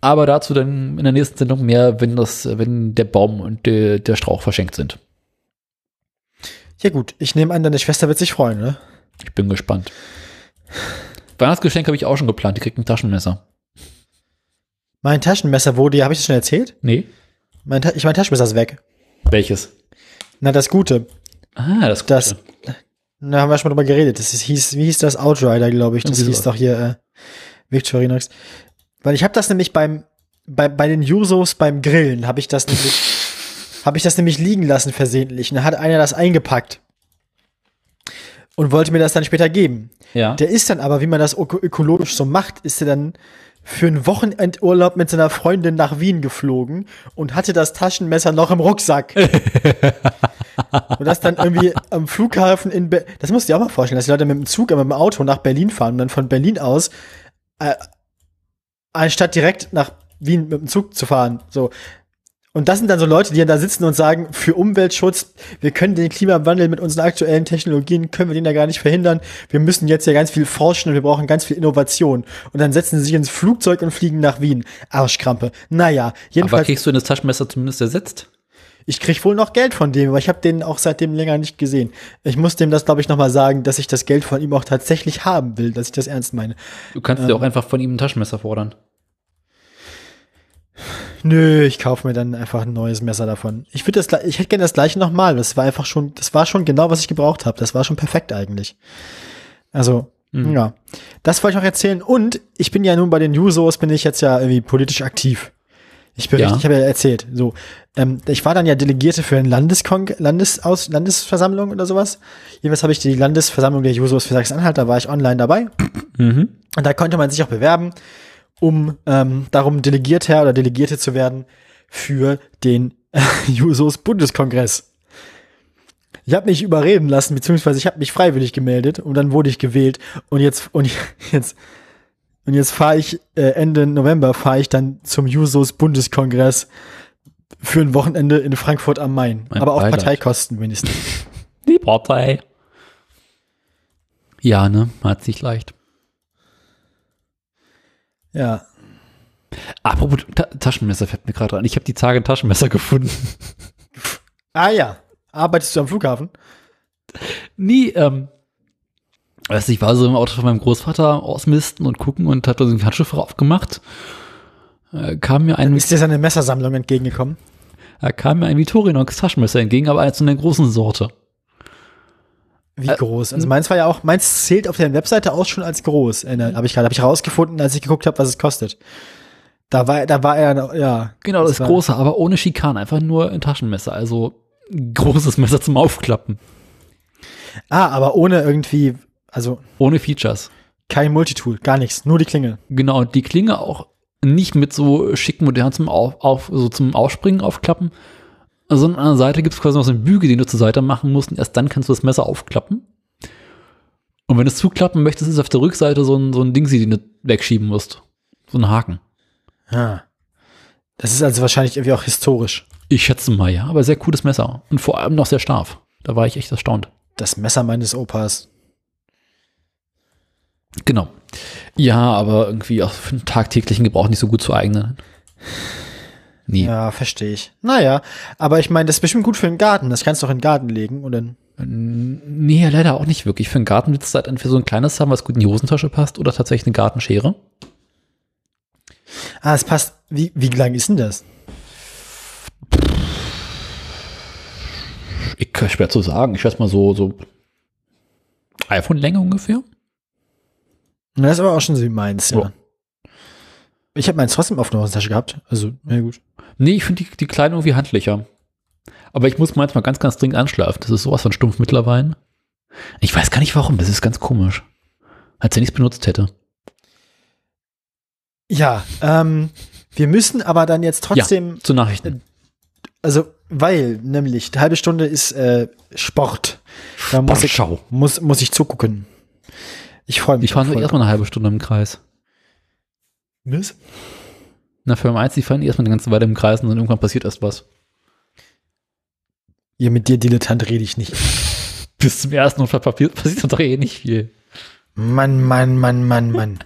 Speaker 2: aber dazu dann in der nächsten Sendung mehr, wenn das, wenn der Baum und der, der Strauch verschenkt sind.
Speaker 1: ja gut, ich nehme an, deine Schwester wird sich freuen, oder?
Speaker 2: Ich bin gespannt. Weihnachtsgeschenk habe ich auch schon geplant. Die kriegt ein Taschenmesser.
Speaker 1: Mein Taschenmesser wurde, ja, habe ich das schon erzählt?
Speaker 2: Nee.
Speaker 1: Mein, Ta ich, mein Taschenmesser ist weg.
Speaker 2: Welches?
Speaker 1: Na, das Gute.
Speaker 2: Ah, das,
Speaker 1: Das,
Speaker 2: Gute.
Speaker 1: da haben wir schon mal drüber geredet. Das ist, hieß, wie hieß das? Outrider, glaube ich. Das
Speaker 2: Irgendwie
Speaker 1: hieß
Speaker 2: sowas.
Speaker 1: doch hier äh, Victorinox. Weil ich habe das nämlich beim, bei, bei den Jusos beim Grillen, habe ich das nämlich, habe ich das nämlich liegen lassen versehentlich. Und da hat einer das eingepackt. Und wollte mir das dann später geben.
Speaker 2: Ja.
Speaker 1: Der ist dann aber, wie man das öko ökologisch so macht, ist er dann für einen Wochenendurlaub mit seiner Freundin nach Wien geflogen und hatte das Taschenmesser noch im Rucksack. und das dann irgendwie am Flughafen in Be Das musst du dir auch mal vorstellen, dass die Leute mit dem Zug, aber mit dem Auto nach Berlin fahren und dann von Berlin aus, äh, anstatt direkt nach Wien mit dem Zug zu fahren, so. Und das sind dann so Leute, die dann da sitzen und sagen, für Umweltschutz, wir können den Klimawandel mit unseren aktuellen Technologien, können wir den da gar nicht verhindern. Wir müssen jetzt ja ganz viel forschen und wir brauchen ganz viel Innovation. Und dann setzen sie sich ins Flugzeug und fliegen nach Wien. Arschkrampe. Naja,
Speaker 2: Aber
Speaker 1: jedenfalls,
Speaker 2: kriegst du in das Taschenmesser zumindest ersetzt?
Speaker 1: ich krieg wohl noch Geld von dem, aber ich habe den auch seitdem länger nicht gesehen. Ich muss dem das, glaube ich, nochmal sagen, dass ich das Geld von ihm auch tatsächlich haben will, dass ich das ernst meine.
Speaker 2: Du kannst
Speaker 1: Ähm.
Speaker 2: dir auch einfach von ihm ein Taschenmesser fordern.
Speaker 1: Nö, ich kaufe mir dann einfach ein neues Messer davon. Ich würde das, gle- ich hätte gerne das gleiche nochmal. Das war einfach schon, das war schon genau, was ich gebraucht habe. Das war schon perfekt eigentlich. Also, ja. Das wollte ich noch erzählen. Und ich bin ja nun bei den Jusos, bin ich jetzt ja irgendwie politisch aktiv. Ich berichte,
Speaker 2: Ja.
Speaker 1: ich habe ja erzählt. So, ähm, ich war dann ja Delegierte für eine Landeskong Landesaus Landesversammlung oder sowas. Jedenfalls habe ich die Landesversammlung der Jusos für Sachsen-Anhalt, da war ich online dabei. Und da konnte man sich auch bewerben, um ähm, darum Delegierter oder Delegierte zu werden für den äh, Jusos Bundeskongress. Ich habe mich überreden lassen, beziehungsweise ich habe mich freiwillig gemeldet und dann wurde ich gewählt und jetzt und jetzt und jetzt fahre ich äh, Ende November fahre ich dann zum Jusos Bundeskongress für ein Wochenende in Frankfurt am Main,
Speaker 2: Mein
Speaker 1: aber auf
Speaker 2: Beileid.
Speaker 1: Parteikosten wenigstens.
Speaker 2: Die Partei. Ja, ne? Hat sich leicht.
Speaker 1: Ja,
Speaker 2: Apropos Ta Taschenmesser fällt mir gerade an. Ich habe die Tage ein Taschenmesser gefunden.
Speaker 1: ah ja, arbeitest du am Flughafen?
Speaker 2: Nee, ähm. Weißt du, ich war so im Auto von meinem Großvater ausmisten und gucken und hab da so einen Handschuh aufgemacht. Äh, kam mir ein,
Speaker 1: Ist dir seine Messersammlung entgegengekommen?
Speaker 2: da kam mir ein Vitorinox Taschenmesser entgegen, aber eins von der großen Sorte.
Speaker 1: Wie groß? Also meins war ja auch, meins zählt auf der Webseite auch schon als groß. Habe ich gerade, habe ich rausgefunden, als ich geguckt habe, was es kostet. Da war, da war er, noch- ja.
Speaker 2: Genau, das,
Speaker 1: war-
Speaker 2: große, aber ohne Schikan, einfach nur ein Taschenmesser. Also ein großes Messer zum Aufklappen.
Speaker 1: Ah, aber ohne irgendwie, also
Speaker 2: Ohne Features.
Speaker 1: kein Multitool, gar nichts, nur die Klingel.
Speaker 2: Genau, und die Klinge auch nicht mit so schick modern zum auf, auf so zum Aufspringen aufklappen, sondern an der Seite gibt's quasi noch so eine Büge, die du zur Seite machen musst und erst dann kannst du das Messer aufklappen. Und wenn du es zuklappen möchtest, ist auf der Rückseite so ein, so ein Dingsi, den du wegschieben musst. So ein Haken.
Speaker 1: Ah. Das ist also wahrscheinlich irgendwie auch historisch.
Speaker 2: Ich schätze mal, ja, aber sehr cooles Messer. Und vor allem noch sehr scharf. Da war ich echt erstaunt.
Speaker 1: Das Messer meines Opas.
Speaker 2: Genau. Ja, aber irgendwie auch für den tagtäglichen Gebrauch nicht so gut zu eignen. Nee.
Speaker 1: Ja, verstehe ich. Naja, aber ich meine, das ist bestimmt gut für den Garten. Das kannst du auch in den Garten legen und dann.
Speaker 2: Nee, leider auch nicht wirklich. Für einen Garten willst du halt entweder so ein kleines haben, was gut in die Hosentasche passt, oder tatsächlich eine Gartenschere.
Speaker 1: Ah, es passt. Wie, wie lang ist denn das?
Speaker 2: Ich, schwer zu sagen. Ich schätze mal so, so iPhone-Länge ungefähr.
Speaker 1: Na, Das ist aber auch schon so wie meins, ja.
Speaker 2: Ja.
Speaker 1: Ich habe meins trotzdem auf der Hosentasche gehabt. Also, ja gut.
Speaker 2: Nee, ich finde die, die kleine irgendwie handlicher. Aber ich muss manchmal ganz, ganz dringend anschlafen. Das ist sowas von stumpf mittlerweile. Ich weiß gar nicht warum. Das ist ganz komisch. Als wenn ich es benutzt hätte.
Speaker 1: Ja, ähm, wir müssen aber dann jetzt trotzdem,
Speaker 2: ja, zu Nachrichten.
Speaker 1: also weil nämlich eine halbe Stunde ist äh, Sport. Da muss ich,
Speaker 2: Sportschau.
Speaker 1: muss, muss ich zugucken. Ich freue mich.
Speaker 2: Ich fahre
Speaker 1: auf
Speaker 2: nur
Speaker 1: Folge-
Speaker 2: erstmal eine halbe Stunde im Kreis.
Speaker 1: Was?
Speaker 2: Na, Firm 1, die fahren erstmal eine ganze Weile im Kreis und dann irgendwann passiert erst was.
Speaker 1: Ja, mit dir, Dilettant, rede ich nicht.
Speaker 2: Bis zum ersten Unfall papier- passiert dann doch eh nicht viel.
Speaker 1: Mann, Mann, Mann, Mann, Mann.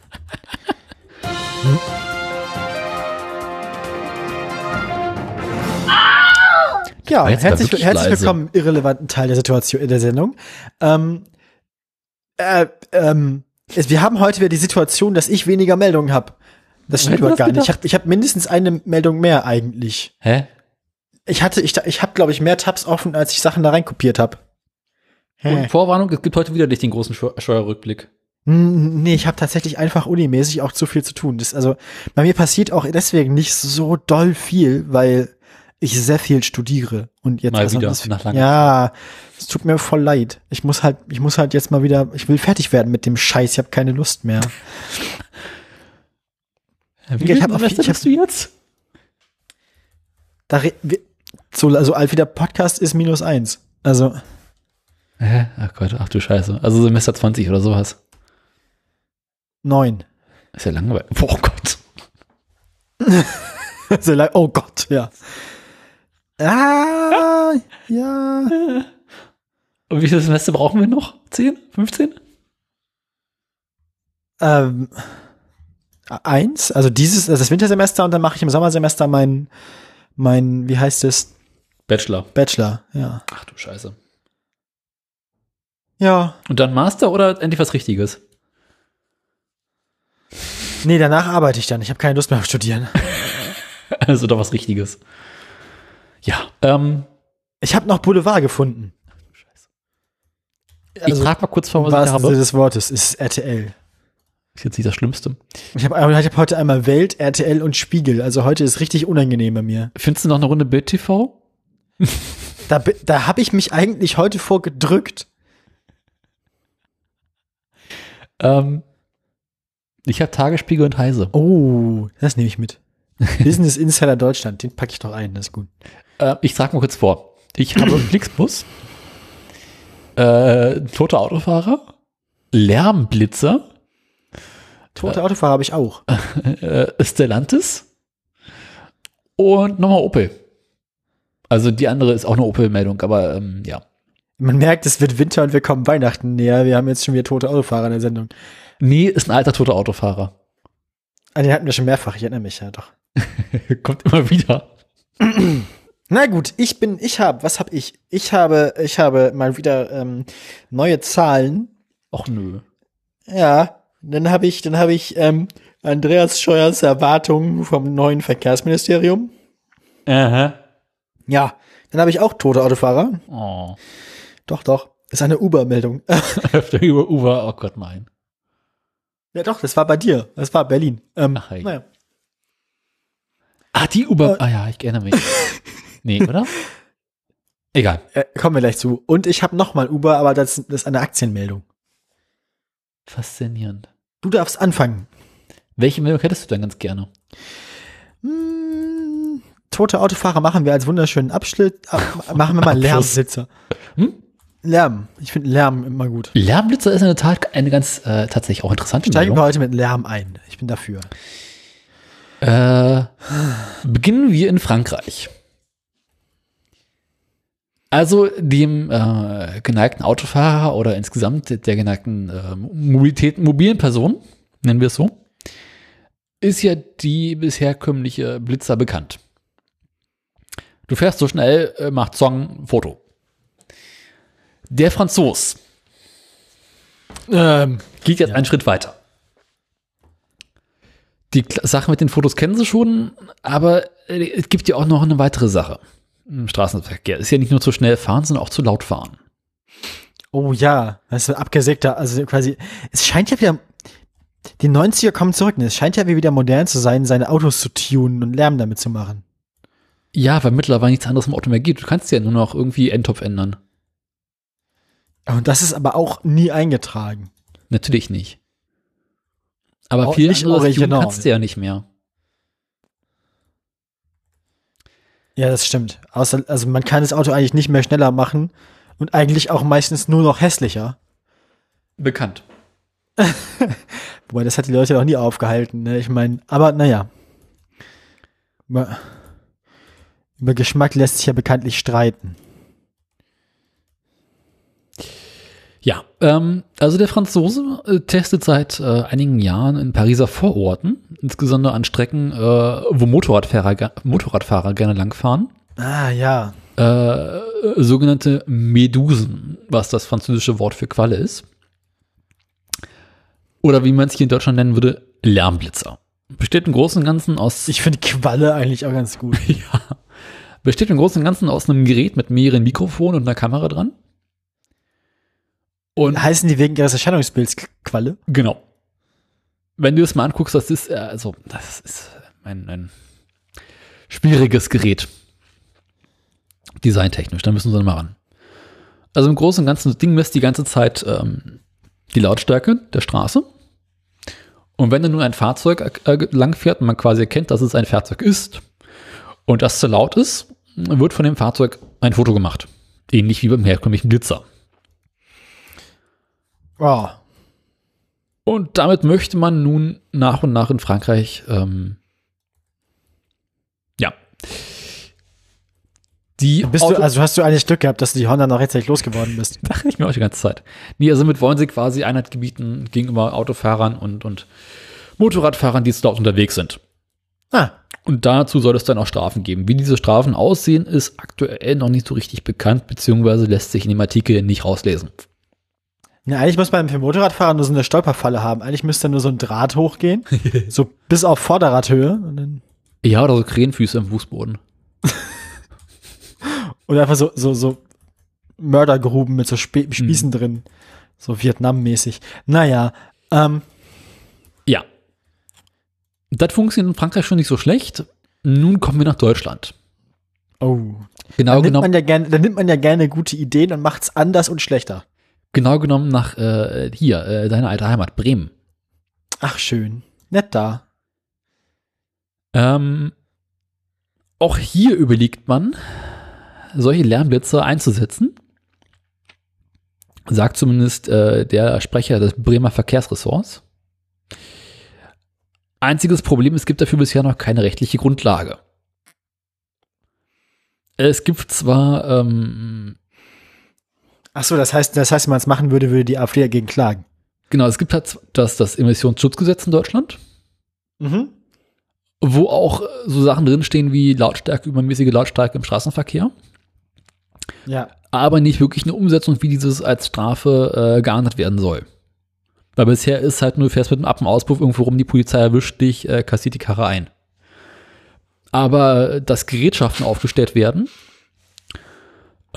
Speaker 1: Hm. Ja,
Speaker 2: war jetzt aber
Speaker 1: herzlich,
Speaker 2: wirklich
Speaker 1: herzlich
Speaker 2: leise.
Speaker 1: willkommen im irrelevanten Teil der Situation der Sendung. Ähm, äh, ähm, es, wir haben heute wieder die Situation, dass ich weniger Meldungen habe. Das stimmt
Speaker 2: Hätte
Speaker 1: überhaupt
Speaker 2: das
Speaker 1: gar nicht. Ich
Speaker 2: gedacht?
Speaker 1: habe ich hab mindestens eine Meldung mehr eigentlich.
Speaker 2: Hä?
Speaker 1: Ich hatte, ich, ich habe, glaube ich, mehr Tabs offen, als ich Sachen da reinkopiert habe.
Speaker 2: Und Vorwarnung, es gibt heute wieder nicht den großen Steu- Steuerrückblick.
Speaker 1: Hm, Nee, ich habe tatsächlich einfach unimäßig auch zu viel zu tun. Das, also bei mir passiert auch deswegen nicht so doll viel, weil ich sehr viel studiere und jetzt
Speaker 2: Mal
Speaker 1: was
Speaker 2: wieder,
Speaker 1: anderes-
Speaker 2: nach langer
Speaker 1: Ja, es tut mir voll leid. Ich muss halt, ich muss halt jetzt mal wieder, ich will fertig werden mit dem Scheiß. Ich habe keine Lust mehr.
Speaker 2: Wie
Speaker 1: Ja, ich hab
Speaker 2: viel
Speaker 1: auf-
Speaker 2: Semester
Speaker 1: ich hab-
Speaker 2: bist du jetzt?
Speaker 1: Da re- wir- so also alt wie der Podcast ist minus eins. Also
Speaker 2: Hä? Ach Gott, ach du Scheiße. Also Semester 20 oder sowas.
Speaker 1: neun.
Speaker 2: Ist ja langweilig. Oh Gott.
Speaker 1: Also, like, oh Gott, ja. Ah, ja.
Speaker 2: Und wie viele Semester brauchen wir noch? 10? 15?
Speaker 1: Ähm, eins, also dieses, also das Wintersemester und dann mache ich im Sommersemester mein, mein, wie heißt es,
Speaker 2: Bachelor.
Speaker 1: Bachelor, ja.
Speaker 2: Ach du Scheiße.
Speaker 1: Ja.
Speaker 2: Und dann Master oder endlich was Richtiges?
Speaker 1: Nee, danach arbeite ich dann. Ich habe keine Lust mehr auf Studieren.
Speaker 2: Also doch was Richtiges. Ja. Ähm,
Speaker 1: Ich habe noch Boulevard gefunden.
Speaker 2: ich
Speaker 1: Also,
Speaker 2: trage mal kurz vor,
Speaker 1: Im
Speaker 2: was ich
Speaker 1: wahrsten Sinne
Speaker 2: habe.
Speaker 1: des Wortes ist RTL.
Speaker 2: Ist jetzt nicht das Schlimmste.
Speaker 1: Ich habe ich hab heute einmal Welt, RTL und Spiegel. Also heute ist richtig unangenehm bei mir.
Speaker 2: Findest du noch eine Runde Bild TV?
Speaker 1: Da, bi- da habe ich mich eigentlich heute vor gedrückt.
Speaker 2: Ähm, ich habe Tagesspiegel und Heise.
Speaker 1: Oh, das nehme ich mit. Business Insider Deutschland, den packe ich doch ein, das ist gut.
Speaker 2: Äh, ich trage mal kurz vor. Ich habe Flixbus, äh, tote Autofahrer, Lärmblitzer,
Speaker 1: Tote Autofahrer habe ich auch.
Speaker 2: äh, Stellantis und nochmal Opel. Also die andere ist auch eine Opel-Meldung, aber ähm, ja.
Speaker 1: Man merkt, es wird Winter und wir kommen Weihnachten näher. Wir haben jetzt schon wieder tote Autofahrer in der Sendung.
Speaker 2: Nee, ist ein alter toter Autofahrer.
Speaker 1: Ah, Den hatten wir schon mehrfach, ich erinnere mich ja doch.
Speaker 2: Kommt immer wieder.
Speaker 1: Na gut, ich bin, ich habe, was habe ich? Ich habe, ich habe mal wieder ähm, neue Zahlen.
Speaker 2: Och nö.
Speaker 1: Ja, dann habe ich, dann habe ich ähm, Andreas Scheuers Erwartungen vom neuen Verkehrsministerium.
Speaker 2: Aha.
Speaker 1: Ja, dann habe ich auch tote Autofahrer.
Speaker 2: Oh.
Speaker 1: Doch, doch. Ist eine Uber-Meldung.
Speaker 2: Über Uber, oh Gott, nein.
Speaker 1: ja, doch, das war bei dir. Das war Berlin. Ähm,
Speaker 2: Ach, hey.
Speaker 1: naja.
Speaker 2: Ah, die Uber. Ah ja, ich erinnere mich. nee, oder? Egal.
Speaker 1: äh, kommen wir gleich zu. Und ich habe nochmal Uber, aber das, das ist eine Aktienmeldung.
Speaker 2: Faszinierend.
Speaker 1: Du darfst anfangen.
Speaker 2: Welche Meldung hättest du denn ganz gerne?
Speaker 1: Mm, Tote Autofahrer machen wir als wunderschönen Abschnitt. Ab, machen wir mal Lärmsitzer.
Speaker 2: Hm?
Speaker 1: Lärm. Ich finde Lärm immer gut.
Speaker 2: Lärmblitzer ist in der Tat eine ganz äh, tatsächlich auch interessante
Speaker 1: Steigen wir
Speaker 2: Meldung.
Speaker 1: heute mit Lärm ein. Ich bin dafür.
Speaker 2: Äh, beginnen wir in Frankreich. Also dem äh, geneigten Autofahrer oder insgesamt der geneigten äh, Mobilität, mobilen Person, nennen wir es so, ist ja die bisher kömmliche Blitzer bekannt. Du fährst so schnell, äh, macht Song, Foto. Der Franzos
Speaker 1: Ähm,
Speaker 2: geht jetzt einen Schritt weiter. Die Kla- Sache mit den Fotos kennen sie schon, aber äh, es gibt ja auch noch eine weitere Sache im Straßenverkehr. Ist ja nicht nur zu schnell fahren, sondern auch zu laut fahren.
Speaker 1: oh ja, das ist ein abgesägter, also quasi, es scheint ja wieder, die 90er kommen zurück, ne? es scheint ja wieder modern zu sein, seine Autos zu tunen und Lärm damit zu machen.
Speaker 2: Ja, weil mittlerweile nichts anderes im Auto mehr gibt. Du kannst ja nur noch irgendwie Endtopf ändern.
Speaker 1: Und das ist aber auch nie eingetragen.
Speaker 2: Natürlich nicht. Aber
Speaker 1: Auch
Speaker 2: viel
Speaker 1: nicht
Speaker 2: anderes tun
Speaker 1: original.
Speaker 2: kannst du ja nicht mehr.
Speaker 1: Ja, das stimmt. Außer, also man kann das Auto eigentlich nicht mehr schneller machen und eigentlich auch meistens nur noch hässlicher.
Speaker 2: Bekannt.
Speaker 1: Wobei, das hat die Leute ja noch nie aufgehalten. Ne? Ich meine, aber naja. Über, über Geschmack lässt sich ja bekanntlich streiten.
Speaker 2: Ja, ähm, also der Franzose äh, testet seit äh, einigen Jahren in Pariser Vororten, insbesondere an Strecken, äh, wo Motorradfahrer, ge- Motorradfahrer gerne langfahren,
Speaker 1: Ah, ja.
Speaker 2: äh, äh, sogenannte Medusen, was das französische Wort für Qualle ist. Oder wie man es hier in Deutschland nennen würde, Lärmblitzer. Besteht im Großen und Ganzen aus
Speaker 1: Ich finde Qualle eigentlich auch ganz gut.
Speaker 2: Besteht im Großen und Ganzen aus einem Gerät mit mehreren Mikrofonen und einer Kamera dran. Und
Speaker 1: Heißen die wegen ihres Erscheinungsbilds Qu- Qualle?
Speaker 2: Genau. Wenn du es mal anguckst, das ist äh, also das ist äh, ein, ein schwieriges Gerät. Designtechnisch, da müssen sie mal ran. Also im Großen und Ganzen, das Ding misst die ganze Zeit ähm, die Lautstärke der Straße. Und wenn dann nun ein Fahrzeug äh, langfährt und man quasi erkennt, dass es ein Fahrzeug ist und das zu laut ist, wird von dem Fahrzeug ein Foto gemacht. Ähnlich wie beim herkömmlichen Blitzer.
Speaker 1: Oh.
Speaker 2: Und damit möchte man nun nach und nach in Frankreich, ähm, ja, die
Speaker 1: Bist
Speaker 2: Auto-
Speaker 1: du, also hast du eigentlich Glück gehabt, dass du die Honda noch rechtzeitig losgeworden bist.
Speaker 2: dachte ich mir auch die ganze Zeit. Nee, also mit wollen sie quasi Einheit gebieten gegenüber Autofahrern und, und Motorradfahrern, die dort unterwegs sind.
Speaker 1: Ah,
Speaker 2: Und dazu soll es dann auch Strafen geben. Wie diese Strafen aussehen, ist aktuell noch nicht so richtig bekannt, beziehungsweise lässt sich in dem Artikel nicht rauslesen.
Speaker 1: na, eigentlich muss man für Motorradfahrer nur so eine Stolperfalle haben. Eigentlich müsste nur so ein Draht hochgehen, so bis auf Vorderradhöhe und, dann,
Speaker 2: Ja, oder so Krähenfüße im Fußboden.
Speaker 1: und einfach so, so, so Mördergruben mit so Spä
Speaker 2: Mhm.
Speaker 1: Spießen drin. So Vietnam-mäßig. Naja, ähm,
Speaker 2: Ja. Das funktioniert in Frankreich schon nicht so schlecht. Nun kommen wir nach Deutschland.
Speaker 1: oh.
Speaker 2: Genau
Speaker 1: Nimmt
Speaker 2: genommen,
Speaker 1: man ja gerne, dann nimmt man ja gerne gute Ideen und macht's anders und schlechter.
Speaker 2: genau genommen nach äh, hier, äh, deine alte Heimat, Bremen.
Speaker 1: Ach, schön. Nett da.
Speaker 2: Ähm, auch hier überlegt man, solche Lärmblitzer einzusetzen. Sagt zumindest äh, der Sprecher des Bremer Verkehrsressorts. Einziges Problem, es gibt dafür bisher noch keine rechtliche Grundlage. Es gibt zwar ähm,
Speaker 1: Ach so, das heißt, das heißt, wenn man es machen würde, würde die AfD dagegen klagen.
Speaker 2: Genau, es gibt halt das, das Emissionsschutzgesetz in Deutschland,
Speaker 1: Mhm.
Speaker 2: wo auch äh, so Sachen drinstehen wie Lautstärke, übermäßige Lautstärke im Straßenverkehr,
Speaker 1: Ja.
Speaker 2: aber nicht wirklich eine Umsetzung, wie dieses als Strafe äh, geahndet werden soll. Weil bisher ist halt nur, du fährst mit einem Appenauspuff irgendwo rum, die Polizei erwischt dich, äh, kassiert die Karre ein. Aber äh, dass Gerätschaften aufgestellt werden,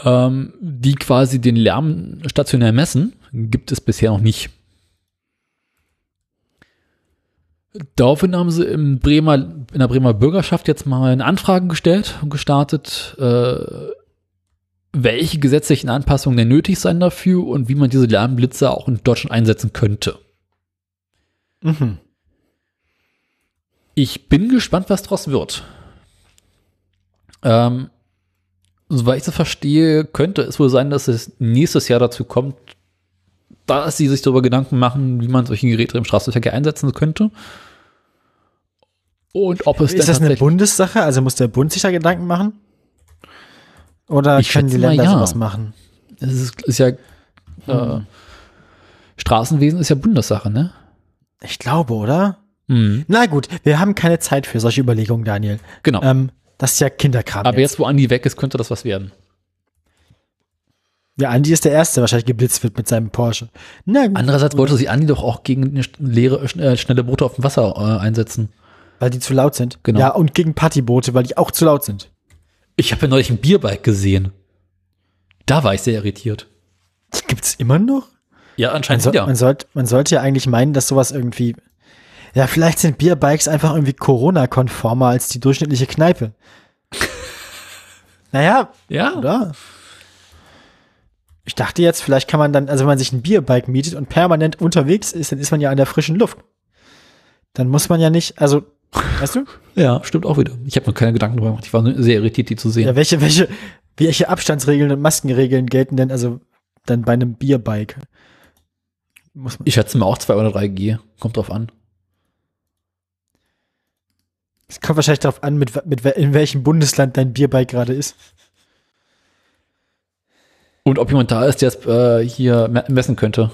Speaker 2: ähm, die quasi den Lärm stationär messen, gibt es bisher noch nicht. Daraufhin haben sie im Bremer, in der Bremer Bürgerschaft jetzt mal eine Anfrage gestellt und gestartet, äh, welche gesetzlichen Anpassungen denn nötig sein dafür und wie man diese Lärmblitzer auch in Deutschland einsetzen könnte.
Speaker 1: Mhm.
Speaker 2: Ich bin gespannt, was draus wird. Ähm, soweit ich das verstehe, könnte es wohl sein, dass es nächstes Jahr dazu kommt, dass sie sich darüber Gedanken machen, wie man solche Geräte im Straßenverkehr einsetzen könnte. Und ob es
Speaker 1: Ist das eine
Speaker 2: tatsächlich-
Speaker 1: Bundessache? Also muss der Bund sich da Gedanken machen? Oder
Speaker 2: Ich
Speaker 1: können die
Speaker 2: schätze mal,
Speaker 1: Länder
Speaker 2: ja.
Speaker 1: sowas machen?
Speaker 2: Es ist, ist ja. Äh,
Speaker 1: Hm.
Speaker 2: Straßenwesen ist ja Bundessache, ne?
Speaker 1: Ich glaube, oder?
Speaker 2: Mhm.
Speaker 1: Na gut, wir haben keine Zeit für solche Überlegungen, Daniel.
Speaker 2: Genau.
Speaker 1: Ähm, das ist ja Kinderkram.
Speaker 2: Aber jetzt, wo Andi weg ist, könnte das was werden.
Speaker 1: Ja, Andi ist der Erste, der wahrscheinlich geblitzt wird mit seinem Porsche. Na gut,
Speaker 2: Andererseits wollte sie Andi doch auch gegen eine sch- leere, äh, schn- äh, schnelle Boote auf dem Wasser äh, einsetzen.
Speaker 1: weil die zu laut sind.
Speaker 2: Genau.
Speaker 1: Ja, und gegen Partyboote, weil die auch zu laut sind.
Speaker 2: Ich habe ja neulich ein Bierbike gesehen. Da war ich sehr irritiert.
Speaker 1: Die gibt's immer noch?
Speaker 2: Ja,
Speaker 1: Man,
Speaker 2: anscheinend
Speaker 1: soll, man, sollte, man sollte ja eigentlich meinen, dass sowas irgendwie. Ja, vielleicht sind Bierbikes einfach irgendwie Corona-konformer als die durchschnittliche Kneipe. naja,
Speaker 2: Ja,
Speaker 1: oder? Ich dachte jetzt, vielleicht kann man dann, also wenn man sich ein Bierbike mietet und permanent unterwegs ist, dann ist man ja an der frischen Luft. Dann muss man ja nicht, also, weißt du?
Speaker 2: ja, stimmt auch wieder. Ich habe mir keine Gedanken darüber gemacht. Ich war nur sehr irritiert, die zu sehen.
Speaker 1: Ja, welche, welche, welche Abstandsregeln und Maskenregeln gelten denn also dann bei einem Bierbike? Muss man,
Speaker 2: Ich schätze mal auch 2 oder 3 G. Kommt drauf an.
Speaker 1: es kommt wahrscheinlich darauf an, mit, we- mit, we- in welchem Bundesland dein Bierbike gerade ist.
Speaker 2: Und ob jemand da ist, der es äh, hier me- messen könnte.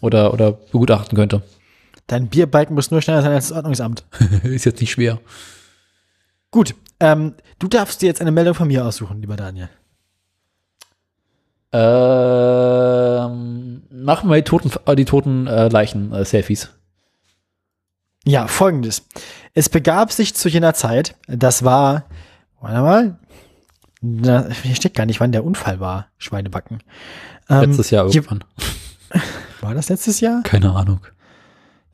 Speaker 2: Oder, oder begutachten könnte.
Speaker 1: Dein Bierbike muss nur schneller sein als das Ordnungsamt.
Speaker 2: ist jetzt nicht schwer.
Speaker 1: Gut, ähm, du darfst dir jetzt eine Meldung von mir aussuchen, lieber Daniel.
Speaker 2: Ähm, machen wir die toten, äh, die toten äh, Leichen-Selfies.
Speaker 1: Ja, folgendes. Es begab sich zu jener Zeit, das war, warte mal, na, hier steht gar nicht, wann der Unfall war, Schweinebacken. Ähm,
Speaker 2: Letztes Jahr
Speaker 1: je-
Speaker 2: irgendwann.
Speaker 1: War das letztes Jahr?
Speaker 2: Keine Ahnung.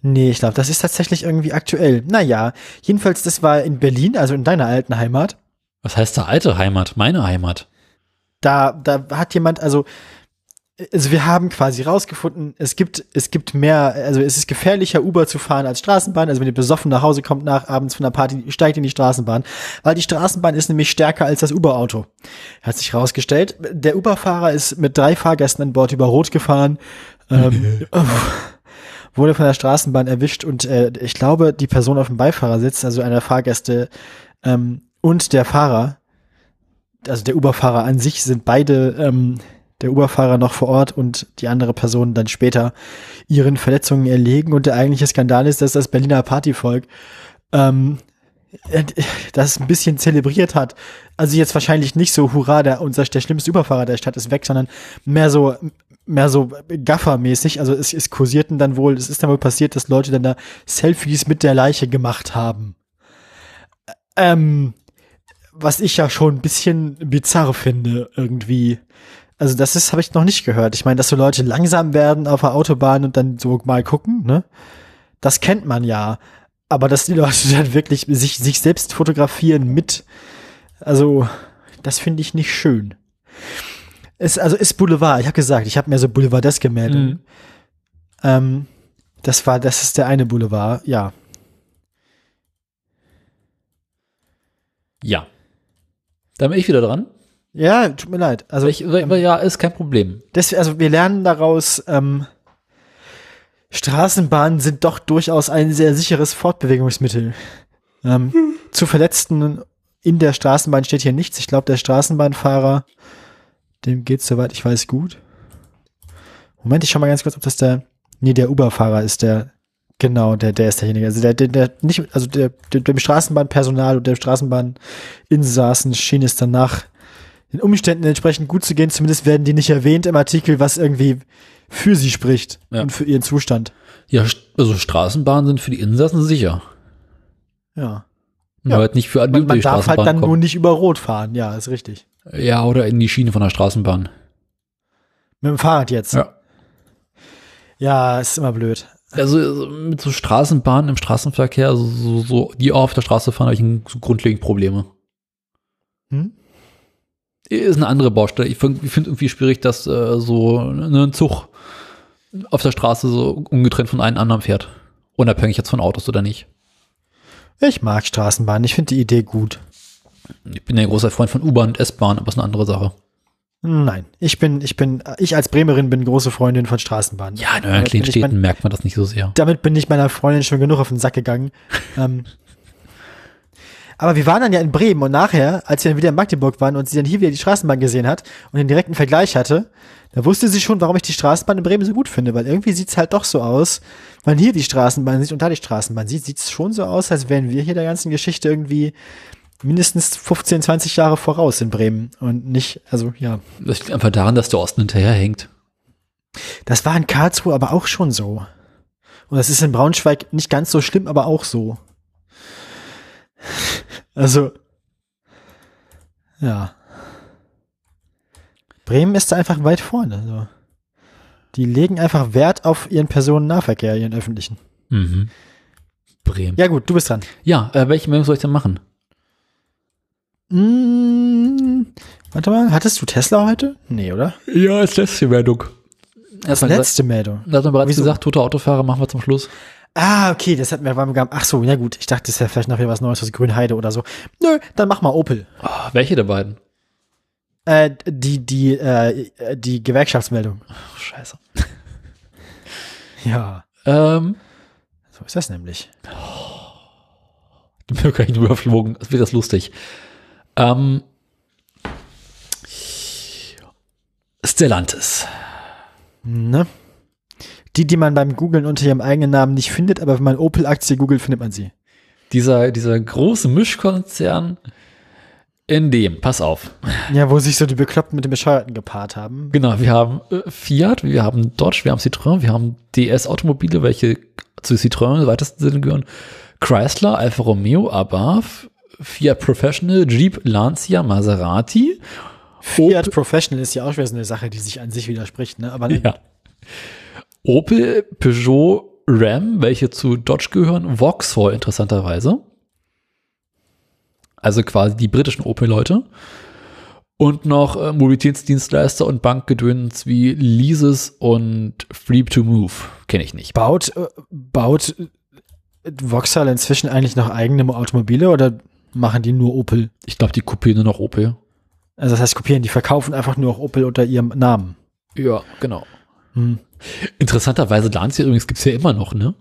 Speaker 1: Nee, ich glaube, das ist tatsächlich irgendwie aktuell. Naja, jedenfalls, das war in Berlin, also in deiner alten Heimat.
Speaker 2: Was heißt da alte Heimat? Meine Heimat.
Speaker 1: Da, da hat jemand, also, also wir haben quasi rausgefunden, es gibt, es gibt mehr, also es ist gefährlicher, Uber zu fahren als Straßenbahn. Also wenn ihr besoffen nach Hause kommt nach abends von der Party, steigt in die Straßenbahn. Weil die Straßenbahn ist nämlich stärker als das Uber-Auto. Hat sich rausgestellt. Der Uber-Fahrer ist mit drei Fahrgästen an Bord über Rot gefahren. Ähm, wurde von der Straßenbahn erwischt und äh, ich glaube, die Person auf dem Beifahrersitz, also einer der Fahrgäste ähm, und der Fahrer, also der Uber-Fahrer an sich, sind beide, ähm, der Uber-Fahrer noch vor Ort und die andere Person dann später ihren Verletzungen erlegen. Und der eigentliche Skandal ist, dass das Berliner Partyvolk ähm, äh, das ein bisschen zelebriert hat. Also jetzt wahrscheinlich nicht so, hurra, der, unser, der schlimmste Überfahrer der Stadt ist weg, sondern mehr so, mehr so Gaffer-mäßig. Also es, es kursierten dann wohl, es ist dann wohl passiert, dass Leute dann da Selfies mit der Leiche gemacht haben. Ähm, was ich ja schon ein bisschen bizarr finde, irgendwie. Also das ist, habe ich noch nicht gehört. Ich meine, dass so Leute langsam werden auf der Autobahn und dann so mal gucken, ne? Das kennt man ja. Aber dass die Leute dann wirklich sich, sich selbst fotografieren mit, also, das finde ich nicht schön. Es, also ist Boulevard. Ich habe gesagt, ich habe mir so Boulevardeske Meldungen.
Speaker 2: Mhm.
Speaker 1: Ähm, das war, das ist der eine Boulevard, ja.
Speaker 2: Ja. Da bin ich wieder dran.
Speaker 1: Ja, tut mir leid. Also
Speaker 2: Ich, ja, ist kein Problem.
Speaker 1: Das, also wir lernen daraus, ähm, Straßenbahnen sind doch durchaus ein sehr sicheres Fortbewegungsmittel. Ähm, Zu Verletzten in der Straßenbahn steht hier nichts. Ich glaube, der Straßenbahnfahrer, dem geht's soweit ich weiß gut. Moment, ich schau mal ganz kurz, ob das der, nee, der Uber-Fahrer ist der, genau, der, der ist derjenige. Also der, der, der nicht, also der, der, dem Straßenbahnpersonal und der Straßenbahninsassen schien es danach den Umständen entsprechend gut zu gehen. Zumindest werden die nicht erwähnt im Artikel, was irgendwie für sie spricht
Speaker 2: Ja.
Speaker 1: und für ihren Zustand.
Speaker 2: Ja, st- also Straßenbahnen sind für die Insassen sicher.
Speaker 1: Ja.
Speaker 2: Nur halt nicht für alle, die
Speaker 1: Man,
Speaker 2: über
Speaker 1: man
Speaker 2: die
Speaker 1: darf halt
Speaker 2: Straßenbahn
Speaker 1: dann nur
Speaker 2: kommen.
Speaker 1: nicht über Rot fahren. Ja, ist richtig.
Speaker 2: Ja, oder in die Schiene von der Straßenbahn.
Speaker 1: Mit dem Fahrrad jetzt.
Speaker 2: Ja.
Speaker 1: Ja, ist immer blöd.
Speaker 2: Also äh, mit so Straßenbahnen im Straßenverkehr, also so, so die auf der Straße fahren, habe ich ein- so grundlegend Probleme.
Speaker 1: Hm?
Speaker 2: Ist eine andere Baustelle. Ich finde find irgendwie schwierig, dass äh, so ein Zug auf der Straße so ungetrennt von einem anderen fährt. Unabhängig jetzt von Autos oder nicht.
Speaker 1: Ich mag Straßenbahnen. Ich finde die Idee gut.
Speaker 2: Ich bin ja ein großer Freund von U-Bahn und S-Bahn, aber ist eine andere Sache.
Speaker 1: Nein, ich bin, ich bin, ich als Bremerin bin große Freundin von Straßenbahnen.
Speaker 2: Ja, in euren
Speaker 1: Damit bin
Speaker 2: kleinen
Speaker 1: ich
Speaker 2: Städten
Speaker 1: mein-
Speaker 2: merkt man das nicht so sehr.
Speaker 1: damit bin ich meiner Freundin schon genug auf den Sack gegangen. ähm, aber wir waren dann ja in Bremen und nachher, als wir dann wieder in Magdeburg waren und sie dann hier wieder die Straßenbahn gesehen hat und den direkten Vergleich hatte, da wusste sie schon, warum ich die Straßenbahn in Bremen so gut finde, weil irgendwie sieht's halt doch so aus, wenn man hier die Straßenbahn sieht und da die Straßenbahn sieht, sieht's schon so aus, als wären wir hier der ganzen Geschichte irgendwie mindestens 15, 20 Jahre voraus in Bremen und nicht, also ja.
Speaker 2: Das liegt einfach daran, dass der Osten hinterherhängt.
Speaker 1: Das war in Karlsruhe aber auch schon so. Und das ist in Braunschweig nicht ganz so schlimm, aber auch so. Also, ja. Bremen ist da einfach weit vorne. So. Die legen einfach Wert auf ihren Personennahverkehr, ihren öffentlichen.
Speaker 2: Mhm. Bremen.
Speaker 1: Ja gut, du bist dran.
Speaker 2: Ja, äh, welche Meldung soll ich denn machen?
Speaker 1: Mm, warte mal, hattest du Tesla heute? Nee, oder?
Speaker 2: Ja, als letzte Meldung. Erstmal gesagt,
Speaker 1: Letzte Meldung.
Speaker 2: da hat man bereits
Speaker 1: Wieso?
Speaker 2: gesagt, tote Autofahrer machen wir zum Schluss.
Speaker 1: Ah, okay, das hatten wir beim Gam. Ach so, ja gut, ich dachte, das ist ja vielleicht noch wieder was Neues aus Grünheide oder so. Nö, dann mach mal Opel.
Speaker 2: Ah, welche der beiden?
Speaker 1: Äh, die, die, äh, äh, die Gewerkschaftsmeldung.
Speaker 2: Ach, scheiße.
Speaker 1: Ja,
Speaker 2: Ähm,
Speaker 1: so ist das nämlich.
Speaker 2: die Meldung kann ich nur überflogen. Das wird das lustig. Ähm, Stellantis.
Speaker 1: Ne? Die, die man beim Googlen unter ihrem eigenen Namen nicht findet, aber wenn man Opel-Aktie googelt, findet man sie.
Speaker 2: Dieser, dieser große Mischkonzern, in dem, pass auf,
Speaker 1: Ja, wo sich so die Bekloppten mit den Bescheuerten gepaart haben.
Speaker 2: Genau, wir haben äh, Fiat, wir haben Dodge, wir haben Citroën, wir haben DS-Automobile, welche zu Citroën im weitesten Sinne gehören. Chrysler, Alfa Romeo, Abarth, Fiat Professional, Jeep, Lancia, Maserati.
Speaker 1: Fiat Professional ist ja auch wieder so eine Sache, die sich an sich widerspricht, ne? Aber
Speaker 2: Ja. Opel, Peugeot, Ram, welche zu Dodge gehören, Vauxhall interessanterweise. Also quasi die britischen Opel-Leute. Und noch äh, Mobilitätsdienstleister und Bankgedöns wie Leases und Free to Move. Kenne ich nicht.
Speaker 1: Baut, äh, baut äh, Vauxhall inzwischen eigentlich noch eigene Automobile oder machen die nur Opel?
Speaker 2: Ich glaube, die kopieren nur noch Opel.
Speaker 1: Also das heißt kopieren, die verkaufen einfach nur auch Opel unter ihrem Namen.
Speaker 2: Ja, genau. Hm. Interessanterweise Lancia übrigens gibt's ja immer noch, ne?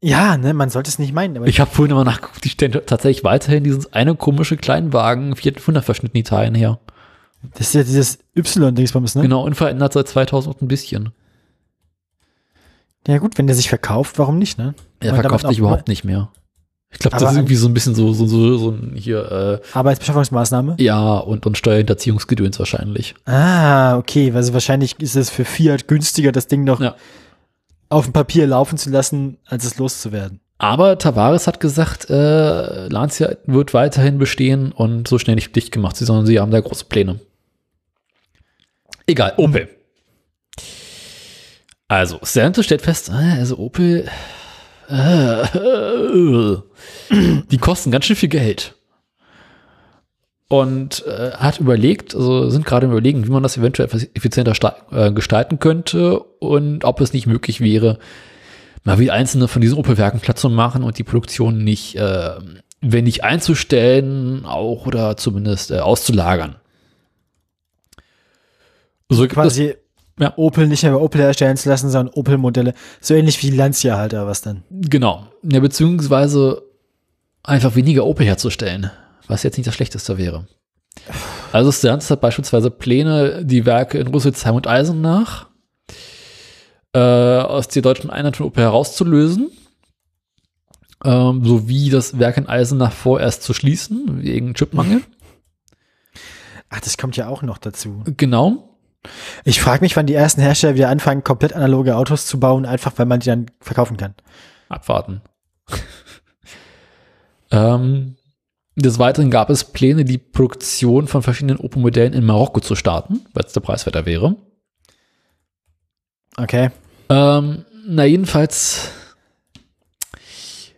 Speaker 1: Ja, ne, man sollte es nicht meinen. Aber
Speaker 2: Ich habe vorhin mal nachgeguckt, die stellen tatsächlich weiterhin dieses eine komische Kleinwagen 400-Verschnitt in Italien her.
Speaker 1: das ist ja dieses Y-Dingsbums, ne?
Speaker 2: Genau, unverändert seit 2000 und ein bisschen. Genau.
Speaker 1: Ja gut, wenn der sich verkauft, warum nicht, ne?
Speaker 2: Er
Speaker 1: Weil
Speaker 2: verkauft
Speaker 1: damit
Speaker 2: sich
Speaker 1: auch
Speaker 2: überhaupt nicht mehr. Ich glaube, das
Speaker 1: Aber-
Speaker 2: ist irgendwie so ein bisschen so, so, so, so ein hier,
Speaker 1: Arbeitsbeschaffungsmaßnahme?
Speaker 2: äh, ja, und, und Steuerhinterziehungsgedöns wahrscheinlich.
Speaker 1: Ah, okay, also wahrscheinlich ist es für Fiat günstiger, das Ding noch
Speaker 2: Ja.
Speaker 1: auf dem Papier laufen zu lassen, als es loszuwerden.
Speaker 2: Aber Tavares hat gesagt, äh, Lancia wird weiterhin bestehen und so schnell nicht dicht gemacht, sondern sie haben da große Pläne. Egal, Opel. Also, Santos stellt fest, äh, also Opel, äh, äh, die kosten ganz schön viel Geld. Und äh, hat überlegt, also sind gerade im Überlegen, wie man das eventuell etwas effizienter sta- äh, gestalten könnte und ob es nicht möglich wäre, mal wie einzelne von diesen Opelwerken Platz zu machen und die Produktion nicht, äh, wenn nicht einzustellen, auch oder zumindest äh, auszulagern. So gibt es,
Speaker 1: Quasi
Speaker 2: ja.
Speaker 1: Opel nicht mehr Opel herstellen zu lassen, sondern Opel-Modelle. So ähnlich wie Lancia halt, oder was dann?
Speaker 2: genau, ja, beziehungsweise einfach weniger Opel herzustellen, was jetzt nicht das Schlechteste wäre. Also Sterns hat beispielsweise Pläne, die Werke in Rüsselsheim und Eisenach äh, aus der deutschen Einheit von Opel herauszulösen, ähm, sowie das Werk in Eisenach vorerst zu schließen, wegen Chipmangel.
Speaker 1: Ach, das kommt ja auch noch dazu.
Speaker 2: Genau.
Speaker 1: Ich frage mich, wann die ersten Hersteller wieder anfangen, komplett analoge Autos zu bauen, einfach weil man die dann verkaufen kann.
Speaker 2: Abwarten. ähm, des Weiteren gab es Pläne, die Produktion von verschiedenen Opel-Modellen in Marokko zu starten, weil es der preiswerter wäre.
Speaker 1: Okay.
Speaker 2: Ähm, na, jedenfalls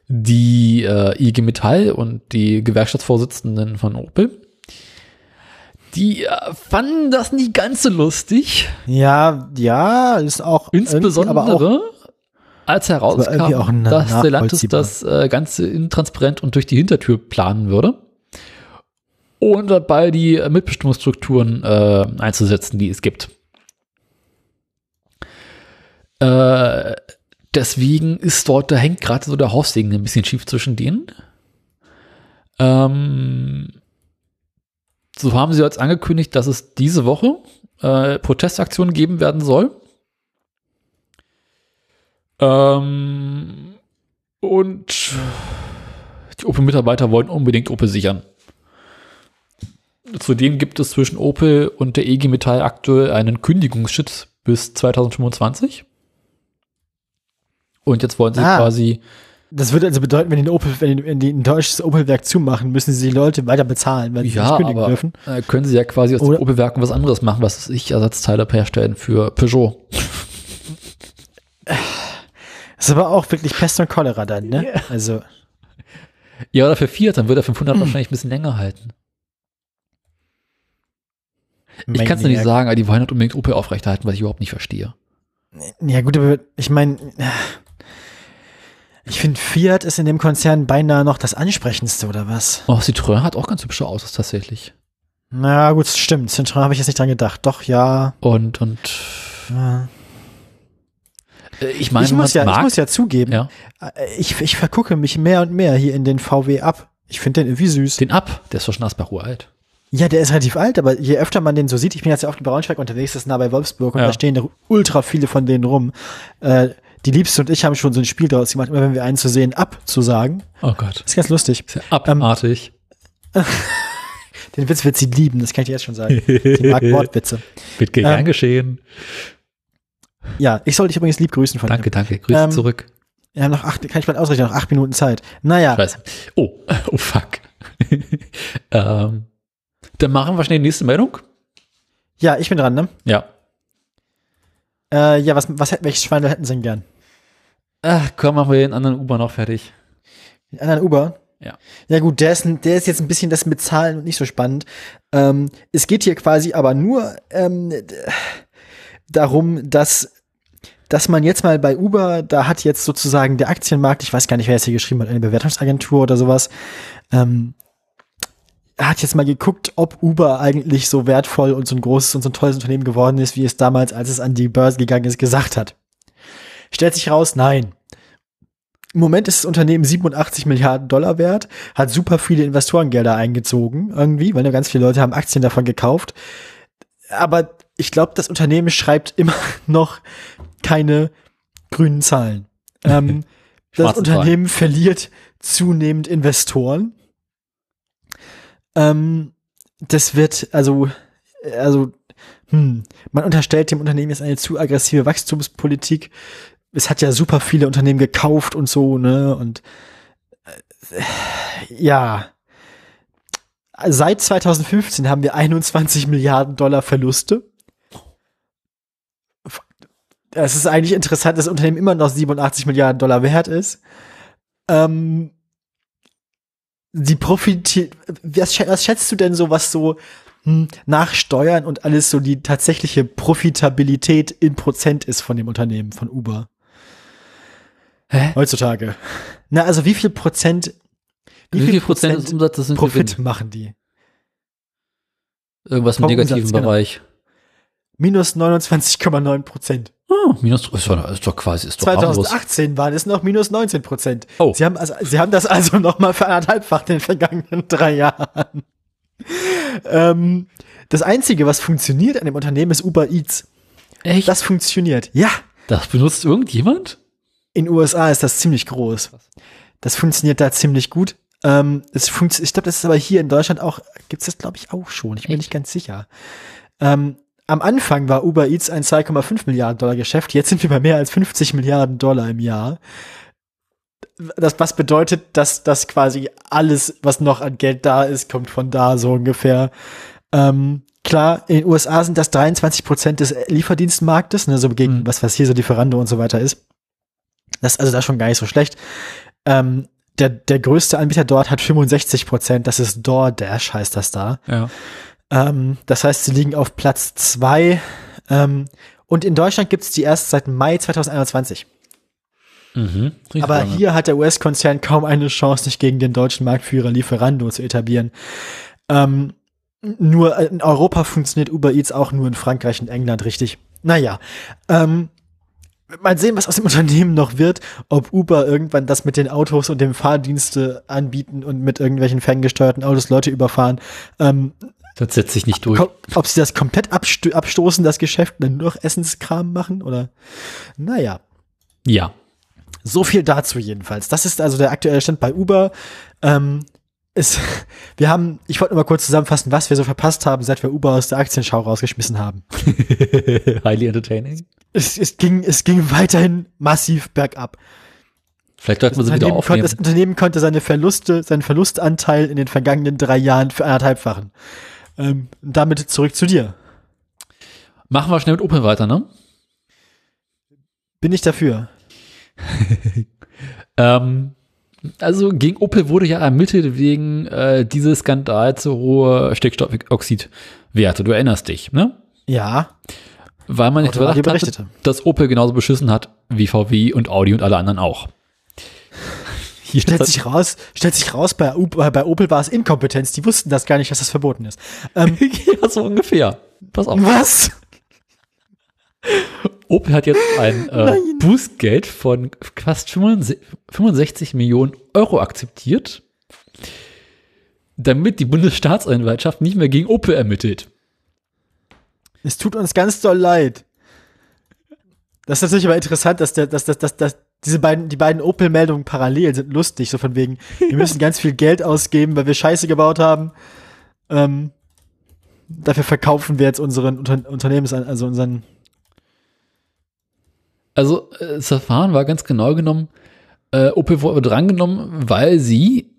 Speaker 2: die äh, IG Metall und die Gewerkschaftsvorsitzenden von Opel, die äh, fanden das nicht ganz so lustig.
Speaker 1: Ja, ja, ist auch irgendwie-
Speaker 2: Insbesondere,
Speaker 1: aber auch
Speaker 2: als
Speaker 1: aber irgendwie auch
Speaker 2: herauskam,
Speaker 1: na-
Speaker 2: dass Stellantis
Speaker 1: nachvollziehbar.
Speaker 2: das äh, Ganze intransparent und durch die Hintertür planen würde. Und dabei die äh, Mitbestimmungsstrukturen äh, einzusetzen, die es gibt. Äh, deswegen ist dort, da hängt gerade so der Haussegen ein bisschen schief zwischen denen. Ähm, so haben sie jetzt angekündigt, dass es diese Woche äh, Protestaktionen geben werden soll. Ähm, und die Opel-Mitarbeiter wollen unbedingt Opel sichern. Zudem gibt es zwischen Opel und der EG Metall aktuell einen Kündigungsschutz bis 2025. Und jetzt wollen sie
Speaker 1: Ah.
Speaker 2: quasi
Speaker 1: Das würde also bedeuten, wenn die ein Opel, wenn die, wenn die ein deutsches Opelwerk zumachen, müssen sie die Leute weiter bezahlen, weil sie
Speaker 2: Ja,
Speaker 1: nicht kündigen
Speaker 2: aber
Speaker 1: dürfen.
Speaker 2: äh, können sie ja quasi aus den
Speaker 1: Oder-
Speaker 2: Opel-Werken was anderes machen, was weiß ich, Ersatzteile herstellen für Peugeot.
Speaker 1: Das ist aber auch wirklich Pest und Cholera dann, ne? Also,
Speaker 2: Ja, oder für Fiat, dann wird er 500 wahrscheinlich ein bisschen länger halten. Ich kann es nicht sagen, aber die wollen halt unbedingt Opel aufrechterhalten, was ich überhaupt nicht verstehe.
Speaker 1: Ja, gut, aber ich meine, ich finde, Fiat ist in dem Konzern beinahe noch das Ansprechendste, oder was?
Speaker 2: Oh, Citroën hat auch ganz hübsche Autos tatsächlich.
Speaker 1: Na gut, stimmt. Central habe ich jetzt nicht dran gedacht. Doch, ja.
Speaker 2: Und, und
Speaker 1: ja.
Speaker 2: äh, ich meine,
Speaker 1: ich, muss ja
Speaker 2: mag,
Speaker 1: ich muss ja zugeben,
Speaker 2: Ja.
Speaker 1: äh, ich, ich vergucke mich mehr und mehr hier in den VW ab. Ich finde den irgendwie süß.
Speaker 2: den ab, der ist doch schon Asbach alt.
Speaker 1: Ja, der ist relativ alt, aber je öfter man den so sieht, ich bin jetzt ja oft in Braunschweig unterwegs, das ist nah bei Wolfsburg und
Speaker 2: Ja.
Speaker 1: da stehen da ultra viele von denen rum. Äh, die Liebste und ich haben schon so ein Spiel draus gemacht, immer wenn wir einen zu sehen, abzusagen.
Speaker 2: Oh Gott.
Speaker 1: Ist ganz lustig.
Speaker 2: Ist ja
Speaker 1: Ähm,
Speaker 2: abartig.
Speaker 1: Den Witz wird sie lieben, das kann ich dir jetzt schon sagen. Sie mag Wortwitze.
Speaker 2: Wird
Speaker 1: gern ähm,
Speaker 2: geschehen.
Speaker 1: Ja, ich soll dich übrigens lieb grüßen von
Speaker 2: Danke,
Speaker 1: ihm.
Speaker 2: danke. Grüße
Speaker 1: Ähm,
Speaker 2: zurück.
Speaker 1: Wir haben noch acht, kann ich bald ausrechnen, noch acht Minuten Zeit. Naja,
Speaker 2: Scheiße. Oh, oh fuck. ähm, dann machen wir schnell die nächste Meldung.
Speaker 1: ja, ich bin dran, ne?
Speaker 2: Ja.
Speaker 1: Äh, ja, was, was hätten, welches Schwein hätten sie denn gern?
Speaker 2: Ach, komm, machen wir den anderen Uber noch fertig.
Speaker 1: Den anderen Uber?
Speaker 2: Ja.
Speaker 1: Ja gut, der ist, ein- der ist jetzt ein bisschen das mit Zahlen und nicht so spannend. Ähm, es geht hier quasi aber nur ähm, d- darum, dass, dass man jetzt mal bei Uber, da hat jetzt sozusagen der Aktienmarkt, ich weiß gar nicht, wer es hier geschrieben hat, eine Bewertungsagentur oder sowas, ähm, hat jetzt mal geguckt, ob Uber eigentlich so wertvoll und so ein großes und so ein tolles Unternehmen geworden ist, wie es damals, als es an die Börse gegangen ist, gesagt hat. Stellt sich raus, nein. Im Moment ist das Unternehmen 87 Milliarden Dollar wert, hat super viele Investorengelder eingezogen irgendwie, weil nur ganz viele Leute haben Aktien davon gekauft. Aber ich glaube, das Unternehmen schreibt immer noch keine grünen Zahlen. Ähm, das
Speaker 2: Schwarze
Speaker 1: Unternehmen verliert zunehmend Investoren. Ähm, das wird, also, also, hm, man unterstellt dem Unternehmen jetzt eine zu aggressive Wachstumspolitik. Es hat ja super viele Unternehmen gekauft und so, ne? Und äh, ja. Seit 2015 haben wir 21 Milliarden Dollar Verluste. Es ist eigentlich interessant, dass das Unternehmen immer noch 87 Milliarden Dollar wert ist. Ähm, die profitiert. Was, schä- was schätzt du denn so, was so hm, nach Steuern und alles so die tatsächliche Profitabilität in Prozent ist von dem Unternehmen, von Uber?
Speaker 2: Hä?
Speaker 1: Heutzutage. Na, also wie viel Prozent.
Speaker 2: Also Wie, viel Prozent des Umsatzes sind
Speaker 1: Profit
Speaker 2: Gewinn?
Speaker 1: machen die?
Speaker 2: Irgendwas im
Speaker 1: vom
Speaker 2: negativen
Speaker 1: Umsatz, genau.
Speaker 2: Bereich.
Speaker 1: Minus 29,9 Prozent.
Speaker 2: Ah, minus, ist doch, ist doch quasi, ist doch harmlos.
Speaker 1: 2018 waren es noch minus 19 Prozent.
Speaker 2: Oh.
Speaker 1: Sie, haben also, Sie haben das also noch mal vereineinhalbfacht in den vergangenen drei Jahren. Ähm, das Einzige, was funktioniert an dem Unternehmen, ist Uber Eats.
Speaker 2: Echt? Das,
Speaker 1: Das funktioniert. Ja,
Speaker 2: benutzt irgendjemand?
Speaker 1: in USA ist das ziemlich groß. Das funktioniert da ziemlich gut. Ähm, es funktio- ich glaube, das ist aber hier in Deutschland auch, gibt's das glaube ich auch schon. Ich bin
Speaker 2: Echt?
Speaker 1: nicht ganz sicher. Ähm, am Anfang war Uber Eats ein 2,5 Milliarden Dollar Geschäft. Jetzt sind wir bei mehr als 50 Milliarden Dollar im Jahr. Das, was bedeutet, dass das quasi alles, was noch an Geld da ist, kommt von da so ungefähr. Ähm, klar, in den USA sind das 23 Prozent des Lieferdienstmarktes, ne, so gegen
Speaker 2: Mhm.
Speaker 1: was, was hier so Lieferando und so weiter ist. Das ist also da schon gar nicht so schlecht. Ähm, der, der größte Anbieter dort hat 65 Prozent, das ist DoorDash, heißt das da.
Speaker 2: Ja.
Speaker 1: Ähm, das heißt, sie liegen auf Platz zwei. Ähm, und in Deutschland gibt's die erst seit Mai 2021.
Speaker 2: Mhm. Richtig
Speaker 1: Aber
Speaker 2: lange.
Speaker 1: hier hat der US-Konzern kaum eine Chance, sich gegen den deutschen Marktführer Lieferando zu etablieren. Ähm, nur äh, in Europa funktioniert Uber Eats auch nur in Frankreich und England richtig. Naja, ähm, mal sehen, was aus dem Unternehmen noch wird, ob Uber irgendwann das mit den Autos und dem Fahrdienste anbieten und mit irgendwelchen ferngesteuerten Autos Leute überfahren. Ähm,
Speaker 2: Das setzt sich nicht durch.
Speaker 1: Ko- Ob sie das komplett absto abstoßen, das Geschäft, und dann nur noch Essenskram machen oder? Naja,
Speaker 2: Ja.
Speaker 1: so viel dazu jedenfalls. Das ist also der aktuelle Stand bei Uber. Ähm, es, wir haben, ich wollte nur mal kurz zusammenfassen, was wir so verpasst haben, seit wir Uber aus der Aktienschau rausgeschmissen haben.
Speaker 2: Highly entertaining.
Speaker 1: Es, es, ging, es ging weiterhin massiv bergab.
Speaker 2: Vielleicht sollten wir sie wieder
Speaker 1: Unternehmen konnte, das
Speaker 2: aufnehmen.
Speaker 1: Unternehmen konnte seine Verluste, seinen Verlustanteil in den vergangenen drei Jahren für anderthalbfachen. Ähm, und damit zurück zu dir.
Speaker 2: Machen wir schnell mit Opel weiter, ne?
Speaker 1: Bin ich dafür?
Speaker 2: Ähm, also gegen Opel wurde ja ermittelt wegen äh, dieses Skandal zu hohe Stickstoffoxidwerte. Du erinnerst dich, ne?
Speaker 1: Ja.
Speaker 2: Weil man jetzt
Speaker 1: Autoradio
Speaker 2: überdacht hatte,
Speaker 1: berichtete.
Speaker 2: dass Opel genauso beschissen hat wie VW und Audi und alle anderen auch. Hier
Speaker 1: Stellt
Speaker 2: das-
Speaker 1: sich raus, stellt sich raus, bei, U- äh, bei Opel war es Inkompetenz. Die wussten das gar nicht, dass das verboten ist. Ähm,
Speaker 2: ja, so ungefähr. Pass auf.
Speaker 1: was?
Speaker 2: Opel hat jetzt ein äh, Bußgeld von fast 65 Millionen Euro akzeptiert, damit die Bundesstaatsanwaltschaft nicht mehr gegen Opel ermittelt.
Speaker 1: Es tut uns ganz doll leid. Das ist natürlich aber interessant, dass, der, dass, dass, dass, dass diese beiden, die beiden Opel-Meldungen parallel sind lustig. So von wegen, wir müssen ganz viel Geld ausgeben, weil wir Scheiße gebaut haben. Ähm, dafür verkaufen wir jetzt unseren Unter Unternehmens, also unseren.
Speaker 2: Also äh, das Verfahren war ganz genau genommen, äh, Opel wurde drangenommen, weil sie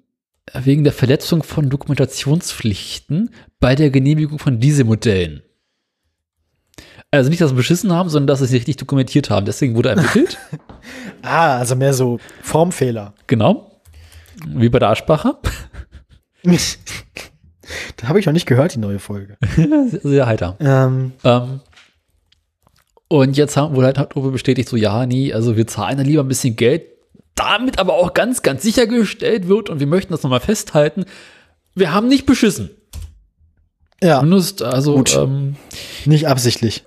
Speaker 2: wegen der Verletzung von Dokumentationspflichten bei der Genehmigung von Dieselmodellen Also nicht, dass sie beschissen haben, sondern dass sie es nicht richtig dokumentiert haben. Deswegen wurde ermittelt.
Speaker 1: Ah, also mehr so Formfehler.
Speaker 2: genau. Wie bei der Aschbacher.
Speaker 1: da habe ich noch nicht gehört, die neue Folge.
Speaker 2: Sehr, sehr heiter.
Speaker 1: Ähm,
Speaker 2: Ähm, und jetzt haben, wurde halt Hartruppe bestätigt, so, ja, nee, also wir zahlen dann lieber ein bisschen Geld, damit aber auch ganz, ganz sichergestellt wird und wir möchten das nochmal festhalten. Wir haben nicht beschissen.
Speaker 1: ja,
Speaker 2: Benutzt, also,
Speaker 1: Gut.
Speaker 2: ähm,
Speaker 1: nicht absichtlich.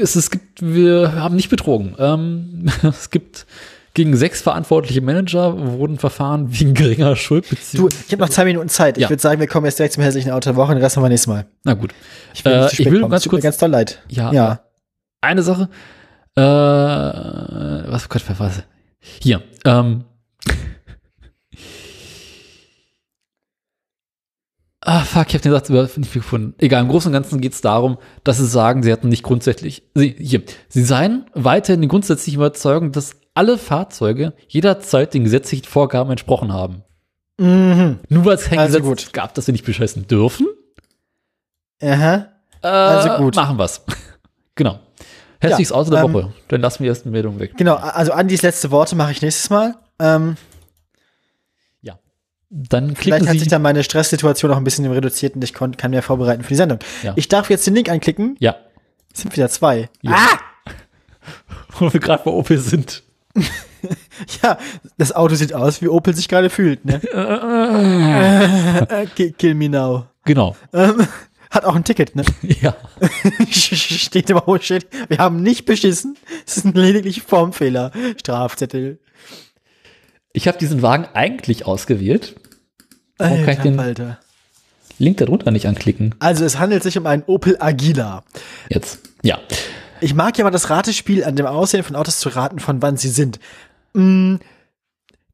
Speaker 2: es, es gibt, wir haben nicht betrogen. Ähm, es gibt gegen sechs verantwortliche Manager wurden Verfahren wegen geringer
Speaker 1: Du,
Speaker 2: Schuldbeziehung.
Speaker 1: ich habe noch zwei Minuten Zeit.
Speaker 2: Ja.
Speaker 1: Ich würde sagen, wir kommen jetzt direkt zum hässlichen Auto der Woche und den Rest haben wir nächstes Mal.
Speaker 2: Na gut. Ich
Speaker 1: will
Speaker 2: äh,
Speaker 1: nicht zu
Speaker 2: ich
Speaker 1: spät
Speaker 2: will
Speaker 1: kommen. Es
Speaker 2: ganz
Speaker 1: tut mir
Speaker 2: kurz
Speaker 1: ganz doll leid.
Speaker 2: Ja.
Speaker 1: Ja.
Speaker 2: eine Sache. Äh, was Gott verfasse. Hier. Ähm. Ah, fuck, ich habe den Satz überhaupt nicht gefunden. Egal, im Großen und Ganzen geht es darum, dass sie sagen, sie hatten nicht grundsätzlich. Sie, hier, sie seien weiterhin grundsätzlich überzeugend, dass alle Fahrzeuge jederzeit den gesetzlichen Vorgaben entsprochen haben.
Speaker 1: Mhm.
Speaker 2: Nur weil es kein
Speaker 1: Also
Speaker 2: Gesetz
Speaker 1: gut.
Speaker 2: gab, dass sie nicht bescheißen dürfen,
Speaker 1: Aha.
Speaker 2: äh,
Speaker 1: Also gut.
Speaker 2: machen wir's. genau. Hässliches Auto der
Speaker 1: ähm,
Speaker 2: Woche. Dann lassen wir erst eine Meldung weg.
Speaker 1: Genau, also Andis letzte Worte mache ich nächstes Mal. Ähm,
Speaker 2: Dann klicken
Speaker 1: vielleicht hat
Speaker 2: Sie.
Speaker 1: sich dann meine Stresssituation auch ein bisschen reduziert und ich kon- kann mehr vorbereiten für die Sendung.
Speaker 2: Ja.
Speaker 1: Ich darf jetzt den Link anklicken.
Speaker 2: ja,
Speaker 1: Es sind wieder zwei. Ah,
Speaker 2: Ja. wo wir gerade bei Opel sind.
Speaker 1: Ja, das Auto sieht aus, wie Opel sich gerade fühlt. Ne? Äh, ki- Kill me now.
Speaker 2: Genau.
Speaker 1: Ähm, hat auch ein Ticket, ne?
Speaker 2: Ja.
Speaker 1: steht im Auto, steht, wir haben nicht beschissen. Es ist ein lediglich Formfehler. Strafzettel.
Speaker 2: Ich habe diesen Wagen eigentlich ausgewählt. Warum kann ich
Speaker 1: Alter,
Speaker 2: den
Speaker 1: Alter.
Speaker 2: Link darunter nicht anklicken?
Speaker 1: Also es handelt sich um einen Opel Agila.
Speaker 2: Jetzt. Ja.
Speaker 1: Ich mag ja mal das Ratespiel an dem Aussehen von Autos zu raten, von wann sie sind. Mm,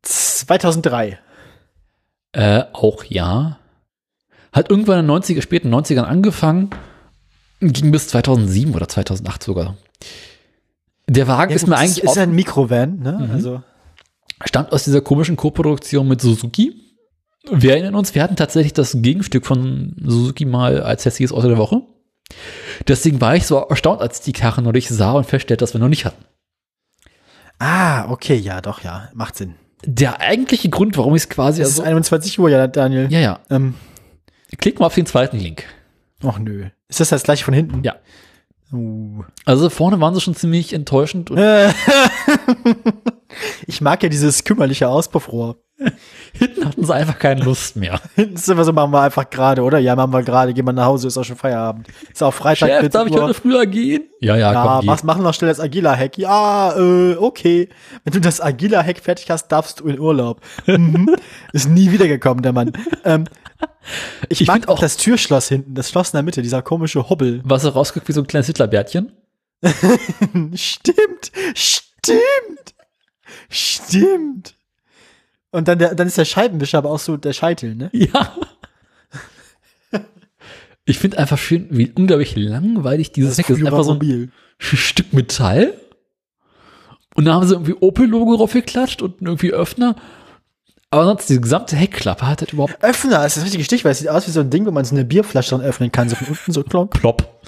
Speaker 1: 2003.
Speaker 2: Äh, auch ja. Hat irgendwann in den 90er, späten 90ern angefangen. Ging bis 2007 oder 2008 sogar. Der Wagen ist mir
Speaker 1: gut,
Speaker 2: eigentlich Mhm.
Speaker 1: ist
Speaker 2: auf,
Speaker 1: ja ein Mikrovan, ne? Also
Speaker 2: stammt aus dieser komischen Co-Produktion mit Suzuki. Wir erinnern uns, wir hatten tatsächlich das Gegenstück von Suzuki mal als hässliches Auto der Woche. Deswegen war ich so erstaunt, als ich die Karre neulich sah und feststellte, dass wir noch nicht hatten.
Speaker 1: Ah, okay, ja, doch, ja, macht Sinn.
Speaker 2: Der eigentliche Grund, warum ich es quasi.
Speaker 1: Es ist
Speaker 2: Also,
Speaker 1: 21 Uhr, ja, Daniel.
Speaker 2: ja, ja.
Speaker 1: Ähm,
Speaker 2: Klick mal auf den zweiten Link.
Speaker 1: ach nö. Ist das das gleiche von hinten?
Speaker 2: Ja.
Speaker 1: Uh.
Speaker 2: Also vorne waren sie schon ziemlich enttäuschend. Und
Speaker 1: Ich mag ja dieses kümmerliche Auspuffrohr.
Speaker 2: hinten hatten sie einfach keine Lust mehr.
Speaker 1: Hinten ist immer so, machen wir einfach gerade, oder? Ja, machen wir gerade, gehen wir nach Hause, ist auch schon Feierabend. Ist auch Freitag,
Speaker 2: Chef,
Speaker 1: 14
Speaker 2: darf ich
Speaker 1: Uhr.
Speaker 2: heute früher gehen? Ja, ja,
Speaker 1: Ja,
Speaker 2: komm.
Speaker 1: mach, mach noch schnell das Agila-Hack. Ja, äh, okay. Wenn du das Agila-Hack fertig hast, darfst du in Urlaub. Mhm. Ist nie wiedergekommen, der Mann. Ähm, ich,
Speaker 2: Ich
Speaker 1: mag
Speaker 2: find
Speaker 1: auch
Speaker 2: auch-
Speaker 1: das Türschloss hinten, das Schloss in der Mitte, dieser komische Hobbel.
Speaker 2: geh. Was er rausguckt wie so ein kleines Hitlerbärtchen.
Speaker 1: Hm, Stimmt, stimmt, stimmt. Und dann, der, dann ist der Scheibenwischer aber auch so der Scheitel, ne?
Speaker 2: Ja. Ich finde einfach schön, wie unglaublich langweilig dieses Heck ist. Einfach so ein
Speaker 1: Mobil.
Speaker 2: Stück Metall. Und da haben sie irgendwie Opel-Logo draufgeklatscht und irgendwie Öffner. Aber sonst, die gesamte Heckklappe hat halt überhaupt
Speaker 1: Öffner ist das richtige Stichwort. Es sieht aus wie so ein Ding, wo man so eine Bierflasche dran öffnen kann, so von unten so klonk.
Speaker 2: plopp.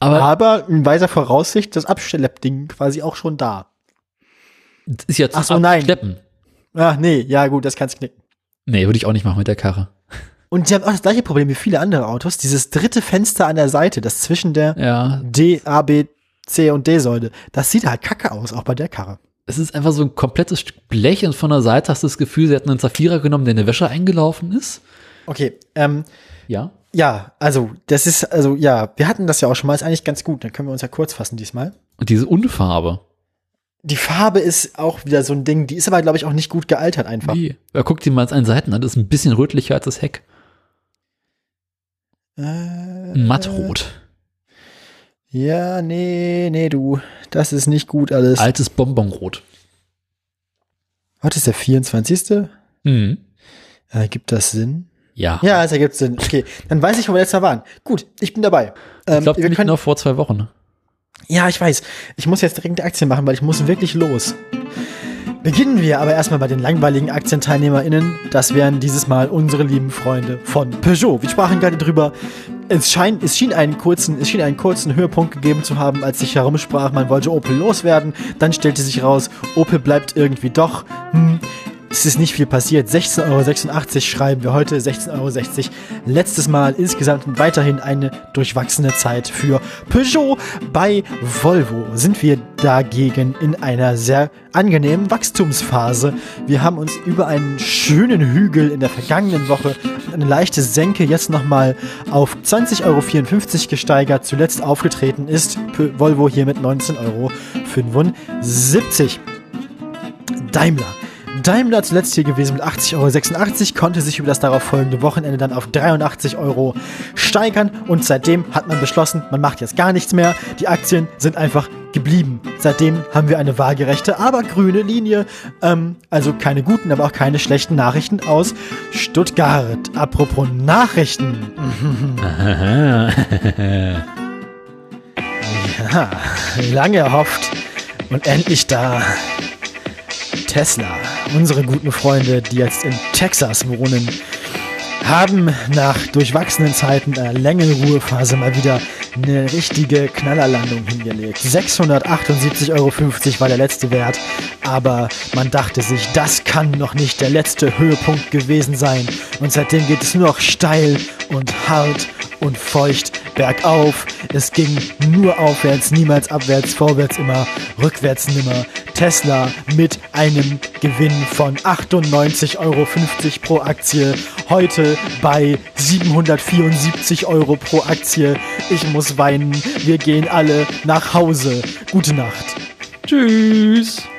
Speaker 2: Aber
Speaker 1: Aber in weiser Voraussicht das Abschleppding quasi auch schon da.
Speaker 2: das ist ja zum
Speaker 1: Ach so, nein.
Speaker 2: Abschleppen.
Speaker 1: Ach nee, ja gut, das kannst du knicken.
Speaker 2: Nee, würde ich auch nicht machen mit der Karre.
Speaker 1: Und sie haben auch das gleiche Problem wie viele andere Autos. Dieses dritte Fenster an der Seite, das zwischen der
Speaker 2: Ja,
Speaker 1: D, A, B, C und D-Säule, das sieht halt kacke aus, auch bei der Karre.
Speaker 2: es ist einfach so ein komplettes Stück Blech und von der Seite hast du das Gefühl, sie hätten einen Zafira genommen, der in der Wäsche eingelaufen ist.
Speaker 1: Okay, ähm,
Speaker 2: Ja.
Speaker 1: ja, also das ist, also ja, wir hatten das ja auch schon mal, ist eigentlich ganz gut. Dann können wir uns ja kurz fassen diesmal.
Speaker 2: Und diese Unfarbe.
Speaker 1: Die Farbe ist auch wieder so ein Ding, die ist aber, glaube ich, auch nicht gut gealtert einfach.
Speaker 2: Nee. Ja, guck dir mal jetzt einen Seiten an, das ist ein bisschen rötlicher als das Heck.
Speaker 1: Äh,
Speaker 2: Mattrot.
Speaker 1: ja, nee, nee, du, das ist nicht gut alles.
Speaker 2: Altes Bonbonrot.
Speaker 1: Heute ist der 24.
Speaker 2: Mhm.
Speaker 1: Äh, gibt das Sinn?
Speaker 2: Ja.
Speaker 1: Ja, es ergibt Sinn. Okay, dann weiß ich, wo wir letztes Mal waren. Gut, ich bin dabei. Ähm,
Speaker 2: ich glaube,
Speaker 1: wir
Speaker 2: nicht
Speaker 1: können,
Speaker 2: nur vor zwei Wochen. ne?
Speaker 1: ja, ich weiß. Ich muss jetzt dringend Aktien machen, weil ich muss wirklich los. Beginnen wir aber erstmal bei den langweiligen AktienteilnehmerInnen. Das wären dieses Mal unsere lieben Freunde von Peugeot. Wir sprachen gerade drüber. Es, scheint, es, schien einen kurzen, es schien einen kurzen Höhepunkt gegeben zu haben, als sich herumsprach, man wollte Opel loswerden. Dann stellte sich raus, Opel bleibt irgendwie doch. Hm, es ist nicht viel passiert. 16,86 Euro schreiben wir heute, 16,60 Euro. Letztes Mal insgesamt und weiterhin eine durchwachsene Zeit für Peugeot. Bei Volvo sind wir dagegen in einer sehr angenehmen Wachstumsphase. Wir haben uns über einen schönen Hügel in der vergangenen Woche und eine leichte Senke jetzt nochmal auf 20,54 Euro gesteigert. Zuletzt aufgetreten ist Volvo hier mit 19,75 Euro. Daimler. Daimler zuletzt hier gewesen mit 80,86 Euro, konnte sich über das darauf folgende Wochenende dann auf 83 Euro steigern und seitdem hat man beschlossen, man macht jetzt gar nichts mehr. Die Aktien sind einfach geblieben. Seitdem haben wir eine waagerechte, aber grüne Linie. Ähm, also keine guten, aber auch keine schlechten Nachrichten aus Stuttgart. Apropos Nachrichten. ja, lange erhofft und endlich da. Tesla, unsere guten Freunde, die jetzt in Texas wohnen, haben nach durchwachsenen Zeiten einer längeren Ruhephase mal wieder eine richtige Knallerlandung hingelegt. 678,50 Euro war der letzte Wert, aber man dachte sich, das kann noch nicht der letzte Höhepunkt gewesen sein. Und seitdem geht es nur noch steil und hart und feucht bergauf. Es ging nur aufwärts, niemals abwärts, vorwärts immer, rückwärts nimmer. Tesla mit einem Gewinn von 98,50 Euro pro Aktie. Heute bei 774 Euro pro Aktie. Ich muss weinen. Wir gehen alle nach Hause. Gute Nacht.
Speaker 2: Tschüss.